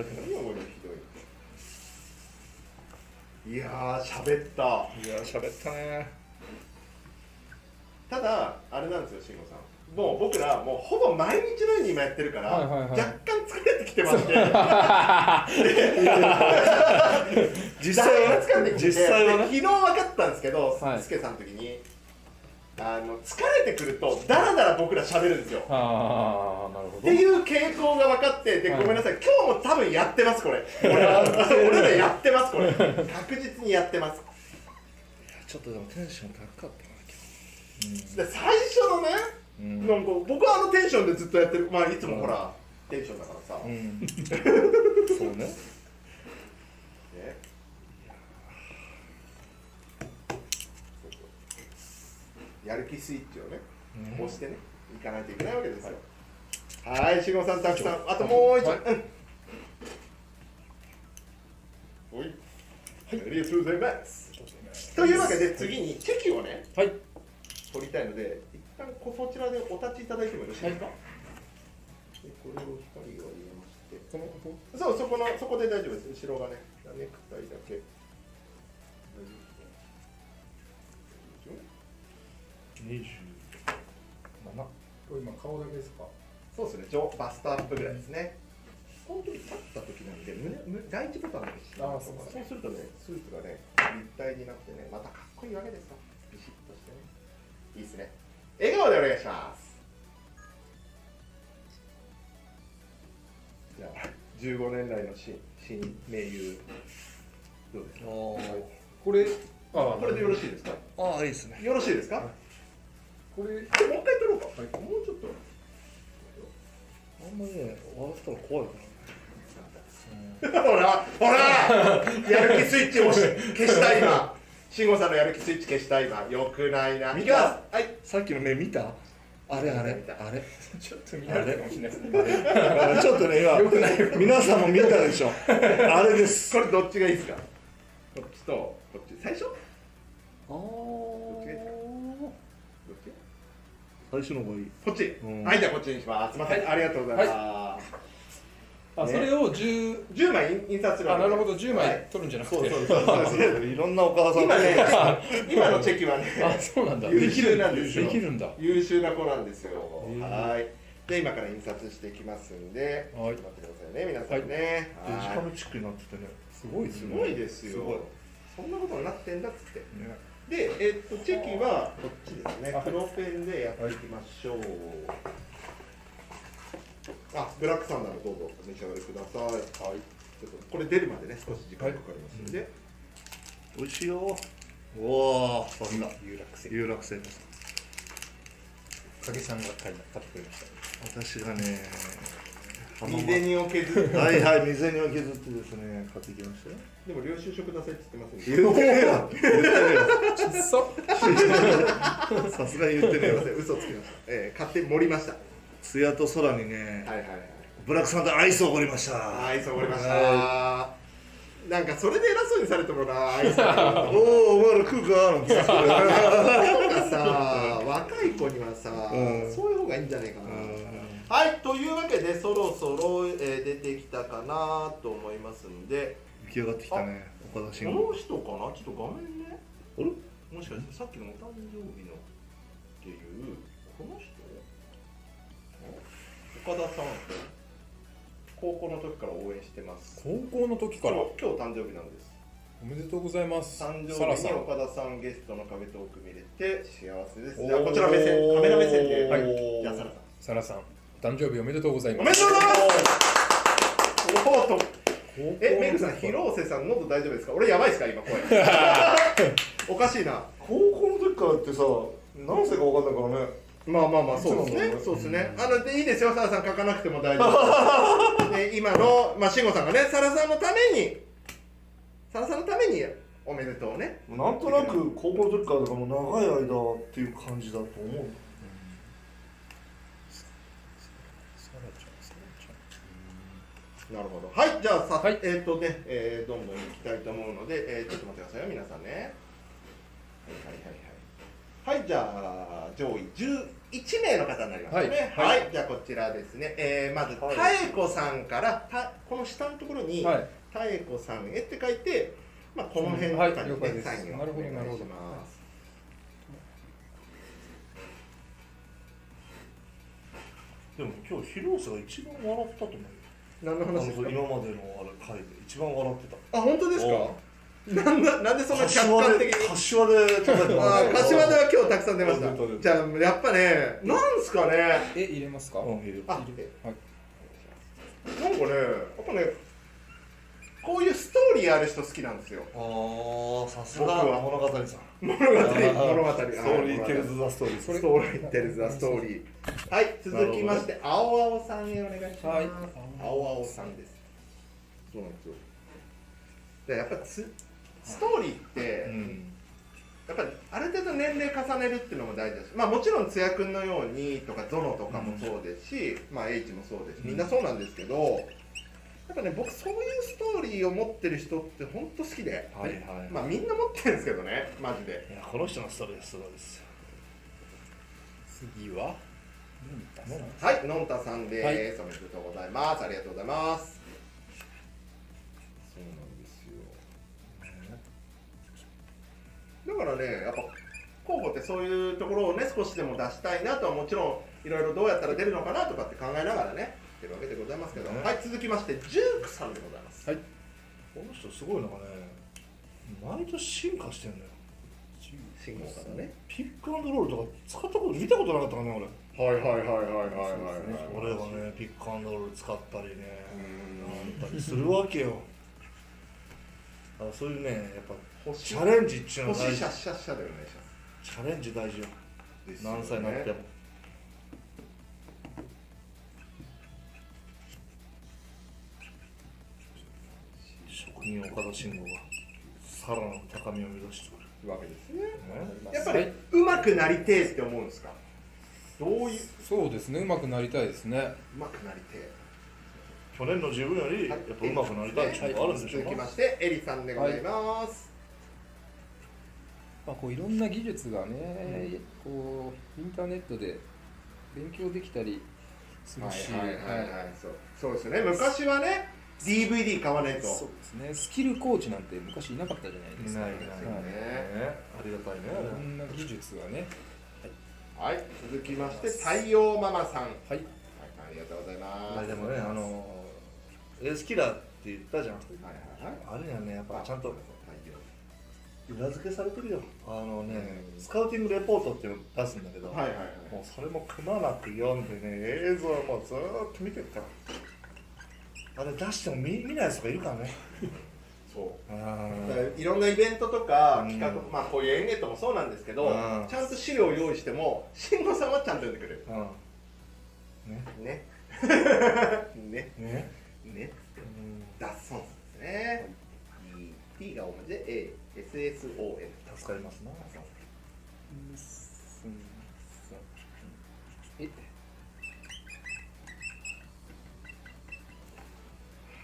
S3: 書けない
S1: 何をこれひどいいやー喋った
S3: いや喋ったね
S1: ただあれなんですよ慎吾さんもう僕らもうほぼ毎日のように今やってるから、
S4: はいはいはい
S1: 若干疲れてきてまして
S4: [LAUGHS]
S3: 実
S1: だい
S3: 際は
S1: ぶ疲れてきて
S3: 実際は
S1: で昨
S3: ね
S1: 日分かったんですけど、
S4: はい
S1: すけさんの時にあの疲れてくるとダラダラ僕ら喋るんですよ
S4: ああなるほ
S1: っ
S4: ど
S1: ていう傾向が分かってで
S4: はい
S1: ごめんなさい今日も多分やってますこれ俺
S4: [LAUGHS]
S1: は俺らやってますこれ確実にやってます
S3: ちょっとでもテンション高かった
S1: で
S3: な
S1: 最初のね、なんか僕はあのテンションでずっとやってるまあいつもほら、テンションだからさ、ね [LAUGHS]
S3: 今日そうね
S1: やる気スイッチをね
S3: うん
S1: 押してねいかないといけないわけですよはいしごさんたくさんあともう一、うんはいありがとうございますというわけで次にチェキをね
S4: はい
S1: 取りたいので一旦ここちらでお立ちいただいてもよろしいですか、でこれを光を入れまして
S4: このこ
S1: そう、そこの、そこで大丈夫です。後ろがね、ネクタイだけ。
S3: 27
S2: これ今顔だけですか
S1: そうですね、上バストアップぐらいですね。この時立った時なんで、胸、胸第一ボタンですし。
S2: あーそうか
S1: そうするとね、スーツがね、立体になってね、またかっこいいわけですよ。ビシッとしてね。いいですね。笑顔でお願いします。じゃあ、15年来の新、新盟友。どうですか。
S4: これああ
S1: これでよろしいですか。
S3: ああいいですね
S1: よろしいですか。
S4: これ
S1: でもう一回撮ろうか、もうちょっと
S3: あんまりね笑ったら怖いからね
S1: [LAUGHS] ほらほらやる気スイッチ押し消した今慎吾さんのやる気スイッチ消した今よくないな見ますはい
S3: さっきの目見たあれあれ
S1: 見た
S3: あれ [LAUGHS]
S4: ちょっと見
S3: あ
S4: られ
S3: れ
S4: るかもしれないですね
S3: あれちょっとね今皆さんも見たでし
S2: [LAUGHS]
S3: ょあれです
S1: これどっちがいいですかこっちとこっち最初どっ
S3: あ
S1: ち
S3: ー最初の方がいい
S1: こっち、
S3: うん
S1: はいじゃあこっちにしますすいません、ありがとうございます、
S4: あそれを10
S1: 10枚印印刷する
S4: あ
S1: わけ
S4: な
S1: ね
S4: るほど10
S1: は
S4: 枚
S1: い
S4: 取るんじゃなく
S1: そう
S4: て
S1: そうそうそう
S3: いろんなお母さん
S1: 今ね今のチェキはね
S4: [LAUGHS] あそうなんだ
S1: 優秀なんですよ
S4: できるんだ
S1: 優秀な子なんですよ。
S4: へえ
S1: はい。で今から印刷していきますんで、
S4: はい
S1: 待ってくださいね皆さんね。
S3: デジカ
S1: は
S3: ルチックになっててねすごい
S1: い。すごいです
S3: す
S1: よ
S3: ごい。
S1: そんなことになってんだっつって。
S3: ね
S1: で、えっとチェキはこっちですね
S4: あ。
S1: 黒ペンでやっていきましょう。あ、ブラックサンダーのどうぞお召し上がりください。はい。ちょっとこれ出るまでね少し時間かかりますんで、
S3: 美味しいようわあさすが
S1: 有楽線。
S3: 有楽線です
S2: 影さんが買い買ってくれま
S3: 私
S2: した
S3: がね浜
S1: 身
S3: 松
S1: 銭を削る。
S3: はいはい水にを削ってですね買ってきましたよ
S1: でも領収書くださいって言ってますんで。
S3: 言ってねえわ言ってね
S4: ちっさ
S3: えわさすがに言ってねえ
S1: すい
S3: わ
S1: ません嘘つきました。えー、勝手に盛りました。は
S3: 艶と空にね
S1: いはいはい。
S3: ブラックサンダーアイスをおりました
S1: アイスおごりました
S3: は
S1: なんかそれで偉そうにされてもなアイスおごりま
S3: おおお前ら食うかなんて
S1: したなんかさ若い子にはさ、
S3: うん
S1: そういう方がいいんじゃないかな、
S3: [LAUGHS] うん
S1: はいというわけでそろそろ、えー出てきたかなと思いますんで
S3: 浮き上がってきたね岡田
S1: こ
S3: 慎吾
S1: の人かなちょっと画面ね
S3: あれ
S1: もしかしてさっきのお誕生日のっていうこの人岡田さん高校の時から応援してます
S4: 高校の時か
S1: 今
S4: ら
S1: 日
S4: お
S1: 今日誕生日なんです
S4: めでとうございます
S1: 誕
S4: サ
S1: 生
S4: ラ
S1: 日
S4: さ
S1: に
S4: ん
S1: 岡田さんゲストの壁トーク見れて幸せです。
S3: おー
S1: じゃあこちら目線、カメラ目線で。
S3: はい
S1: じゃあサラさん。
S4: サラさん誕生日おめでとうござい
S1: お
S4: ま
S1: めですとうございます。おおと。
S4: 高校
S1: え
S4: の
S1: メグさん広瀬さん喉大丈夫ですか？俺やばいですか今 [LAUGHS] 声。おかしいな。
S3: 高校の時からってさ何歳か分かんないからね
S1: まあまあまあそうですね。そうですね。あのでいいですよサラさん書かなくても大丈 [LAUGHS] 夫です。で今のまあ慎吾さんがねサラさんのためにサラさんのためにおめでとうね
S3: なんとなく高校の時からだからもう長い間っていう感じだと思う
S1: なるほどはいじゃあさ、
S4: はい
S1: えっ、とね、えーどんどん行きたいと思うので、えーちょっと待ってくださいよ皆さんねはいはいはいはいはいじゃあ上位11名の方になりますねはい、
S3: はい
S1: じゃあこちらですね、えーまず
S3: はい
S1: たえこさんからたこの下のところに
S4: はい
S1: たえこさんへって書いてまあこの辺と
S4: は
S1: か
S4: い
S1: にね、
S4: 了解です
S1: サインを
S4: なるほ
S1: お
S4: どなる
S1: 願
S4: ほ
S1: いし
S4: ど
S1: ます
S3: でも今日広瀬が一番笑ったと思う
S1: 何の
S3: あ
S1: 話
S3: の
S1: です
S3: 今
S1: か
S3: までのあれ回で一番笑ってた
S1: あ本当ですかなんだなんでそんな客観的に
S3: 柏で柏で叩いて
S1: あー柏では今日たくさん出まし
S3: 出た出
S1: たじゃあやっぱねなんすかね
S4: え入れますか、
S3: うんいる
S1: あ
S4: いる
S1: なんかね、やっぱね、こういうストーリーある人好きなんですよ。
S3: ああさす
S1: 僕
S3: が
S1: は
S3: 物語さんス
S1: 物語、物語。ス
S3: トーリーテルズ・ザ・ストーリー
S1: ストーリーテルズ・ザ・ストーリー。はい、続きまして、青青さんへお願いします。
S4: はい
S1: 青青さんです。そうなんですよ。で、やっぱつ、ストーリーって、
S3: うん
S1: やっぱりある程度年齢重ねるっていうのも大事だし、まあ、もちろん津谷君のようにとかゾノとかもそうですし、まあ、H もそうですしみんなそうなんですけど、やっぱね僕そういうストーリーを持ってる人って本当好きで、
S3: はいはい、
S1: まあ、みんな持ってるんですけどねマジで
S3: いやこの人のストーリーはすごいですよ
S2: 次は
S1: はいのんたさんです、おめでとうございますありがとうございますそうなんですよだからね、やっぱ候補ってそういうところをね、少しでも出したいなとはもちろん、いろいろどうやったら出るのかなとかって考えながらね、やってるわけでございますけど、
S3: ね
S1: はい、続きまして、ジュークさんでございます。
S3: この人すごいのがね毎年進化してるんだよ
S1: 信号からね。
S3: ピックアンドロールとか使ったこと見たことなかったからね俺
S1: はいはいはいはいはい
S3: 俺はねピックアンドロール使ったりねなんたりするわけ
S1: [LAUGHS]
S3: よあそういうねやっぱ
S1: 星、
S3: チ
S1: シ
S3: ャ
S1: ャ
S3: レンジっていうのは大事
S1: シャッシャッシャでお願いします。
S3: チャレンジ大事よ
S1: ですよね
S3: 何歳になっても、職人岡田慎吾がさらなる高みを目指してくる
S1: わけですね。
S3: ね
S1: やっぱり、上手くなりてえって思うんですかどういう、
S4: そうですねうまくなりたいですね
S1: 上手くなりてえ。
S3: 去年の自分よりやっぱ上手くなりたいっていうのがあるんでしょう
S1: 続き
S3: な
S1: まして、エリさんでございます。
S4: まあ、こういろんな技術がね、こうインターネットで勉強できたりするし、
S1: はいはいはいはい、
S4: はい
S1: そうそうですよね昔はね DVD 買わないと
S4: そうですね、スキルコーチなんて昔いなかったじゃないで
S3: い
S4: すか。
S3: ないいない
S4: は
S3: ねありがたいね
S4: いろんな技術がね、
S1: はい続きまして太陽ママさんはい
S4: はい、
S1: ありがとうございます
S3: あれでもねあのエースキラーって言ったじゃん
S1: はいはいはい
S3: あれやねやっぱちゃんと
S1: 太陽
S3: 裏付けされてるよあのね、
S1: うん
S3: スカウティングレポートっていうの出すんだけど、
S1: はいはいはい
S3: もうそれもくまなく読んでね映像もずーっと見てるからあれ出しても見見ない人がいるからね
S1: そう
S3: あ
S1: だか
S3: ー
S1: らいろんなイベントとか
S3: うん
S1: 企画、まあこういうエンゲットもそうなんですけど、
S3: うん
S1: ちゃんと資料を用意しても慎吾さんはちゃんと読んでくれる
S3: うん
S1: ね [LAUGHS] ね
S3: ねね
S1: ね
S3: うん
S1: 脱損ですね、T が大文字で ASSON
S3: 助かりますな
S4: え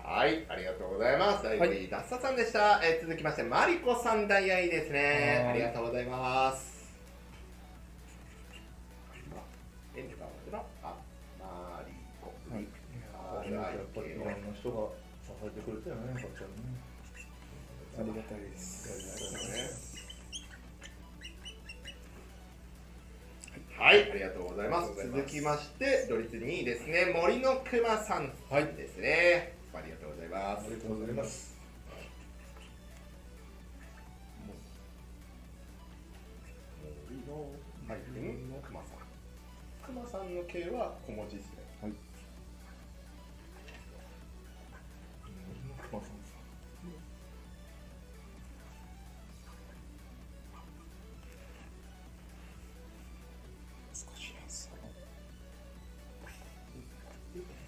S1: はい、ありがとうございます。第5位、ダッサさんでした。えー続きまして、マリコさん、第4位ですね。あ
S4: は
S1: り
S4: い
S1: がとうございます。エンターの、あ、マリコ。
S3: あれはやっぱりいろんな人が支えてくれたよねこっちはね
S4: ありがたいです。
S1: はい、ありがとうございます。
S4: ありがとうござい
S1: 続
S4: ま
S1: きまし
S4: す
S1: て、ドリツ2位ですね、森のくまさんですね。ありがとうございます。
S3: りがとうございます
S1: 森の、はい、くまさん。くまさんの系は小文字ですね。
S3: うん熊さんさ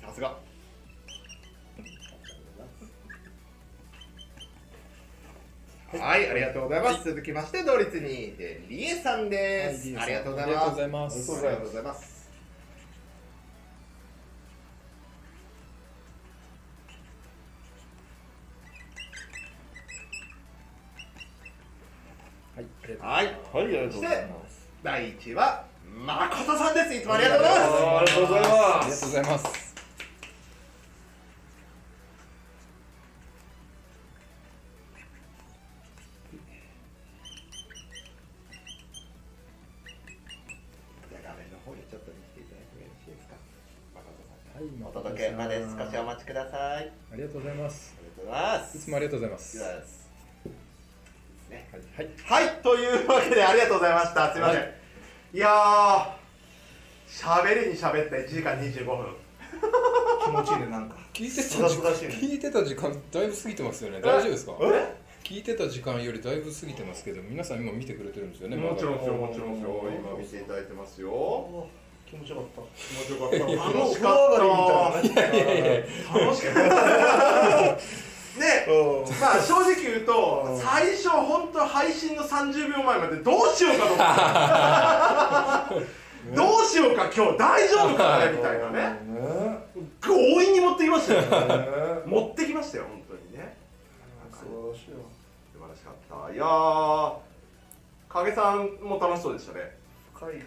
S1: さすが。はい、はい、ありがとうございます。続きまして、同率にでリエさんです、
S4: はい
S1: ありがとうござい
S4: ありがとう
S1: ま
S4: ご
S1: す。
S4: ざ
S1: あ
S4: います
S3: ありがとうござ
S1: り
S3: い
S1: が
S3: ま
S1: と
S3: す
S1: うございます。
S4: はいありがとうございます
S1: はい、
S3: はい、ありがとうございます。
S1: 第一位は誠さんです。いつもありがとうございます。
S3: ありがとうござ
S4: あ
S3: いま
S4: りがとうございます
S1: じゃあ画面の方にちょっと見せていただいてもよろしいですか。誠さん
S4: はい今
S1: お届けまで少しお待ちください。
S4: ありがとうございます
S1: ありがとうございます。
S4: いつもありがとうございま
S1: あり
S4: す
S1: がとうござい
S4: は
S1: ます。ね
S4: いはい
S1: はい、というわけでありがとうございました。すいません。、
S4: はい
S1: やー、喋りに喋った1時間25分。
S5: 気持ちいいねなんか
S4: 聞いて
S5: す
S4: た
S5: が
S4: 時
S5: すがしいね
S4: 聞いてた時間だいぶ過ぎてますよね大丈夫ですか聞いてた時間よりだいぶ過ぎてますけど皆さん今見てくれてるんですよね
S1: もちろん
S4: ま
S1: ですよ、もちろんですよ。今見ていただいてますよ。
S5: おー気持ちよかっ
S1: 気持ちよかった。
S5: た
S1: 楽し
S5: お風
S1: か
S5: 呂
S1: っ
S5: 上がりみたいなね
S1: た。楽 [LAUGHS] しかった。ね、
S5: うん
S1: [LAUGHS] まあ正直言うと、最初本当配信の30秒前までどうしようかと
S5: [LAUGHS]
S1: 思った。どうしようか今日大丈夫かねみたいなね。
S3: ね
S1: 強引に持ってきまし
S5: [LAUGHS]
S1: たよ、ね。持ってきましたよ本当にね。
S5: 素晴らしいわ
S1: 素晴らしかった。いやー、影さんも楽しそうでしたね。
S5: 深いか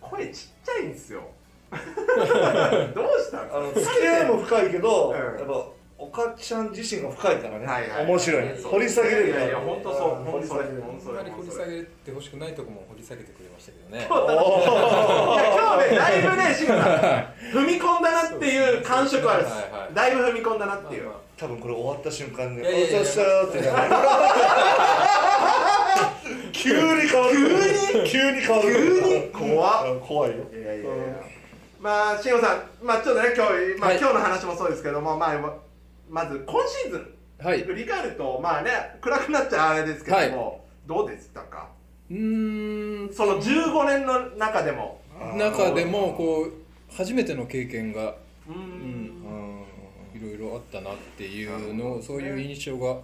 S1: 声ちっちゃいんですよ。 [LAUGHS] どうしたんです
S5: らあ
S1: か。
S5: の付き合いも深いけど、
S1: うん
S5: やっぱおかちゃん自身が深いからね、
S1: はいはい
S5: 面白い、掘り下げれる
S1: い
S5: から
S1: やいや本当そう本当それ
S5: 掘り下げれる
S1: 本当
S4: あ
S1: そ
S4: ん
S1: れ
S4: まり掘
S1: 本
S4: り
S1: 当そ
S4: 下
S1: れ。いや
S4: げてほしくないとこも掘り下げてくれましたけどね
S1: 今日ねだいぶねシグさん踏み込んだなっていう感触はあるんで
S4: はいはい
S1: す。だいぶ踏み込んだなっていう
S4: まあ。
S5: 多分これ終わった瞬間ね
S4: いやいやいや
S5: お疲れ様でしたーってなる急に変わる急に変わる
S1: 急に怖っ
S5: うん怖いよ
S1: いやいやいやいや。まあ慎吾さん、まあちょっとね今日まあ
S4: はい
S1: 今日の話もそうですけども、まあまず今シーズン。
S4: はい
S1: 振り返るとまあね暗くなっちゃあれですけども、どうでしたか
S4: うーん
S1: その15年の中でも
S4: 中でもこう初めての経験が
S1: うー
S4: うん
S1: ん
S4: いろいろあったなっていう
S1: なるほど
S4: の
S1: ね
S4: そういう印象が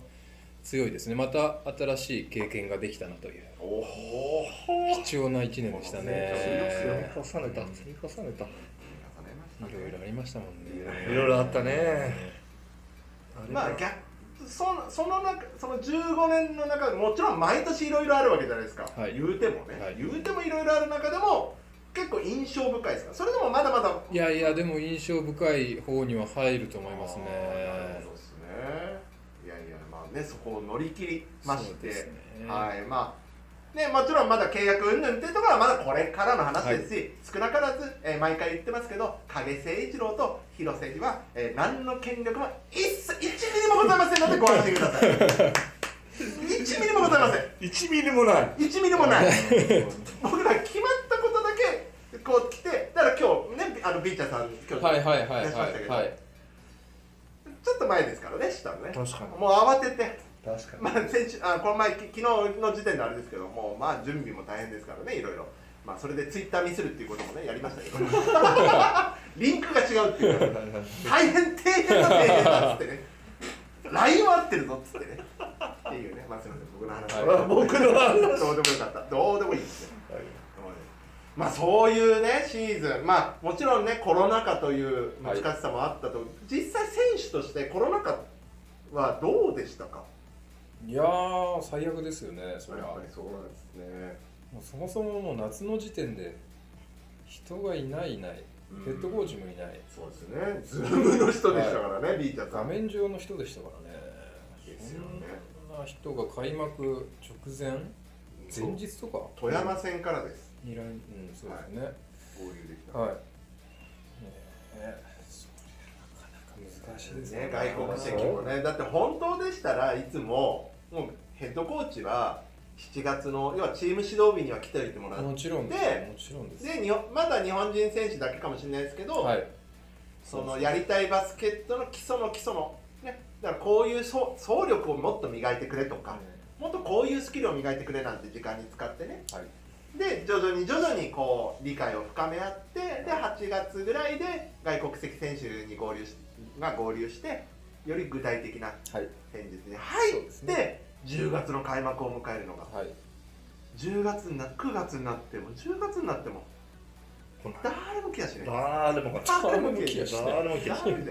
S4: 強いですねまた新しい経験ができたなという
S1: おお
S4: 貴重な1年でしたね
S5: 積み重ねた積み重ねた
S1: 重ねました
S4: いろいろありましたもんね
S5: いろいろあったねれ
S1: まあ逆そのその中その15年の中でもちろん毎年いろいろあるわけじゃないですか、
S4: はい
S1: 言うてもね、
S4: はい
S1: 言うてもいろいろある中でも結構印象深いですかそれでもまだまだ
S4: いやいやでも印象深い方には入ると思いますね
S1: そうですねいやいやまあねそこを乗り切りまし
S4: そう
S1: て、
S4: ですね
S1: はいまあねもちろんまだ契約云々っていうところはまだこれからの話ですし、少なからず、えー毎回言ってますけど影誠一郎と広瀬には、えー何の権力も一切一ミリもございませんのでご安心ください一ミリもございません
S5: 1ミリもない
S1: 1ミリもない僕ら決まったことだけこう来てだから今日ねあのビーチャーさん今日、
S4: はいはいはいはいはい
S1: ちょっと前ですからね下のね
S5: 確かに
S1: もう慌てて
S5: 確かに
S1: まあ、先週あこの前き昨日の時点であれですけどもうまあ準備も大変ですからねいろいろ、まあ、それでツイッターミスるっていうこともねやりまし
S5: [LAUGHS]
S1: たけどリンクが違うっていうから大変大変だ大変だっつってね LINE は合ってるぞっつってねっていうねまあすいません僕の話は、
S5: あ僕の話
S1: どうでもよかったどうでもいいですよまあそういうねシーズンまあもちろんねコロナ禍という難しさもあったと、実際選手としてコロナ禍はどうでしたか
S4: いやー最悪ですよねそ
S1: や
S4: れ
S1: っ
S4: は
S1: ぱりそうなんですね。
S4: もうそもそももう夏の時点で人がいないいない
S1: うん
S4: ヘッドコーチもいない
S1: そうですね。ズームの人でしたからね、ビーチャーさ
S4: 画
S1: ん。
S4: 面上の人でしたからね
S1: ですよね
S4: そんな人が開幕直前
S1: そう
S4: 前日とか
S1: 富山戦からです。
S4: にらんうんそうですね
S1: 合流できた。
S4: はい、ねえそれはなかなか難しいです
S1: ね、外国籍もね、だって本当でしたらいつももうヘッドコーチは7月の要はチーム指導日には来ておいてもらっ
S4: もちろんです
S1: で
S4: もちろんです
S1: て、で日本まだ日本人選手だけかもしれないですけど、
S4: はい
S1: そのやりたいバスケットの基礎の基礎のね、だからこういう走走力をもっと磨いてくれとか、もっとこういうスキルを磨いてくれなんて時間に使ってね。
S4: はい
S1: で徐々に徐々にこう理解を深め合ってで8月ぐらいで外国籍選手に合流しが合流してより具体的な
S4: はい
S1: 戦術に入
S4: そう
S1: っ
S4: です
S1: て、
S4: ね
S1: 10月の開幕を迎えるのが
S2: はい
S1: 10月にな9月になっても10月になっても
S3: こんな
S1: 誰も来やしない
S3: 誰もが
S1: 誰も来やし
S3: 誰も来や
S1: 誰も来やしないで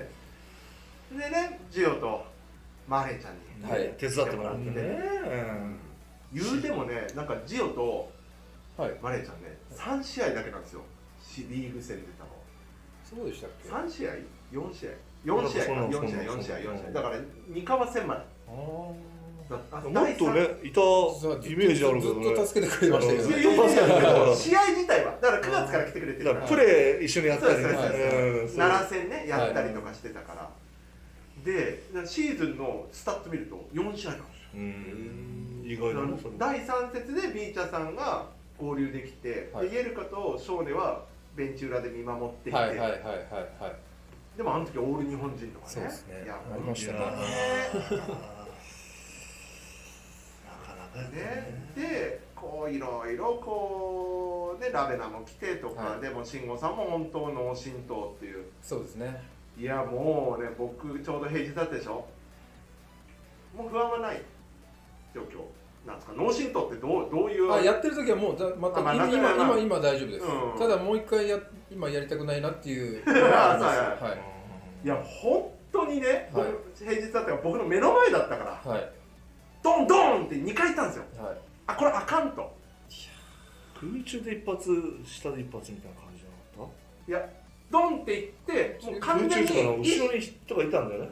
S1: ねジオとマーレンちゃんに
S2: はい
S3: 手伝ってもらってね
S1: 言うてもねなんかジオと
S2: はい
S1: マレーちゃんね3試合だけなんですよしリーグ戦でたの
S2: そうでしたっけ
S1: 3試合4試合4試合
S3: そう
S1: か
S3: なんです
S1: 4試合
S3: そうな
S1: 4
S3: んです
S1: 試合4試
S3: う
S1: 合
S3: ん
S1: だから2かは戦まで
S2: あ
S1: だった
S3: うんもっとねいたイメージあるけど
S2: ずっと
S3: ね
S2: 助けてくれましたけ
S1: い
S2: どね
S1: やいやいやいやいや試合自体はだから9月から来てくれてるか
S3: だか
S1: らら
S3: プレー一緒にやったりね
S1: そうですそうです
S3: うんそう
S1: 奈良戦ねやったりとかしてたからでシーズンのスタッツ見ると4試合なんですよ
S3: うん意外だなそれ
S1: 第3節でビーチャさんが合流できて、
S2: はい
S1: でイエルカとショーネはベンチ裏で見守っていて、
S2: はいはいはいはいはい
S1: でもあの時オール日本人とかね
S4: そうですね
S1: いや
S4: ありましたね
S1: ね
S3: なかなか
S1: ねでこういろいろこうねラベナも来てとか、
S2: はい
S1: でも慎吾さんも本当の神道っていう
S2: そうですね
S1: いやもうね僕ちょうど平日だったでしょもう不安はない状況なんですか脳震盪ってどうどういう
S2: あやってる時はもうだまた
S1: あまあ
S2: 今
S1: 夏は
S2: 今
S1: まあ
S2: 今今大丈夫です、
S1: うん
S2: ただもう一回や今やりたくないなっていう
S1: [LAUGHS] あそう
S2: は
S1: うんいや本当にね、
S2: はい
S1: 僕平日だったから僕の目の前だったから
S2: いはい
S1: ドンドンって2回行ったんですよ
S2: はい
S1: あこれあかんと
S3: 空中で一発下で一発みたいな感じじゃなかっ
S1: ドンって行ってもう
S3: た空
S1: 完
S3: 中
S1: 全
S3: とかの
S1: に
S3: 後ろに人がいたんだよね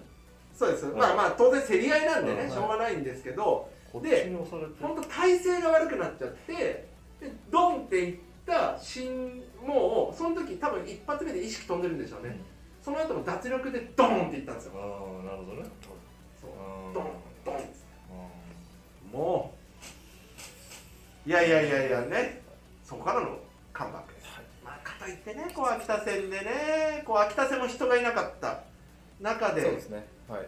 S1: そうです、
S3: ん
S1: まあまあ当然競り合いなんでね、
S3: うん
S1: しょうがないんですけど
S3: こっちに押されて
S1: 本当体勢が悪くなっちゃってでドンって行った新もうその時多分一発目で意識飛んでるんでしょうね、
S3: うん
S1: その後も脱力でドンって行ったんですよ
S3: ああなるほどね
S1: そう
S3: うん
S1: ドンドンっつって
S3: うん
S1: もういやいやいやいやねそこからのカムバックです、まあかといってねこう秋田戦でねこう秋田戦も人がいなかった中
S2: そうで
S1: です
S2: ねはい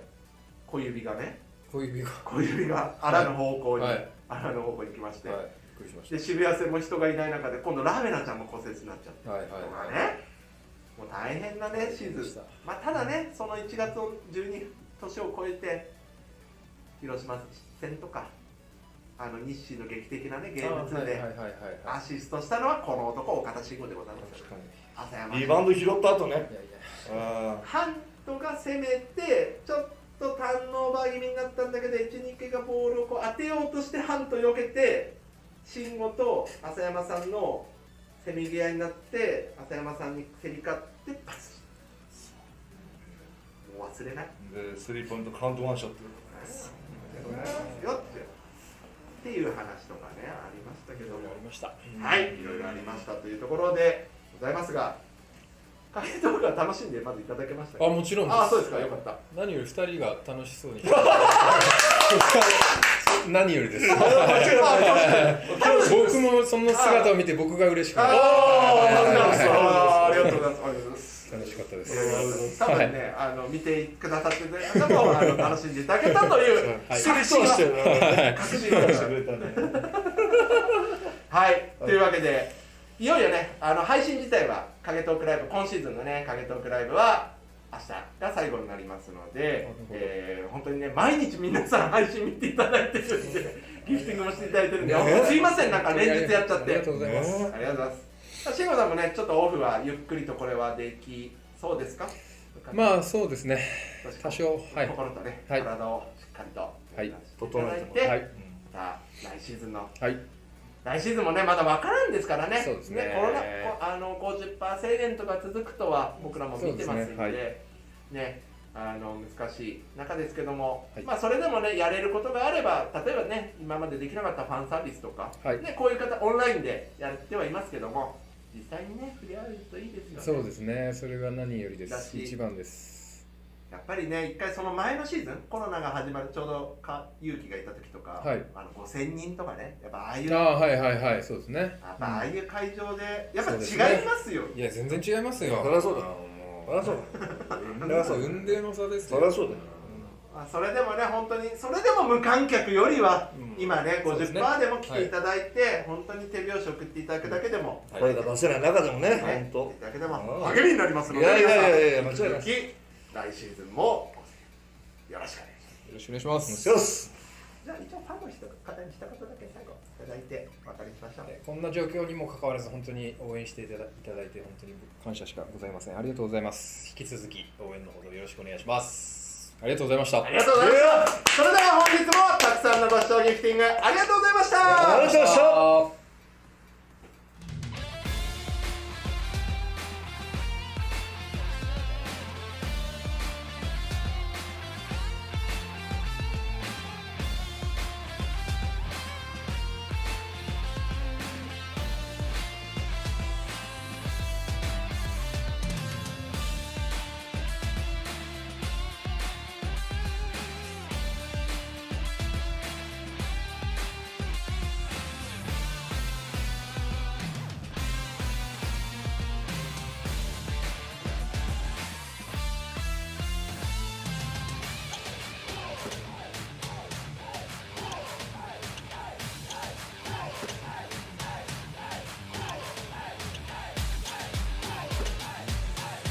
S1: 小指がね
S2: 小指が
S1: 小指が荒の方向に、
S2: はいはい
S1: 荒の方向に行きまして、
S2: びっくりしまし
S1: で渋谷戦も人がいない中で今度ラーメナちゃんも骨折になっちゃって
S2: たはいはい
S1: とか
S2: はい
S1: ねもう大変なねシーズンまあ、ただね、その1月を12年を超えて、広島戦とか、あの日清の劇的な、ね、ゲーム2
S2: あ
S1: で
S2: はいはいはいはい
S1: アシストしたのはこの男、岡田慎吾でございます。
S3: 確かに
S1: 朝山
S3: リバウンド拾った後ね
S2: いやいや
S3: あ
S1: ハントが攻めて、ちょっとターンオーバー気味になったんだけど、1、2回がボールをこう当てようとして、ハント避けて、慎吾と朝山さんのせめぎ合いになって、朝山さんに競り勝って、パスもう忘れない。
S3: ーでスリーポイントカウントワンショット
S1: よってっていう話とかねありましたけども
S4: ありました
S1: はいいろいろありましたというところでございますがカレートークは楽しんでまずいただけましたか
S4: あもちろん
S1: あそうですかよかった
S4: 何より二人が楽しそうに何よりです僕もその姿を見て僕が嬉しくなる
S1: あありがとうございますありがとうございます
S4: 楽しかったで
S1: いやい
S4: す
S1: や多分ね、あの見てくださってる方もあの楽しんでいただけたという
S3: 寂しそうしてるな
S1: 確信が
S3: してくれたね
S1: はい、というわけで、いよいよね、あの配信自体は、影トークライブ、今シーズンのね、影トークライブは、明日が最後になりますので、えー本当にね、毎日皆さん配信見ていただいてるん [LAUGHS] で、ギフティングもしていただいてるんで、
S3: ね
S1: すいません、なんか連日やっちゃっ
S4: あり
S1: て。あり
S4: が
S1: がと
S4: とう
S1: う
S4: ございます
S1: ございます。慎吾さんもね、ちょっとオフはゆっくりとこれはできそうですか
S4: まあそうですね
S1: 確か
S4: 多
S1: に
S4: 少はい
S1: 心とね、
S4: はい
S1: 体をしっかりと、
S4: はい
S1: 整えていただいて、
S3: 整えてもら
S4: は
S3: はい
S1: さあ、来シーズンの
S4: はい
S1: 来シーズンもねまだ分からんですからね
S4: そうですね
S1: コロナこあの50%制限とか続くとは僕らも見てますんで
S4: そうです
S1: ね,、
S4: ねはい
S1: あの難しい中ですけども、
S4: はい
S1: まあそれでもねやれることがあれば例えばね今までできなかったファンサービスとか、
S4: はい
S1: ね、こういう方オンラインでやってはいますけども実際にね触れ合うといいですよね
S4: そうですねそれが何よりで
S1: だ
S4: す
S1: し
S4: 一番です
S1: やっぱりね一回その前のシーズンコロナが始まるちょうどか勇気がいた時とか、
S4: はい
S1: あの5000人とかねやっぱああいう
S4: ああはいはいはいそうですね
S1: やっぱああいう会場で、やっぱ
S4: そう
S1: 違い
S4: ですね
S1: ますよ。
S4: いや全然違いますよ
S3: そりゃそうだ
S4: あの
S3: そ
S4: も
S3: りゃそうだよ
S4: うそう運命の差です
S3: そりゃそうだよ
S1: まあ、それでもね、本当に、それでも無観客よりは、今ね、
S4: そうですね
S1: 50%でも来ていただいて、本当に手拍子送っていただくだけでも、
S3: これが出せない中でもね
S1: ね
S3: 本
S1: だけでも
S3: ああ
S1: 励みになります
S3: 当
S1: の
S3: い
S1: で、
S3: やいやい
S1: 皆
S3: やいや間違いない
S1: さん、引き続き、来シーズンもよろしくお願いします。
S4: よろしくお願いします
S3: よし
S1: じゃあ一応ファンの人方に一言だけ最後いただいてお別れしましょう
S4: えーこんな状況にもかかわらず本当に応援していただいただいて本当に感謝しかございませんありがとうございます引き続き応援のほどよろしくお願いしますありがとうございました
S1: ありがとうございますそれでは本日もたくさんのご視聴ギフティングありがとうございました
S3: ありがとうございました
S4: あー